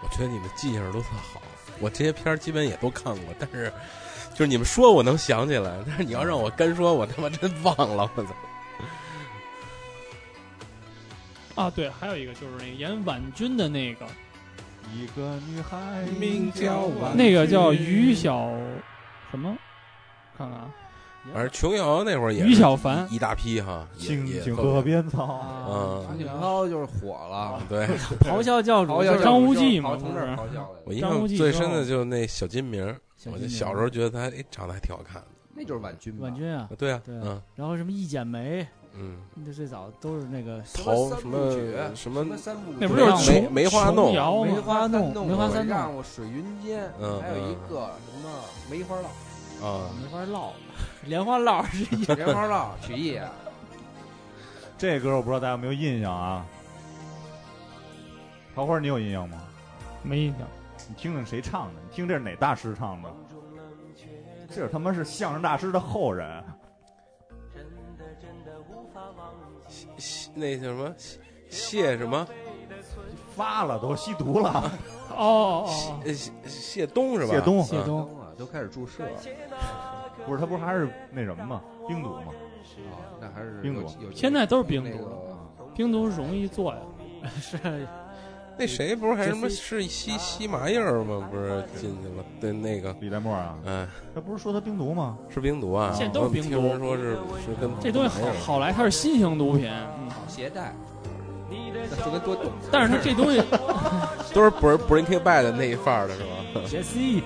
S3: 我觉得你们记性都特好，我这些片儿基本也都看过，但是就是你们说我能想起来，但是你要让我干说，我他妈真忘了，我操！
S6: 啊，对，还有一个就是那个演婉君的那个，
S1: 一个女孩
S3: 名叫婉
S6: 那个叫于小什么？看看啊，
S3: 反正琼瑶那会儿也
S6: 于
S3: 是
S6: 小凡
S3: 一大批哈，也
S1: 请
S3: 也
S1: 请
S3: 特
S1: 喝喝
S3: 别
S1: 边操，
S3: 嗯
S5: 李云涛就是火了，
S3: 对，
S4: 咆哮教主
S5: 咆哮
S4: 就是张无忌嘛，
S5: 嘛，从这儿咆哮来
S3: 我
S5: 的，
S3: 印
S6: 张无
S3: 象
S6: 忌
S3: 最
S6: 之
S3: 深
S6: 后
S3: 的就是那小金明儿，我就小时候觉得他哎长得还挺好看的。
S5: 那就是婉君吧
S4: 婉君啊，
S3: 对啊，
S4: 对啊
S3: 嗯
S4: 然后什么一剪梅，
S3: 嗯，
S4: 那最早都是那个
S3: 头什
S5: 什么三部
S3: 么
S5: 曲
S3: 啊什
S5: 什么
S3: 么，
S5: 三部曲，
S6: 那不就是
S3: 梅
S6: 琼
S3: 梅花
S6: 琼
S3: 弄
S6: 瑶
S5: 梅
S6: 吗？
S5: 花
S4: 弄
S5: 弄，
S4: 梅花三弄
S5: 让我水云间，
S3: 嗯
S5: 还有一
S3: 嗯
S5: 个什么梅花烙，
S3: 啊，
S4: 梅花烙， 莲花烙是
S6: 嗯
S4: 一
S5: 梅花烙曲艺啊，
S1: 这歌我不知道大家有没有印象啊？桃花，你有印象吗？
S6: 没印象。
S1: 你听听谁唱的？你听这是哪大师唱的？这他妈是相声大师的后人，
S3: 西那叫什么谢谢什么
S1: 发了都吸毒了。
S6: 哦哦哦
S3: 呃谢谢东是吧？
S1: 谢东
S4: 谢
S3: 嗯
S4: 东，
S5: 灯啊，都开始注射了，
S1: 不是他不是还是那什么吗？冰毒吗？
S5: 啊那还是
S1: 冰
S5: 有
S1: 毒
S5: 有
S6: 现在都是冰
S5: 那
S6: 毒
S5: 个
S6: 哦，冰毒容易做呀。
S4: 是
S3: 那谁不是还什么是吸吸麻叶儿吗？不是进去了？对，那个，
S1: 李代沫啊，
S3: 嗯，
S1: 他不是说他冰毒吗？
S3: 是冰毒啊！
S6: 现在都是
S3: 我
S6: 冰毒
S3: 听人说是是跟
S6: 这东西好好来，它是新型毒品，嗯，
S5: 携啊带，就跟多懂，
S6: 但是它这东西
S3: 都是 Br Breaking Bad 的那一范儿的是吧？
S4: 杰西，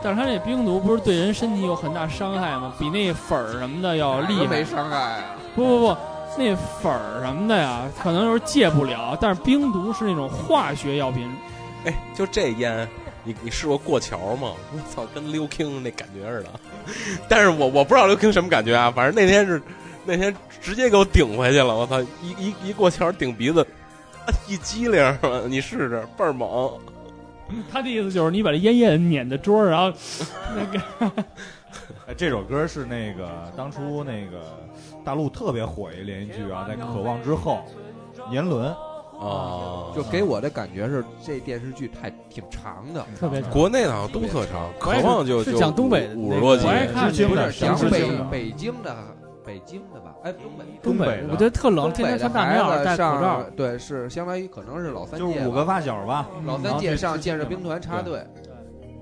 S6: 但是它这冰毒不是对人身体有很大伤害吗？比那粉儿什么的要厉害
S5: 没。伤害啊，
S3: 嗯
S6: 不不不，那粉儿什么的呀，可能就是戒不了。但是冰毒是那种化学药品，
S3: 哎，就这烟，你你试过过桥吗？ 我操，跟溜 king 那感觉似的。 但是我我不知道溜 king 什么感觉啊，反正那天是那天直接给我顶回去了，我操，一一一过桥顶鼻子，啊一激灵儿，你试试，倍儿猛。
S6: 他的意思就是你把这烟叶碾在桌上，然后那个
S1: 哎，这首歌是那个当初那个大陆特别火一连续剧啊，在《渴望》之后，年轮
S6: 哦
S3: 啊，
S5: 就给我的感觉是这电视剧太挺长
S1: 嗯
S5: 的，
S4: 特别长
S3: 国内的好像都特长，渴望就
S4: 我也是
S3: 就是
S4: 讲东北的
S3: 五五十多集
S6: 我，爱看
S1: 知青的
S6: 那个
S5: 不是
S1: 是
S6: 什么
S5: 讲
S1: 知
S6: 事
S1: 青
S5: 北
S6: 情
S1: 的
S6: 啊。
S5: 北京的北京的吧？哎，东北。
S1: 东
S4: 东
S1: 北
S4: 北
S1: 的，
S4: 我觉得特冷，
S5: 东
S4: 天天
S5: 北的
S4: 穿大棉袄，
S5: 孩
S4: 戴
S5: 子
S4: 口罩
S5: 上，，对，是相当于可能是老三
S1: 就
S5: 届
S1: 是
S5: 吧，
S1: 五个啊发小吧，
S6: 嗯
S5: 老
S6: 然
S5: 三
S6: 后
S5: 届
S6: 这
S5: 上
S6: 这
S5: 建设
S6: 这
S5: 兵团插队
S4: 对，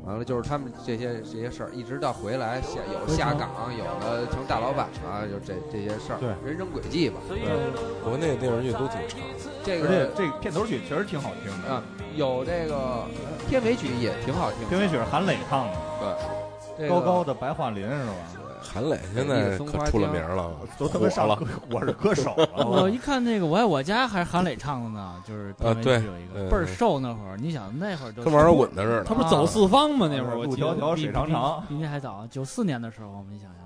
S5: 完了就是他们这些这些事儿，一直到回来下有下岗，有了成大老板啊，就这这些事儿，
S1: 对
S5: 人生轨迹吧。
S3: 国内电视剧都挺长的。
S5: 这
S1: 而且
S5: 个
S1: 这片头曲确实挺好听的
S5: 啊，，有这个片尾曲也挺好听
S1: 片尾
S5: 的，
S1: 曲是韩磊唱的，
S5: 这个
S1: 高高的白桦林是吧？
S3: 韩磊现在可出了名儿了，
S1: 都他
S3: 火
S1: 妈上
S3: 了
S1: 歌。我是歌手
S4: 我
S1: 了，
S4: 一看那个《我爱我家》还是韩磊唱的呢，就是
S3: 啊
S4: 片尾曲
S3: 对
S4: 有一个
S3: 对
S4: 倍儿
S3: 对
S4: 瘦那会儿，你想那会儿就
S3: 跟玩摇滚的似的
S6: 他。不是走四方吗？那会儿我
S1: 路
S6: 记得
S1: 迢迢水长长，
S4: 比那还早，啊九四年的时候，你想想，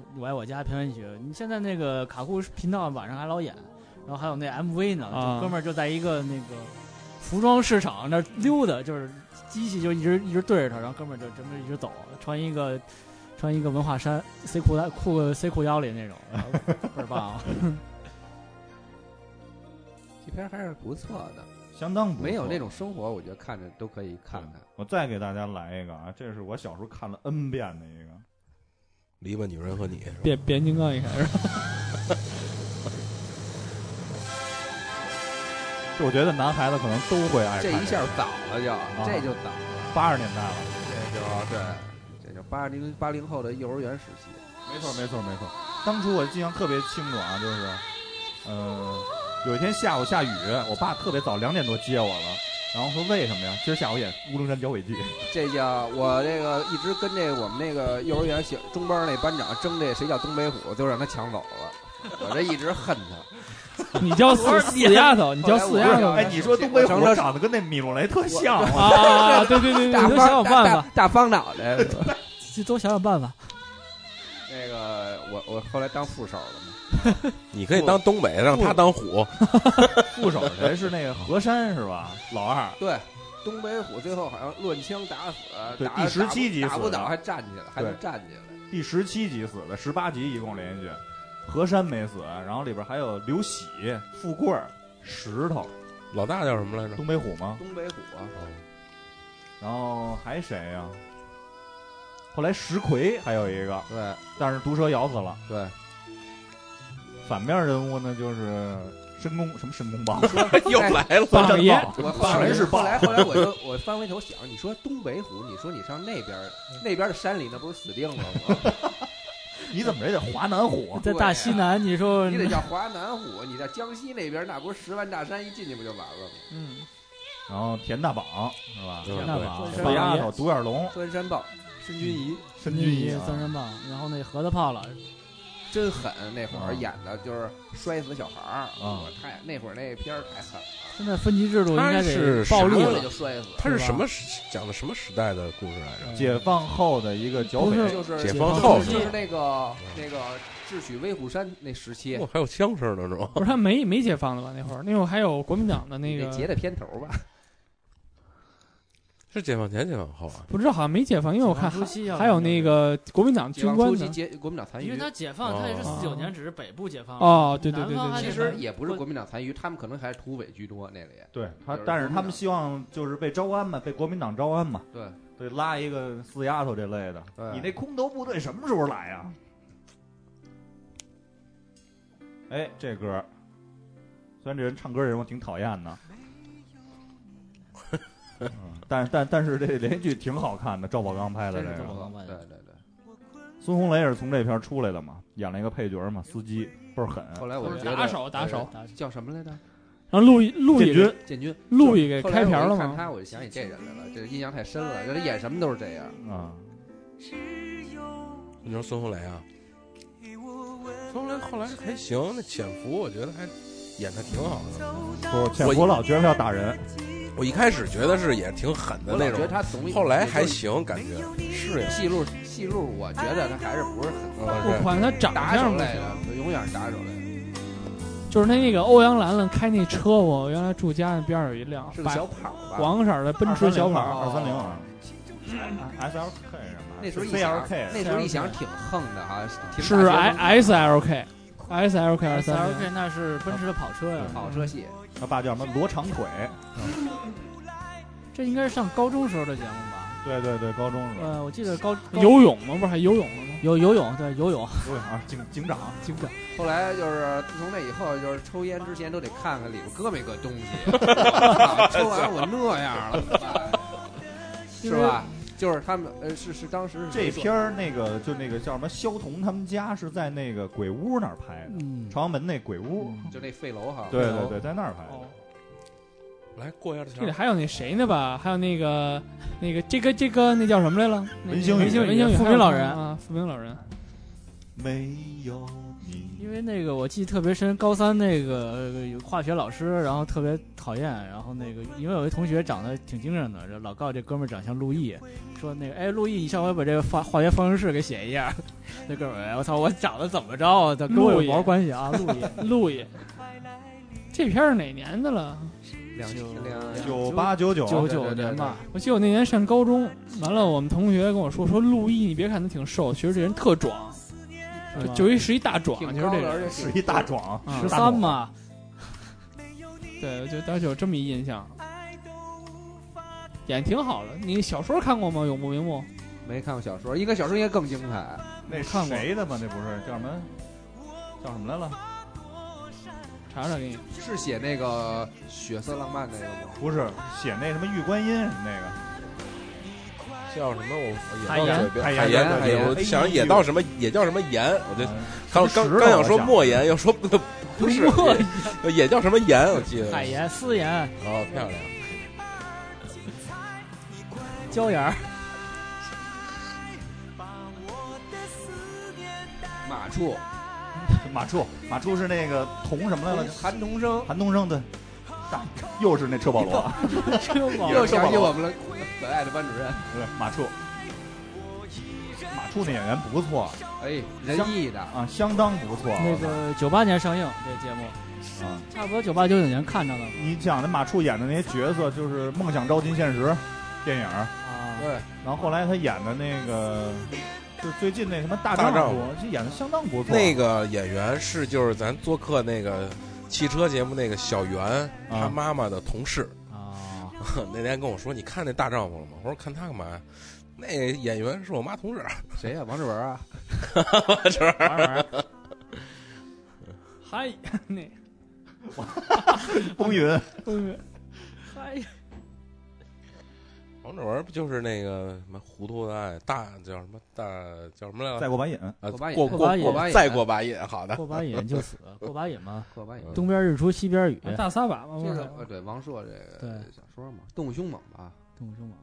S4: 《我爱我家》片尾曲，你现在那个卡酷频道晚上还老演，然后还有那 MV 呢，
S6: 啊
S4: 就哥们儿就在一个那个服装市场那儿溜达，就是机器就一直一直对着他，然后哥们儿就这么一直走，穿一个穿一个文化衫，C 裤带裤 C 裤腰里那种，然后倍儿棒。啊
S5: 这片儿还是不错的，
S1: 相当不错
S5: 没有那。种生活，我觉得看着都可以看看。
S1: 我再给大家来一个啊，这是我小时候看了 N 遍的一个，
S3: 篱笆女人和你，
S6: 变变形金刚一开始，
S1: 就我觉得男孩子可能都会爱看
S5: 这一下
S1: 个
S5: 倒了
S1: 啊
S5: 就，这就倒了，
S1: 八十年代了，
S5: 这就对，这就八零八零后的幼儿园时期。
S1: 没错没错没错。当初我印象特别清楚啊，就是，呃，有一天下午下雨，我爸特别早两点多接我了，然后说为什么呀？今儿下午演《乌龙山剿匪记》，
S5: 这叫我这个一直跟这个我们那个幼儿园小中班那班长争这谁叫东北虎，就让他抢走了。我这一直恨他，
S6: 你叫四四丫头，你叫四丫头
S5: 后来
S1: 哎，
S5: 我
S1: 你说东北虎长得跟那米洛雷特像啊，
S6: 啊！对对对 对，
S5: 大
S6: 你
S5: 方
S6: 都想想
S5: 大
S6: 办法
S5: 大。大方脑袋。
S4: 就多想想办法，
S5: 那个我我后来当副手了嘛，
S3: 你可以当东北，让他当虎。
S1: 副手谁是那个何山是吧？老二，
S5: 对。东北虎最后好像乱枪打死，
S1: 对
S5: 打
S1: 第十七集
S5: 打不打不
S1: 死的
S5: 倒还站起来，还能
S1: 对
S5: 站起来。
S1: 第十七集死的，十八集一共连续剧，何山没死，然后里边还有刘喜、富贵儿、石头，
S3: 老大叫什么来着？
S1: 东北虎吗？
S5: 东北虎 啊，
S1: 然后还谁呀、后来石奎还有一个，
S5: 对
S1: 但是毒蛇咬死了。
S5: 对，
S1: 反面人物呢就是申公什么申公豹，
S3: 又来了，
S1: 三山
S6: 爷
S1: 豹，
S5: 哎我后来
S1: 全是
S5: 后
S1: 豹。
S5: 来后来我就我翻回头想，你说东北虎，你说你上那边儿
S1: 嗯
S5: 那边的山里，那不是死定了吗？
S1: 你怎么也得华南虎，
S4: 在大西
S6: 啊
S4: 南，你 说
S5: 你得叫华南虎，你在江西那边，那不是十万大山一进去不就完了吗？
S6: 嗯，
S1: 然后田大榜是吧？
S3: 嗯
S4: 那吧，
S5: 对
S1: 小白丫头、独眼龙、
S5: 钻山豹、申军仪
S1: 申啊
S4: 军
S1: 军仪
S4: 仪、三山棒，然后那盒子炮了，
S5: 真狠，那会儿
S1: 啊
S5: 演的就是摔死小孩儿
S1: 啊
S5: 我太那会儿那片儿太狠了，
S4: 现在分级制度应该
S3: 他
S4: 得
S3: 是
S4: 暴力
S3: 什么
S5: 了
S4: 了
S5: 就。摔死。
S3: 他是什么时讲的什么时代的故事来着？
S1: 解放后的一个剿
S4: 不
S1: 匪
S4: 是，
S5: 就是
S3: 解
S5: 就
S3: 放
S5: 是
S3: 后
S5: 就是那个那个智取威虎山那时期
S3: 哦哇，，还有相声呢，是吗？
S6: 不是他没没解放的吧？那会儿那会儿还有国民党的那
S5: 你
S6: 个
S5: 得，截的片头吧？
S3: 是解放前、解放后啊？
S6: 不知道好像没解放，因为我看
S4: 解放初期啊
S6: 还有那个哎国民党
S5: 解
S6: 军
S5: 放
S6: 官
S5: 初期
S6: 呢。
S5: 截国民党残
S4: 因
S5: 余
S4: 为，他解放，他也是
S3: 哦
S4: 四九年，只是北部解放。
S6: 哦对对
S4: 南
S6: 对
S4: 方
S6: 对
S4: 还
S6: 对
S5: 其
S4: 得
S5: 实
S4: 反
S5: 也不是国民党残余，他们可能还是土匪居多那里。
S1: 对他，但是他们希望就是被招安嘛，被国民党招安嘛，
S5: 对，
S1: 对，拉一个四丫头这类的。
S5: 对
S1: 你那空投部队什么时候来呀？哎，这歌儿，虽然这人唱歌人我挺讨厌的，嗯但但但是这连续剧挺好看的，赵宝刚拍的
S4: 真
S1: 这
S4: 是这
S1: 个
S4: 么。
S5: 对
S4: 浪漫
S5: 对对对。
S1: 孙红雷也是从这片儿出来的嘛，演了一个配角嘛，司机倍儿狠。
S5: 后来我就觉得
S6: 打手打手，
S4: 打手
S5: 叫什么来着？
S6: 然后陆毅陆
S1: 建
S6: 毅
S1: 军
S6: 给
S5: 建军。
S6: 陆毅给
S5: 后来
S6: 开
S5: 我一
S6: 瓢了
S5: 看
S6: 吗？
S5: 他我就想起这人来了，这印象太深了，就是演什么都是这样。
S1: 啊，
S3: 你说孙红雷啊？孙红雷后来还行，那潜伏我觉得还演的挺好的。
S1: 不，潜伏老觉得要打人，
S3: 我一开始觉得是演挺狠的
S5: 我老
S3: 那
S5: 觉得
S3: 种，
S5: 他怂，
S3: 后来还行，感觉适应。
S5: 戏路戏路，我觉得他还是不是很
S3: 嗯
S5: 高
S6: 我
S3: 对
S6: 管他长
S5: 打手
S6: 相
S5: 类
S6: 呗，
S5: 的，永远是打手类的，
S6: 就是他那个欧阳兰兰开那车，我原来住家那边儿有一辆
S5: 是个
S6: 白
S5: 小跑吧？
S6: 黄色儿的奔驰小跑儿，
S1: 二三零
S5: 哦
S1: 啊，S L K 什么？
S5: 那时候一
S1: C
S5: 想
S1: L，K
S5: 那时候一想挺横的哈，挺
S6: 是
S5: 大
S6: I
S5: 学
S6: S L K S L K 二
S4: ，S
S6: 三
S4: L
S6: 零
S4: K 那是奔驰的跑车呀
S5: 生，跑车戏，
S1: 他爸叫什么？罗长腿。
S4: 这应该是上高中时候的节目吧？
S1: 对对对，高中时候。
S4: 呃，我记得高高
S6: 游泳吗？不是还游泳了吗？
S4: 有游泳，对游泳，
S1: 对啊，警警长，
S4: 经典。
S5: 后来就是自从那以后，就是抽烟之前都得看看里边搁没搁东 西，抽完我那样了，是吧？就是他们呃，是是当时是
S1: 这片儿那个就那个叫什么？萧彤他们家是在那个鬼屋那儿拍的，
S4: 嗯，
S1: 朝阳门那鬼屋。
S5: 就那废楼哈，
S1: 对对对，在那儿拍
S5: 哦
S1: 的。
S3: 来过一下这
S6: 这里
S3: 条，
S6: 还有那谁呢吧？还有那个那个这个这个那叫什么来了？
S1: 文星宇
S6: 文星
S4: 文星宇
S6: 富
S4: 富
S6: 平
S4: 平老人
S6: 啊，富平老人。
S1: 没有你，
S4: 因为那个我记得特别深，高三那个呃有化学老师，然后特别讨厌，然后那个因为有一同学长得挺精神的，这老告这哥们儿长相陆毅，说那个哎陆毅，你上回把这个化化学方程式给写一下。 那哥们儿，哎我操，我长得怎么着啊？他跟我有
S6: 陆毅
S4: 毛关系啊？陆
S5: 哦
S4: 毅，
S6: 陆毅，这片儿哪年的了？
S5: 两两
S1: 九八九九
S4: 九
S5: 对
S4: 九
S5: 对对
S4: 年吧，
S6: 我记得我那年上高中，完了我们同学跟我说说陆毅，你别看他挺瘦，其实这人特壮，
S4: 是吗
S6: 就一是一大壮，
S5: 挺
S6: 就是
S5: 高
S6: 这
S5: 的，而
S6: 人。
S5: 且
S1: 是一大壮，
S4: 十
S1: 大
S4: 三
S1: 壮
S4: 嘛，
S6: 对，我就当时有这么一印象。演挺好的，你小说看过吗？《永不瞑目
S5: 没看过小说，应该小说应该更精彩。
S1: 那
S6: 看过
S1: 谁的嘛？那不是叫什么？叫什么来了？》，
S6: 查查给你。
S5: 是写那个血色浪漫那个吗？
S1: 不是写那什么玉观音什么那个？
S3: 叫什么？我
S4: 海
S3: 也到
S4: 岩
S3: 嘴边，
S1: 海
S3: 海
S1: 岩
S3: 海
S5: 海
S3: 岩，
S5: 岩
S3: 我
S1: 哎
S3: 想
S1: 呦
S3: 也到什么也叫什么岩，我
S4: 啊
S3: 就刚
S1: 什么
S3: 刚
S1: 石头
S3: 刚想说
S1: 我想
S3: 莫言，要说不是
S4: 莫
S3: 也叫什么岩，我记得。
S4: 海岩、思岩、
S3: 哦，漂亮。
S4: 椒盐
S5: 哦
S4: 儿，
S5: 马处，
S1: 马柱，马柱是那个童什么来了？
S5: 韩童生，
S1: 韩东升对，大又是那车保罗，
S5: 又想起我们了，可爱的班主任，
S1: 对，马柱。马柱那演员不错
S5: 哎，仁义的，
S1: 啊，相当不错。
S4: 那个九八年上映这节目，
S1: 啊，
S4: 差不多九八九九年看着的
S1: 你想那马柱演的那些角色，就是《梦想照进现实》电影，
S4: 啊。
S5: 对，
S1: 然后后来他演的那个，就最近那什么大
S3: 大
S1: 丈
S3: 丈
S1: 夫
S3: 夫，
S1: 这演的相当不错。
S3: 那个演员是就是咱做客那个汽车节目那个小袁，他妈妈的同事。
S4: 啊，
S3: 那天跟我说：“你看那大丈夫了吗？”我说：“看他干嘛呀？”那演员是我妈同事，
S5: 谁呀？王志文啊？
S6: 嗨，那
S1: 风云，
S4: 嗨，
S3: 王志文不就是那个什么糊涂的爱大叫什么大叫什么来
S1: 再
S3: 着？
S1: 过把瘾，
S3: 啊
S5: 过把瘾
S3: 过
S4: 过
S3: 过
S4: 把瘾
S5: 过把瘾
S3: 再过把瘾，好的。
S4: 过把瘾就 死，过把瘾嘛，
S5: 过把瘾。
S4: 东边日出西边雨，
S6: 哎
S9: 大撒把嘛，不
S5: 这
S9: 是
S5: 个
S6: 啊
S5: 呃，对王朔这个
S4: 对
S5: 小说嘛，《动凶猛》吧，
S4: 动物凶猛。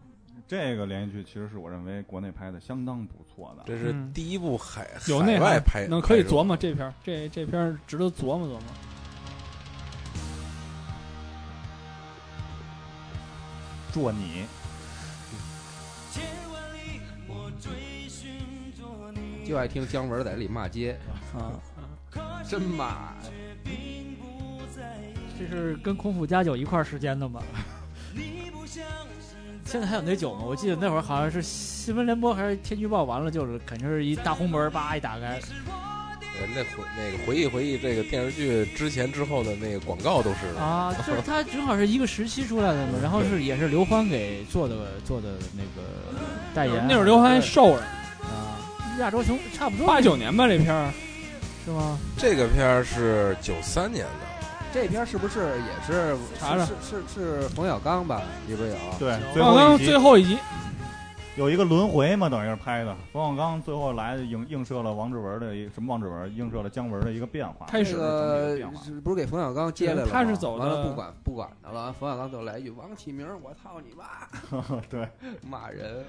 S1: 这个连续剧其实是我认为国内拍的相当不错的。
S3: 这是
S6: 嗯
S3: 第一部海
S6: 有
S3: 海
S6: 内
S3: 外
S6: 涵
S3: 拍，
S6: 那可以琢磨
S3: 拍摄
S6: 这片儿，这这片儿值得琢磨琢磨。
S1: 捉你，
S8: 千万里我追寻着你，
S5: 就爱听姜文在这里骂街，
S4: 啊，
S5: 真骂。
S8: 并不在意。
S4: 这是跟空腹加酒一块儿时间的吗？
S8: 你不像是
S4: 现在还有那酒吗？我记得那会儿好像是新闻联播还是天气预报完了，就是肯定是一大红门，叭一打开，
S3: 呃那回那个回忆回忆这个电视剧之前之后的那个广告都是
S4: 啊，就是它正好是一个时期出来的嘛，然后是也是刘欢给做的做的那个代言，
S6: 那会儿刘欢还瘦着，
S4: 啊，亚洲熊差不多
S6: 八九年吧这片儿，
S4: 是吗？
S3: 这个片儿是九三年的，
S5: 这片儿是不是也是
S6: 查查
S5: 是是是是冯小刚吧？里边有
S1: 对，最
S6: 刚
S1: 后
S6: 刚
S1: 一集
S6: 最后一集，
S1: 有一个轮回嘛，等于是拍的。冯小刚最后来映映射了王志文的一什么王志文，映射了姜文的一个变化。
S6: 开始
S1: 整体的
S5: 这个
S1: 变化
S5: 是不是给冯小刚接来了吗？
S6: 他是走的
S5: 完了不管不管他了，冯小刚就来一句王启明，我操你妈，
S1: 对，
S5: 骂人。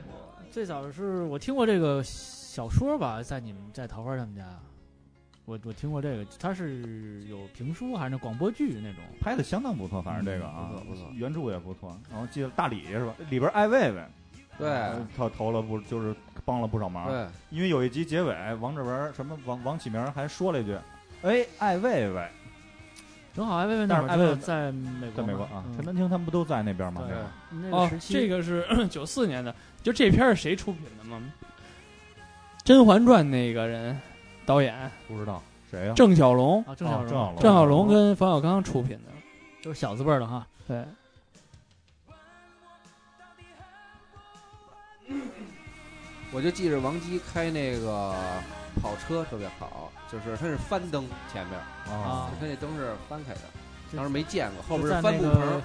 S4: 最早是我听过这个小说吧，在你们在桃花他们家，我我听过这个，它是有评书还是广播剧那种？
S1: 拍的相当不错，反正这个啊
S5: 不，错不错
S1: 原著也不错。然后记得大李是吧？里边艾薇薇，
S5: 对
S1: 他投了不就是帮了不少忙。
S5: 对，
S1: 因为有一集结尾，王志文什么王王启明还说了一句：“哎，艾薇薇，
S4: 正好艾薇薇那会儿就在美国嘛，
S1: 在美国啊，
S4: 嗯
S1: 陈丹青他们不都在那边吗？”
S4: 对那
S6: 哦
S4: 个时，期，
S6: 这个是 九四年的，就这片儿是谁出品的吗？《甄嬛传》那个人导演
S1: 不知道谁呀？
S6: 郑晓龙，
S4: 啊，郑晓
S1: 哦郑晓
S4: 龙
S1: 龙，
S6: 郑晓龙跟冯小刚出品的，
S4: 都是小字辈儿的哈。
S6: 对。
S5: 我就记着王姬开那个跑车特别好，就是它是翻灯前面，
S1: 啊，
S5: 它那灯是翻开的，
S4: 就
S5: 当时没见过，后
S4: 就
S5: 边
S4: 在
S5: 是翻布
S4: 那
S5: 棚
S4: 个
S5: 儿，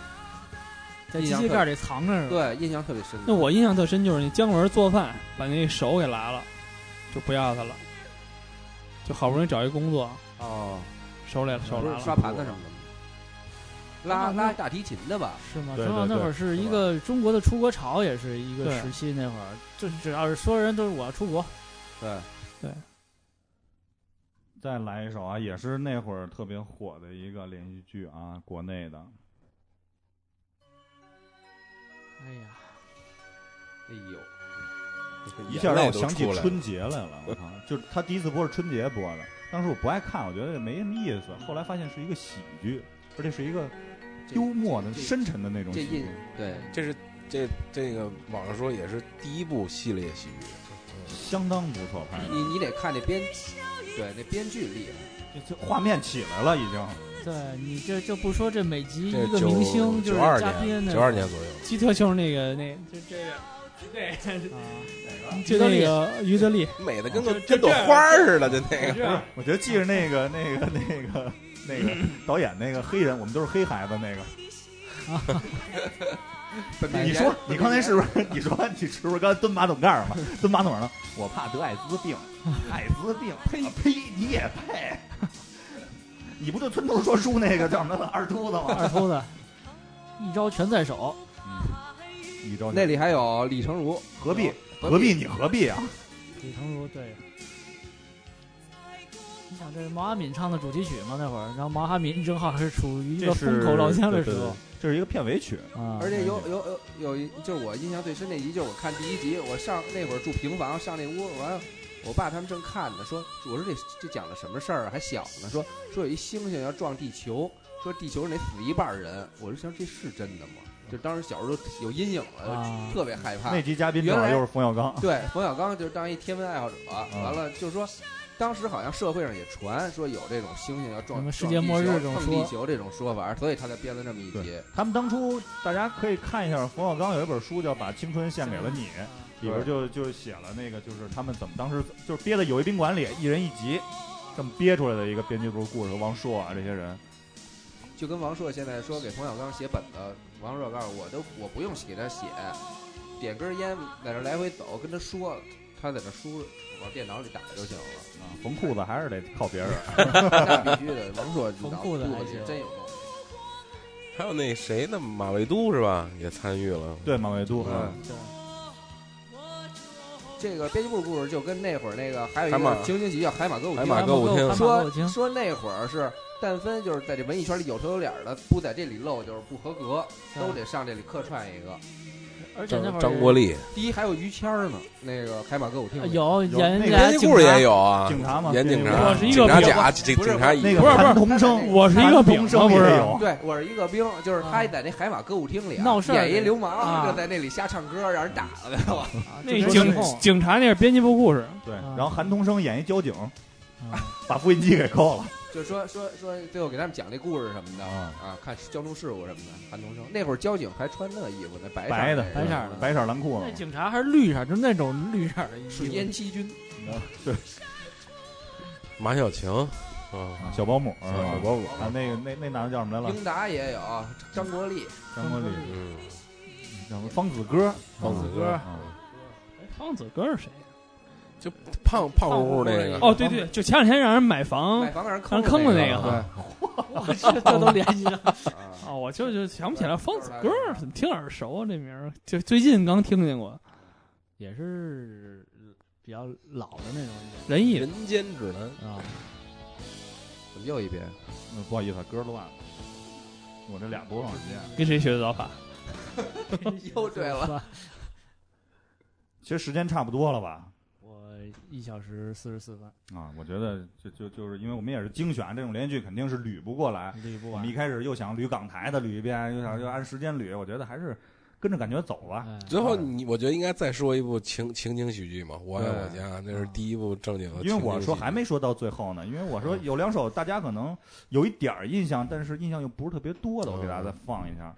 S4: 在机器盖里藏着是吧？
S5: 对，印象特别深。
S6: 那我印象特深就是那姜文做饭把那手给拉了，就不要他了，就好不容易找一工作，
S5: 哦，
S6: 手来手
S5: 不是
S6: 来了，啊
S5: 刷盘子什么的吗？拉拉大提琴的吧？
S4: 是吗？
S1: 对
S4: 正好
S1: 对
S4: 那会儿是一个中国的出国潮，也是一个
S6: 对
S4: 时期。那会儿就是只要是所有人都是我要出国，
S5: 对，哎
S1: 再来一首啊，也是那会儿特别火的一个连续剧啊，国内的。
S4: 哎呀，
S5: 哎呦，
S1: 一下让我想起
S3: 眼泪都出来了
S1: 春节来了，我靠！就是他第一次播是春节播的，当时我不爱看，我觉得没什么意思。后来发现是一个喜剧，而且是一个
S5: 这
S1: 幽默的、
S5: 这
S1: 深沉的那种
S5: 这
S1: 喜剧
S5: 印。对
S3: 这是这这个网上说也是第一部系列喜剧，
S1: 相当不错拍
S5: 你你得看那编，对那编剧厉害。
S1: 的，这画面起来了已经。
S4: 对你这就不说这每集
S3: 这
S4: 一个
S3: 九
S4: 明星就是
S3: 九二
S4: 嘉宾
S3: 年
S4: 呢，
S3: 九二年左右，
S6: 基特就是那个那就这个对，
S4: 啊，
S6: 就那个于德利，
S3: 美的跟个
S6: 就就
S3: 跟朵
S6: 这样
S3: 花儿似的，就那个
S6: 这样
S1: 我觉得记着那个那个那个那个导演那个黑人，我们都是黑孩子那个。你说你刚才是不是？你说你是不是刚才蹲马桶盖儿了？蹲马桶上了？我怕得艾滋病，艾滋病，呸呸，你也配？ 你不就村头说书那个叫什么二秃子 吗？
S4: 二秃子，一招全在手，
S1: 你招
S5: 那里还有李成儒，
S1: 何必何
S5: 何
S1: 必你何必啊？
S4: 李成儒对。你想这是毛阿敏唱的主题曲嘛？那会儿，然后毛阿敏正好是处于一个风口浪尖的时候，
S1: 这是一个片尾曲。
S4: 啊，
S5: 而且有有有有一，就是我印象最深那集，就是我看第一集，我上那会儿住平房，上那屋，完了我爸他们正看呢，说我说这这讲的什么事儿啊？还小呢，说说有一猩猩要撞地球，说地球上得死一半儿人，我就想这是真的吗？就当时小时候就有阴影了
S4: 啊，
S5: 特别害怕
S1: 啊那。集嘉宾正好又是冯小
S3: 啊
S1: 刚，
S5: 对，冯小刚就是当一天文爱好者，完了就说。当时好像社会上也传说有这种猩猩要撞
S4: 什么世
S5: 撞
S4: 界
S5: 地
S4: 末日
S5: 球
S4: 这种
S5: 碰
S4: 说
S5: 地球这种说法，所以他才编了这么一集
S1: 对。他们当初大家可以看一下冯小刚有一本书叫《把青春献给了你》，里边就就写了那个就是他们怎么当时就是憋在友谊宾馆里，一人一集，这么憋出来的一个编辑部故事，王朔啊这些人。
S5: 就跟王朔现在说给冯小刚写本子，王朔告诉我都我不用给他写，点根烟在那来回走，跟他说，他在那输往电脑里打就行了。
S1: 啊，缝裤子还是得靠别人。
S5: 那必须的，王朔
S4: 缝裤子
S5: 脑
S4: 还
S5: 子
S4: 行
S5: 真有东西。
S3: 还有那谁呢？马未都是吧？也参与了。
S1: 对，马未都，
S5: 嗯
S1: 嗯，
S5: 这个编辑部故事就跟那会儿那个还有一
S3: 海马
S5: 个情景喜剧叫《海马歌舞
S3: 海
S5: 厅
S3: 马》，歌舞厅，
S4: 马歌舞
S5: 说
S4: 厅
S5: 说那会儿是但凡就是在这文艺圈里有头有脸儿的，不在这里露就是不合格，都得上这里客串一个。
S4: 而且那会
S3: 张
S4: 儿
S3: 张国立，
S5: 第一还有于谦儿呢，那个《海马歌舞厅》里
S4: 呃有演
S1: 那个
S3: 编
S4: 家
S3: 辑部也有啊，
S1: 警察嘛，
S3: 演警察，
S6: 我是一个
S3: 警察
S6: 表
S3: 甲，警警察乙，
S1: 那个
S6: 不是不是
S1: 谭童生，
S6: 我是一个饼
S1: 童生
S6: 吗？不
S1: 也
S6: 是，
S1: 有，
S5: 对，我是一个兵，就是他在那海马歌舞厅里啊
S4: 闹事儿
S5: 演一流氓，
S4: 啊
S5: 就在那里瞎唱歌，让人打了呗。我
S6: 那
S4: 就跟
S6: 警
S4: 那种
S6: 警察那是编辑部故事，
S1: 对。
S4: 啊
S1: 然后韩童生演一交警
S4: 啊，
S1: 把复印机给扣了。
S5: 就说说说，最后给他们讲这故事什么的
S1: 啊
S5: 啊，看交通事故什么的。韩童生那会儿交警还穿那衣服呢，白
S1: 白
S5: 色
S1: 的
S5: 那个
S4: 白色儿的
S1: 白色蓝裤
S4: 那
S1: 子，
S4: 警察还是绿色，就那种绿色的衣服
S5: 水淹嗯七军。
S3: 马小晴，啊，
S1: 啊小保姆是吧，
S3: 小保姆
S1: 啊，那个那那男的叫什么来了？
S5: 英达也有，张国立，
S1: 张国立，
S3: 嗯，
S1: 然后方子哥，
S3: 方子哥
S1: 啊
S6: 方子哥是谁？
S3: 就胖胖乎乎那个，
S6: 哦，对对，就前两天让人买房
S4: 嗯
S5: 买，房让人坑
S6: 让人坑了那个
S5: 个啊
S6: 哈。
S4: 我这这都联系上，
S5: 对啊
S6: 哦，我就就想不起来方子哥儿，怎么听耳熟啊？这名儿，就最近刚听见过。
S4: 也是比较老的那种
S6: 仁义，
S3: 人间指南，
S4: 啊。
S5: 怎么又一遍？
S1: 嗯不好意思，啊，歌乱了，我这俩播放时间。
S6: 跟谁学的刀法？
S5: 又对了，
S4: 了，
S1: 其实时间差不多了吧？
S4: 我一小时四十四分，
S1: 啊，我觉得就就就是因为我们也是精选这种连续剧，肯定是捋不过来。
S4: 捋不
S1: 我
S4: 完
S1: 们一。开始又想捋港台的捋一遍，又想又按时间捋，我觉得还是跟着感觉走吧。
S4: 哎
S3: 最后你我觉得应该再说一部情情景喜剧嘛，《我爱我家》，那是第一部正经的情景喜剧。
S1: 因为我说还没说到最后呢，因为我说有两首大家可能有一点儿印象，但是印象又不是特别多的，我给大家再放一下。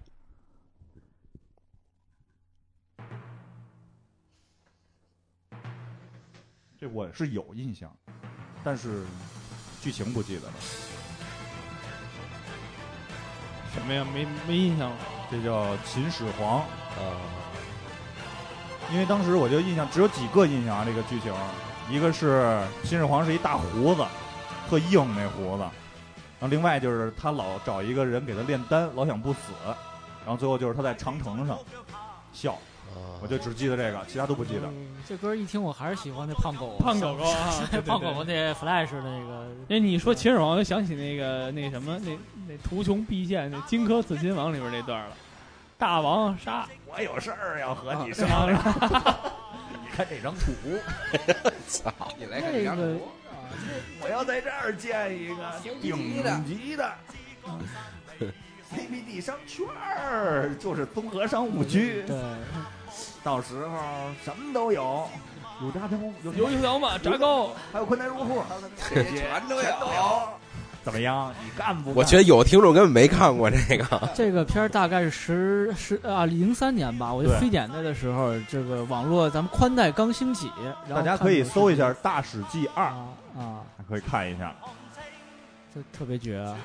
S1: 这我是有印象，但是剧情不记得了。
S6: 什么呀？没没印象了。
S1: 这叫秦始皇，
S3: 啊，
S1: 因为当时我就印象只有几个印象啊，这个剧情，一个是秦始皇是一大胡子，特硬那胡子，然后另外就是他老找一个人给他炼丹，老想不死，然后最后就是他在长城上笑，
S3: 啊
S1: 我就只记得这个，其他都不记得。
S4: 嗯这歌一听，我还是喜 欢那胖狗，
S6: 胖狗狗啊
S4: 想，
S6: 对对对
S4: 胖狗狗那 Flash 的那个，
S6: 哎，你说秦始皇，我就想起那个那什么，那那图穷匕见，那《荆轲刺秦王》里边那段了。大王杀，
S1: 我有事儿要和你
S6: 然后
S1: 商量。啊 你看这张图，
S5: 你来看这张
S4: 那个
S5: 图，
S1: 我要在这儿建一个
S5: 级
S1: 哦顶
S5: 的
S1: 级的 CBD 商圈儿，就是综合商务区。
S4: 对，
S1: 到时候什么都有，有炸条，有
S6: 油油条嘛，炸糕，
S1: 还有宽带入户，
S5: 这些全都有。
S1: 怎么样？你干不
S3: 我觉得有听众根本没看过 这个，
S4: 这个片儿大概是十十啊零三年吧，我就
S1: 对
S4: 非典那的时候，这个网络咱们宽带刚兴起，然后
S1: 大家
S4: 看
S1: 可以
S4: 这个
S1: 搜一
S4: 视频
S1: 下《大史记二》，
S4: 啊啊，
S1: 可以看一下，
S4: 这特别绝啊，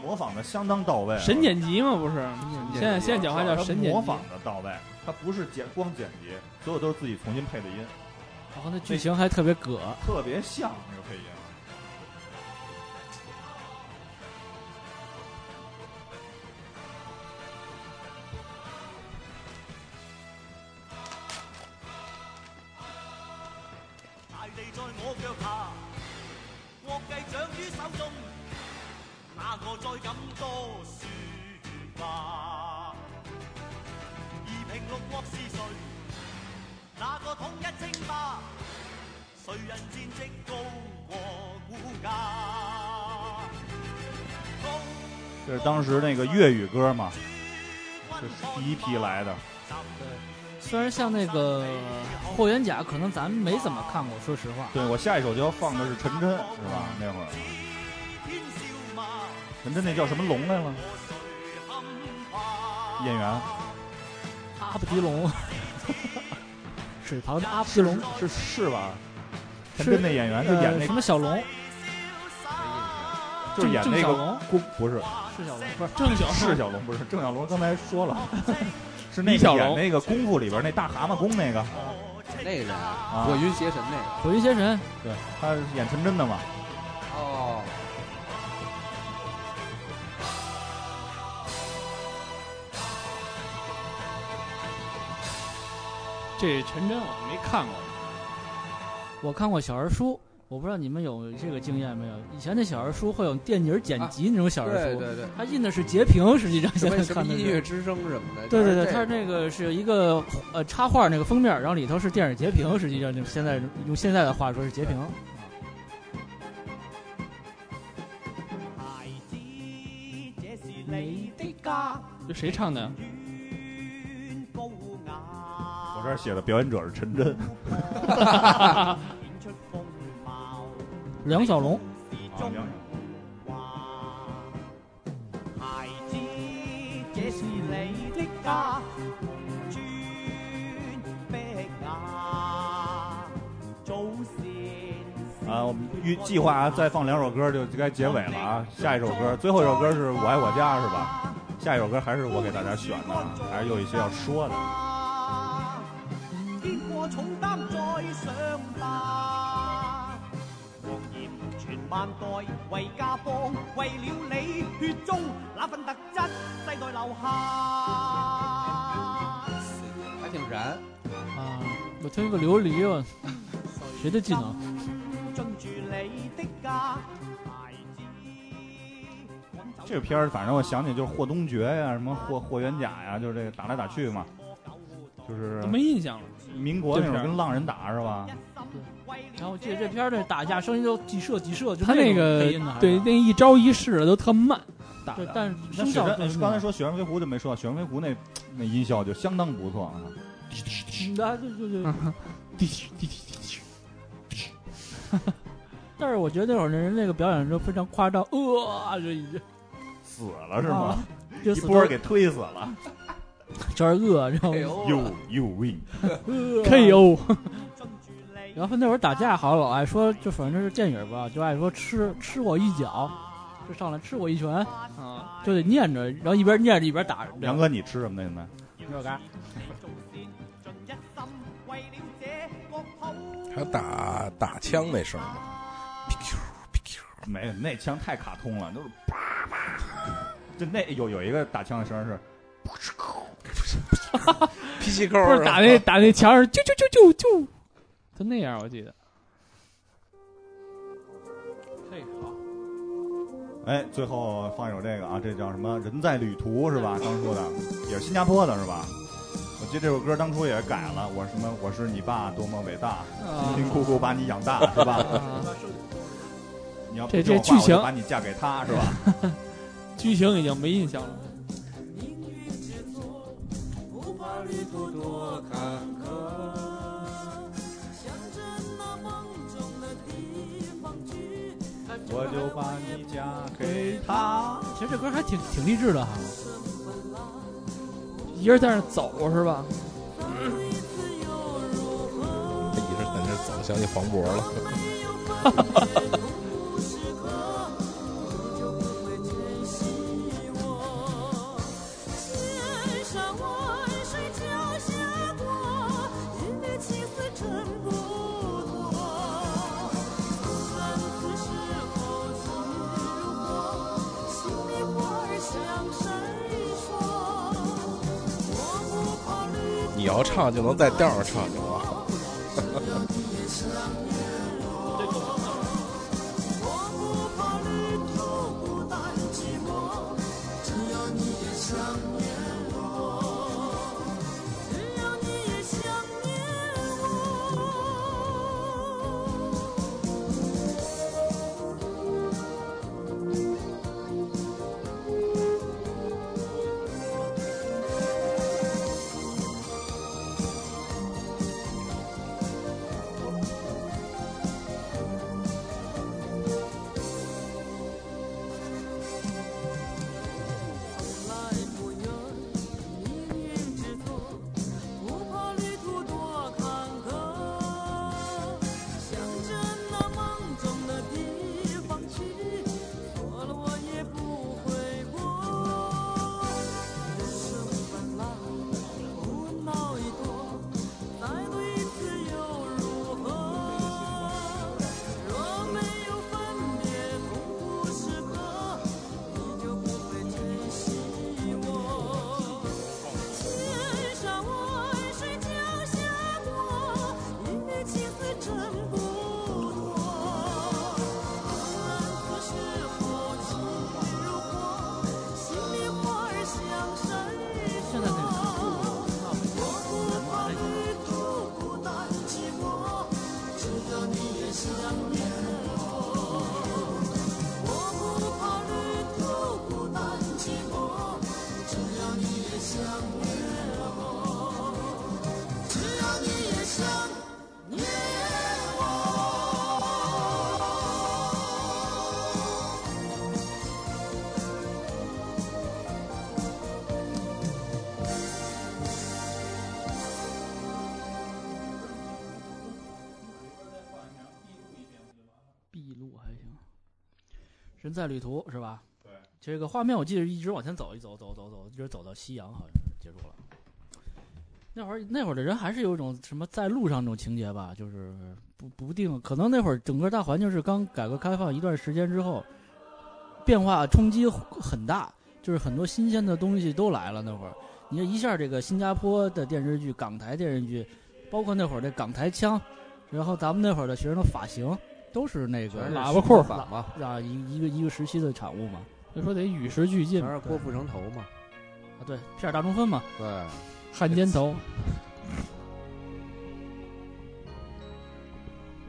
S1: 模仿的相当到位啊。
S6: 神剪辑嘛，不是？
S5: 辑
S6: 现在现在讲话叫神
S1: 他
S6: 剪
S1: 模
S6: 辑
S1: 仿。的到位，它不是剪光剪辑，所有都是自己重新配的音，
S4: 然后那剧情还特别葛，
S1: 特别像那个配音。
S10: 大地在我腳下，國計掌於手中，哪個再敢多説話？夷平六國是誰？哪個統一稱霸？誰人戰績高過股價？高
S1: 这是当时那个粤语歌嘛，
S10: 官
S1: 这是第一批来的。
S4: 虽然像那个霍元甲，可能咱们没怎么看过，说实话，
S1: 对我下一首就要放的是陈真，是吧？那会儿
S10: 天笑罵，
S1: 陈真那叫什么龙来了？
S10: 我誰堪怕？
S1: 演员
S4: 阿布迪 龙，水旁的阿布迪龙，
S1: 是是吧？陈
S4: 是
S1: 真那演员就演
S4: 呃
S1: 那
S4: 什么小龙，
S10: 笑
S1: 就是演那
S4: 呃郑郑小
S1: 个
S4: 龙
S1: 郭，不是
S4: 是小龙，
S1: 不是
S6: 郑小
S1: 是小龙，不是郑小龙，刚才说 了，是那
S6: 李
S1: 个
S6: 小
S1: 演
S6: 龙
S1: 那个功夫里边那大蛤蟆功那个
S5: 那个人啊，
S1: 啊
S5: 我，云邪神那个。
S4: 火云邪神，
S1: 对，他是演陈真的嘛，
S5: 哦，
S6: 这陈真我没看过，
S4: 我看过小人书，我不知道你们有这个经验没有？以前的小人书会有电影剪
S1: 啊
S4: 辑那种小人
S5: 对
S4: 书，
S5: 对对，
S4: 它印的是截屏，实际上
S5: 什
S4: 现
S5: 么
S4: 在
S5: 什么
S4: 看的
S5: 音
S4: 是
S5: 乐。哎之声什么的。
S4: 对对
S5: 就是
S4: 对，它是
S5: 这
S4: 那个是一个呃插画那个封面，然后里头是电影截屏，实际上就是现在用现在的话说是截屏。
S10: 孩子，这是你的家，
S6: 就谁唱的？
S10: 远高雅。
S1: 我这儿写的 表演者是陈真，
S6: 啊
S10: 演出风貌，
S4: 梁小
S1: 啊
S4: 龙，
S10: 是中华。孩子，这是你的家，砖碧瓦，祖先。
S1: 啊，我们预计划啊再放两首歌就该结尾了啊，下一首歌，最后一首歌是我爱我家是吧？下一首歌还是我给大家选的啊，还是有一些要说的。
S10: 肩過重擔再上吧。黃炎傳萬代為家邦，為了你血中那份特質世代留下。
S5: 还挺燃。
S4: 啊，我推个琉璃吧，谁的技能？
S10: 進住你的家，孩子。趕走
S1: 这片儿，反正我想起就是霍东爵呀、什么霍霍元甲呀、就是这个打来打去嘛，就是啊
S6: 都没印象了。
S1: 民国那会儿跟浪人打是吧？
S4: 然后我记得这片儿的打架声音都几射几射，就
S6: 他
S4: 那
S6: 那
S4: 种
S6: 个
S4: 配音的还是
S6: 对那一招一式的都特慢，打
S4: 对
S6: 的，
S4: 但是
S1: 那
S4: 声
S1: 雪
S4: 效
S1: 山
S4: 都是那
S1: 刚才
S4: 样
S1: 说雪山飞狐就没说到，雪山飞狐那那音效就相当不错啊。
S4: 嗯啊，对对对。
S6: 滴滴滴滴滴，
S4: 但是我觉得那会儿的人那个表演就非常夸张，呃，就已经
S1: 死了是吗？
S4: 哦就
S1: 一
S4: 死
S1: 波儿给推死了。
S4: 就是饿，然后呃啊
S5: 哎呦，
S1: You you win。
S6: 啊 KO，
S4: 然后那会儿打架好像老爱说，就反正是电影吧，就爱说吃吃我一脚，就上来吃我一拳，
S6: 啊，
S4: 就得念着，然后一边念着一边打。
S1: 杨哥，你吃什么呢？现在
S4: 热干，
S7: 还有打打枪那声吗？
S1: 没有，那枪太卡通了，都是叭叭。就那有有一个打枪的声儿是，
S7: 脾气扣
S6: 不是打
S3: 啊
S6: 那打那墙上，啾啾啾啾啾，就那样我记得。
S1: 哎，最后放一首这个啊，这叫什么？人在旅途是吧？当初的也是新加坡的是吧？我记得这首歌当初也改了，我什么我是你爸多么伟大，
S6: 啊
S1: 辛辛苦苦把你养大是 吧？你要不
S6: 这
S1: 听我话
S6: 这剧情
S1: 我就把你嫁给他是吧？
S6: 剧情已经没印象了，
S11: 不怕旅途多坎坷，向着那梦中的地方去。
S1: 我就把你嫁给他。
S4: 其实这歌还挺挺励志的哈。
S6: 一人在那走是吧？
S7: 一直在那走，想起黄渤了。你要唱就能在调上唱就好。
S4: 人在旅途是吧？
S1: 对，
S4: 这个画面我记得一直往前走，一走走走走，一直走到夕阳，好像是结束了。那会儿那会儿的人还是有一种什么在路上那种情节吧，就是不不定，可能那会儿整个大环境是刚改革开放一段时间之后，变化冲击很大，就是很多新鲜的东西都来了。那会儿你这一下，这个新加坡的电视剧、港台电视剧，包括那会儿的港台腔，然后咱们那会儿的学生的发型，都是那个
S5: 全是
S4: 啊
S6: 喇叭裤
S5: 新法嘛，
S4: 一一个一个时期的产物嘛。
S6: 所以说得与时俱进
S5: 全，是郭富城头嘛，
S4: 啊，对，片儿大中分嘛。
S5: 对，
S6: 汉奸头。啊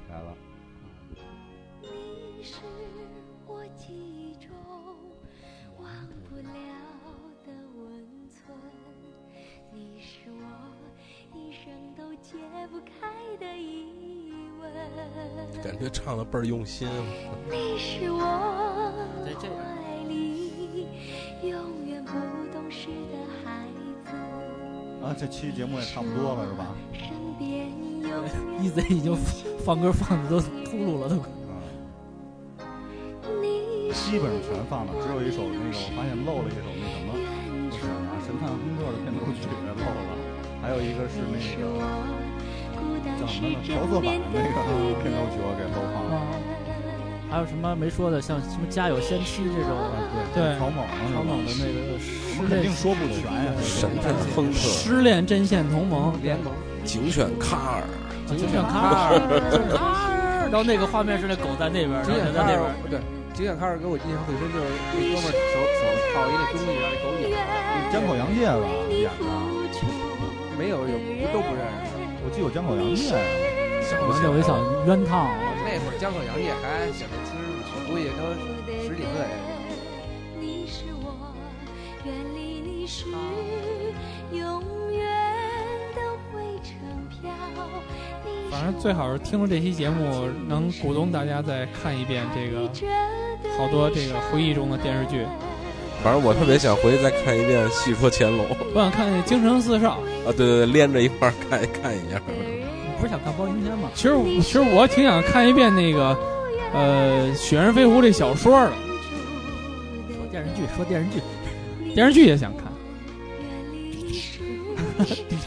S5: 来了。
S2: 你是我记忆中忘不了的温存，你是我一生都解不开的疑问，
S3: 感觉唱的倍儿用心。
S2: 你是我
S4: 得这样
S2: 怀里永远不懂事的孩子，
S1: 啊，这期节目也差不多了是吧？
S2: 身边永远
S4: 一贼已经 放歌放的都秃噜了，都快。
S1: 嗯，
S2: 你是
S1: 基本上全放了，只有一首那个我发现漏了一首那什么，
S2: 远
S1: 我
S2: 处
S1: 想啊，神探亨特的片头曲漏了，还有一个是那
S2: 你是
S1: 个
S2: 我孤
S1: 叫
S2: 单
S1: 什
S2: 是
S1: 么呢？
S2: 枕
S1: 调色板
S2: 边
S1: 的那
S2: 的
S1: 个
S2: 一
S1: 片头曲
S2: 个
S1: 我给漏放了。
S4: 还有什么没说的，像什么家有仙妻这
S3: 啊
S4: 种，
S6: 对
S1: 草蜢啊是吧
S4: 超猛的那个失
S1: 肯
S4: 恋
S1: 定说不全呀。
S3: 神探
S1: 啊
S3: 亨特、
S6: 失恋阵线同盟，
S5: 哦联盟
S4: 嗯
S3: 警犬卡尔，
S4: 警犬
S6: 啊
S4: 卡尔，然后那个画面是那狗在那边，然后
S5: 警
S4: 在那
S5: 犬卡
S4: 边
S5: 尔，对，警犬卡尔给我印象最深就是那哥们儿手手套一那东西，让那狗咬，
S1: 江口洋介吧演的，
S5: 没有有不都不认识。
S1: 我记得有江口洋介呀。
S4: 我这我一想冤趟，啊
S5: 那会儿江口洋介还小年轻，我估计都十几岁，
S2: 你是我，远离你时，永远都会成飘。你
S6: 反正最好是听了这期节目，能鼓动大家再看一遍这个好多这个回忆中的电视剧。
S3: 反正我特别想回去再看一遍《戏说乾隆》
S6: 我想看那《京城四少》，
S3: 啊，对对对，连着一块儿看一看一下。
S4: 你不是想看包青天吗？
S6: 其实我其实我挺想看一遍那个呃《雪山飞狐》这小说的，
S4: 说电视剧，说电视剧，
S6: 电视剧也想看。
S2: 远离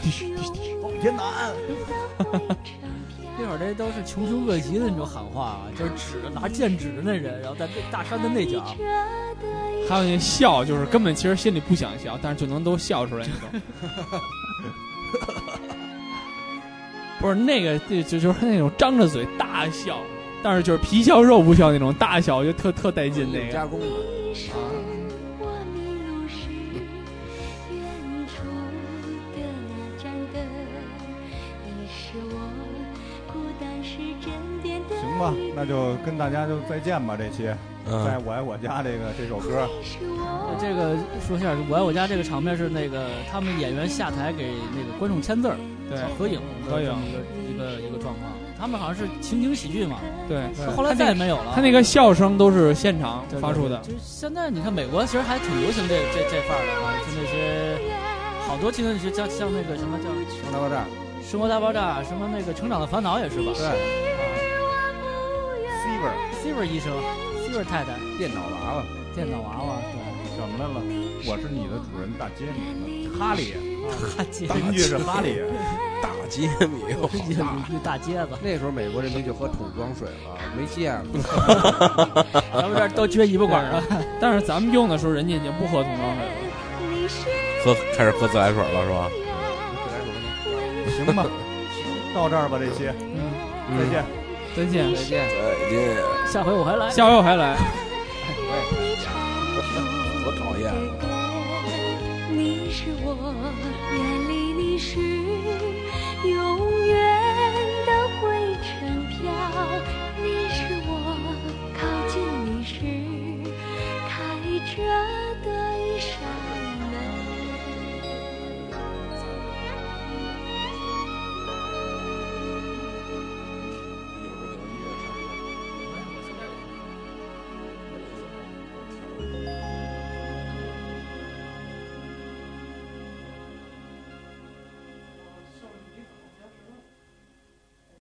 S2: 你时，
S1: 天南，
S4: 那会儿这都是穷凶恶极的那种喊话啊，就是指着拿剑指着那人，然后在那大山的那角，
S6: 还有那笑，就是根本其实心里不想笑，但是就能都笑出来那种。 不是那个，就就就是那种张着嘴大笑，但是就是皮笑肉不笑那种大笑，就特特带劲那个。
S5: 加工的。
S2: 你是我迷路时，远处的那盏灯。你是我孤单时枕边的
S1: 行吧，那就跟大家就再见吧。这期在
S3: 嗯，
S1: 我爱我家这个这首歌，
S2: 你是我
S4: 这个说一下，我爱我家这个场面是那个他们演员下台给那个观众签字儿、
S6: 对
S4: 合影、
S6: 合影
S4: 一个一个一个状况。他们好像是情景喜剧嘛，
S6: 对，
S4: 后来
S6: 他那
S4: 再也没有了。
S6: 他那个笑声都是现场
S4: 对对
S6: 发出的。
S4: 就是现在你看美国其实还挺流行这这这范儿的啊，就那些好多情景剧，像像那个什么叫《
S5: 生大爆炸，
S4: 生活大爆炸》，啊什么那个《成长的烦恼》也是吧？啊
S5: 对，
S1: Fever
S4: ，Silver 医生，Silver 太太，
S5: 电脑娃娃，
S4: 电脑娃娃，对，
S1: 怎么来了？我是你的主人大杰米，哈利，
S4: 大街，
S1: 邻居是哈利，
S3: 大街米有好大。
S4: 一 大街子，
S5: 那时候美国人民就喝桶装水了，没见过。
S4: 咱们这儿都撅尾巴管儿啊了。
S6: 但是咱们用的时候，人家已经不喝桶装水了。
S2: 你是
S3: 喝开始喝自来水了是吧？
S5: 自来水吧
S1: 行吧，到这儿吧，这期
S3: 嗯
S1: 再见。
S6: 再见，
S5: 再见。
S3: 再见，
S4: 下回我还来。
S6: 下回我还来。
S3: 多讨厌。
S2: 你是我，远离你时，永远都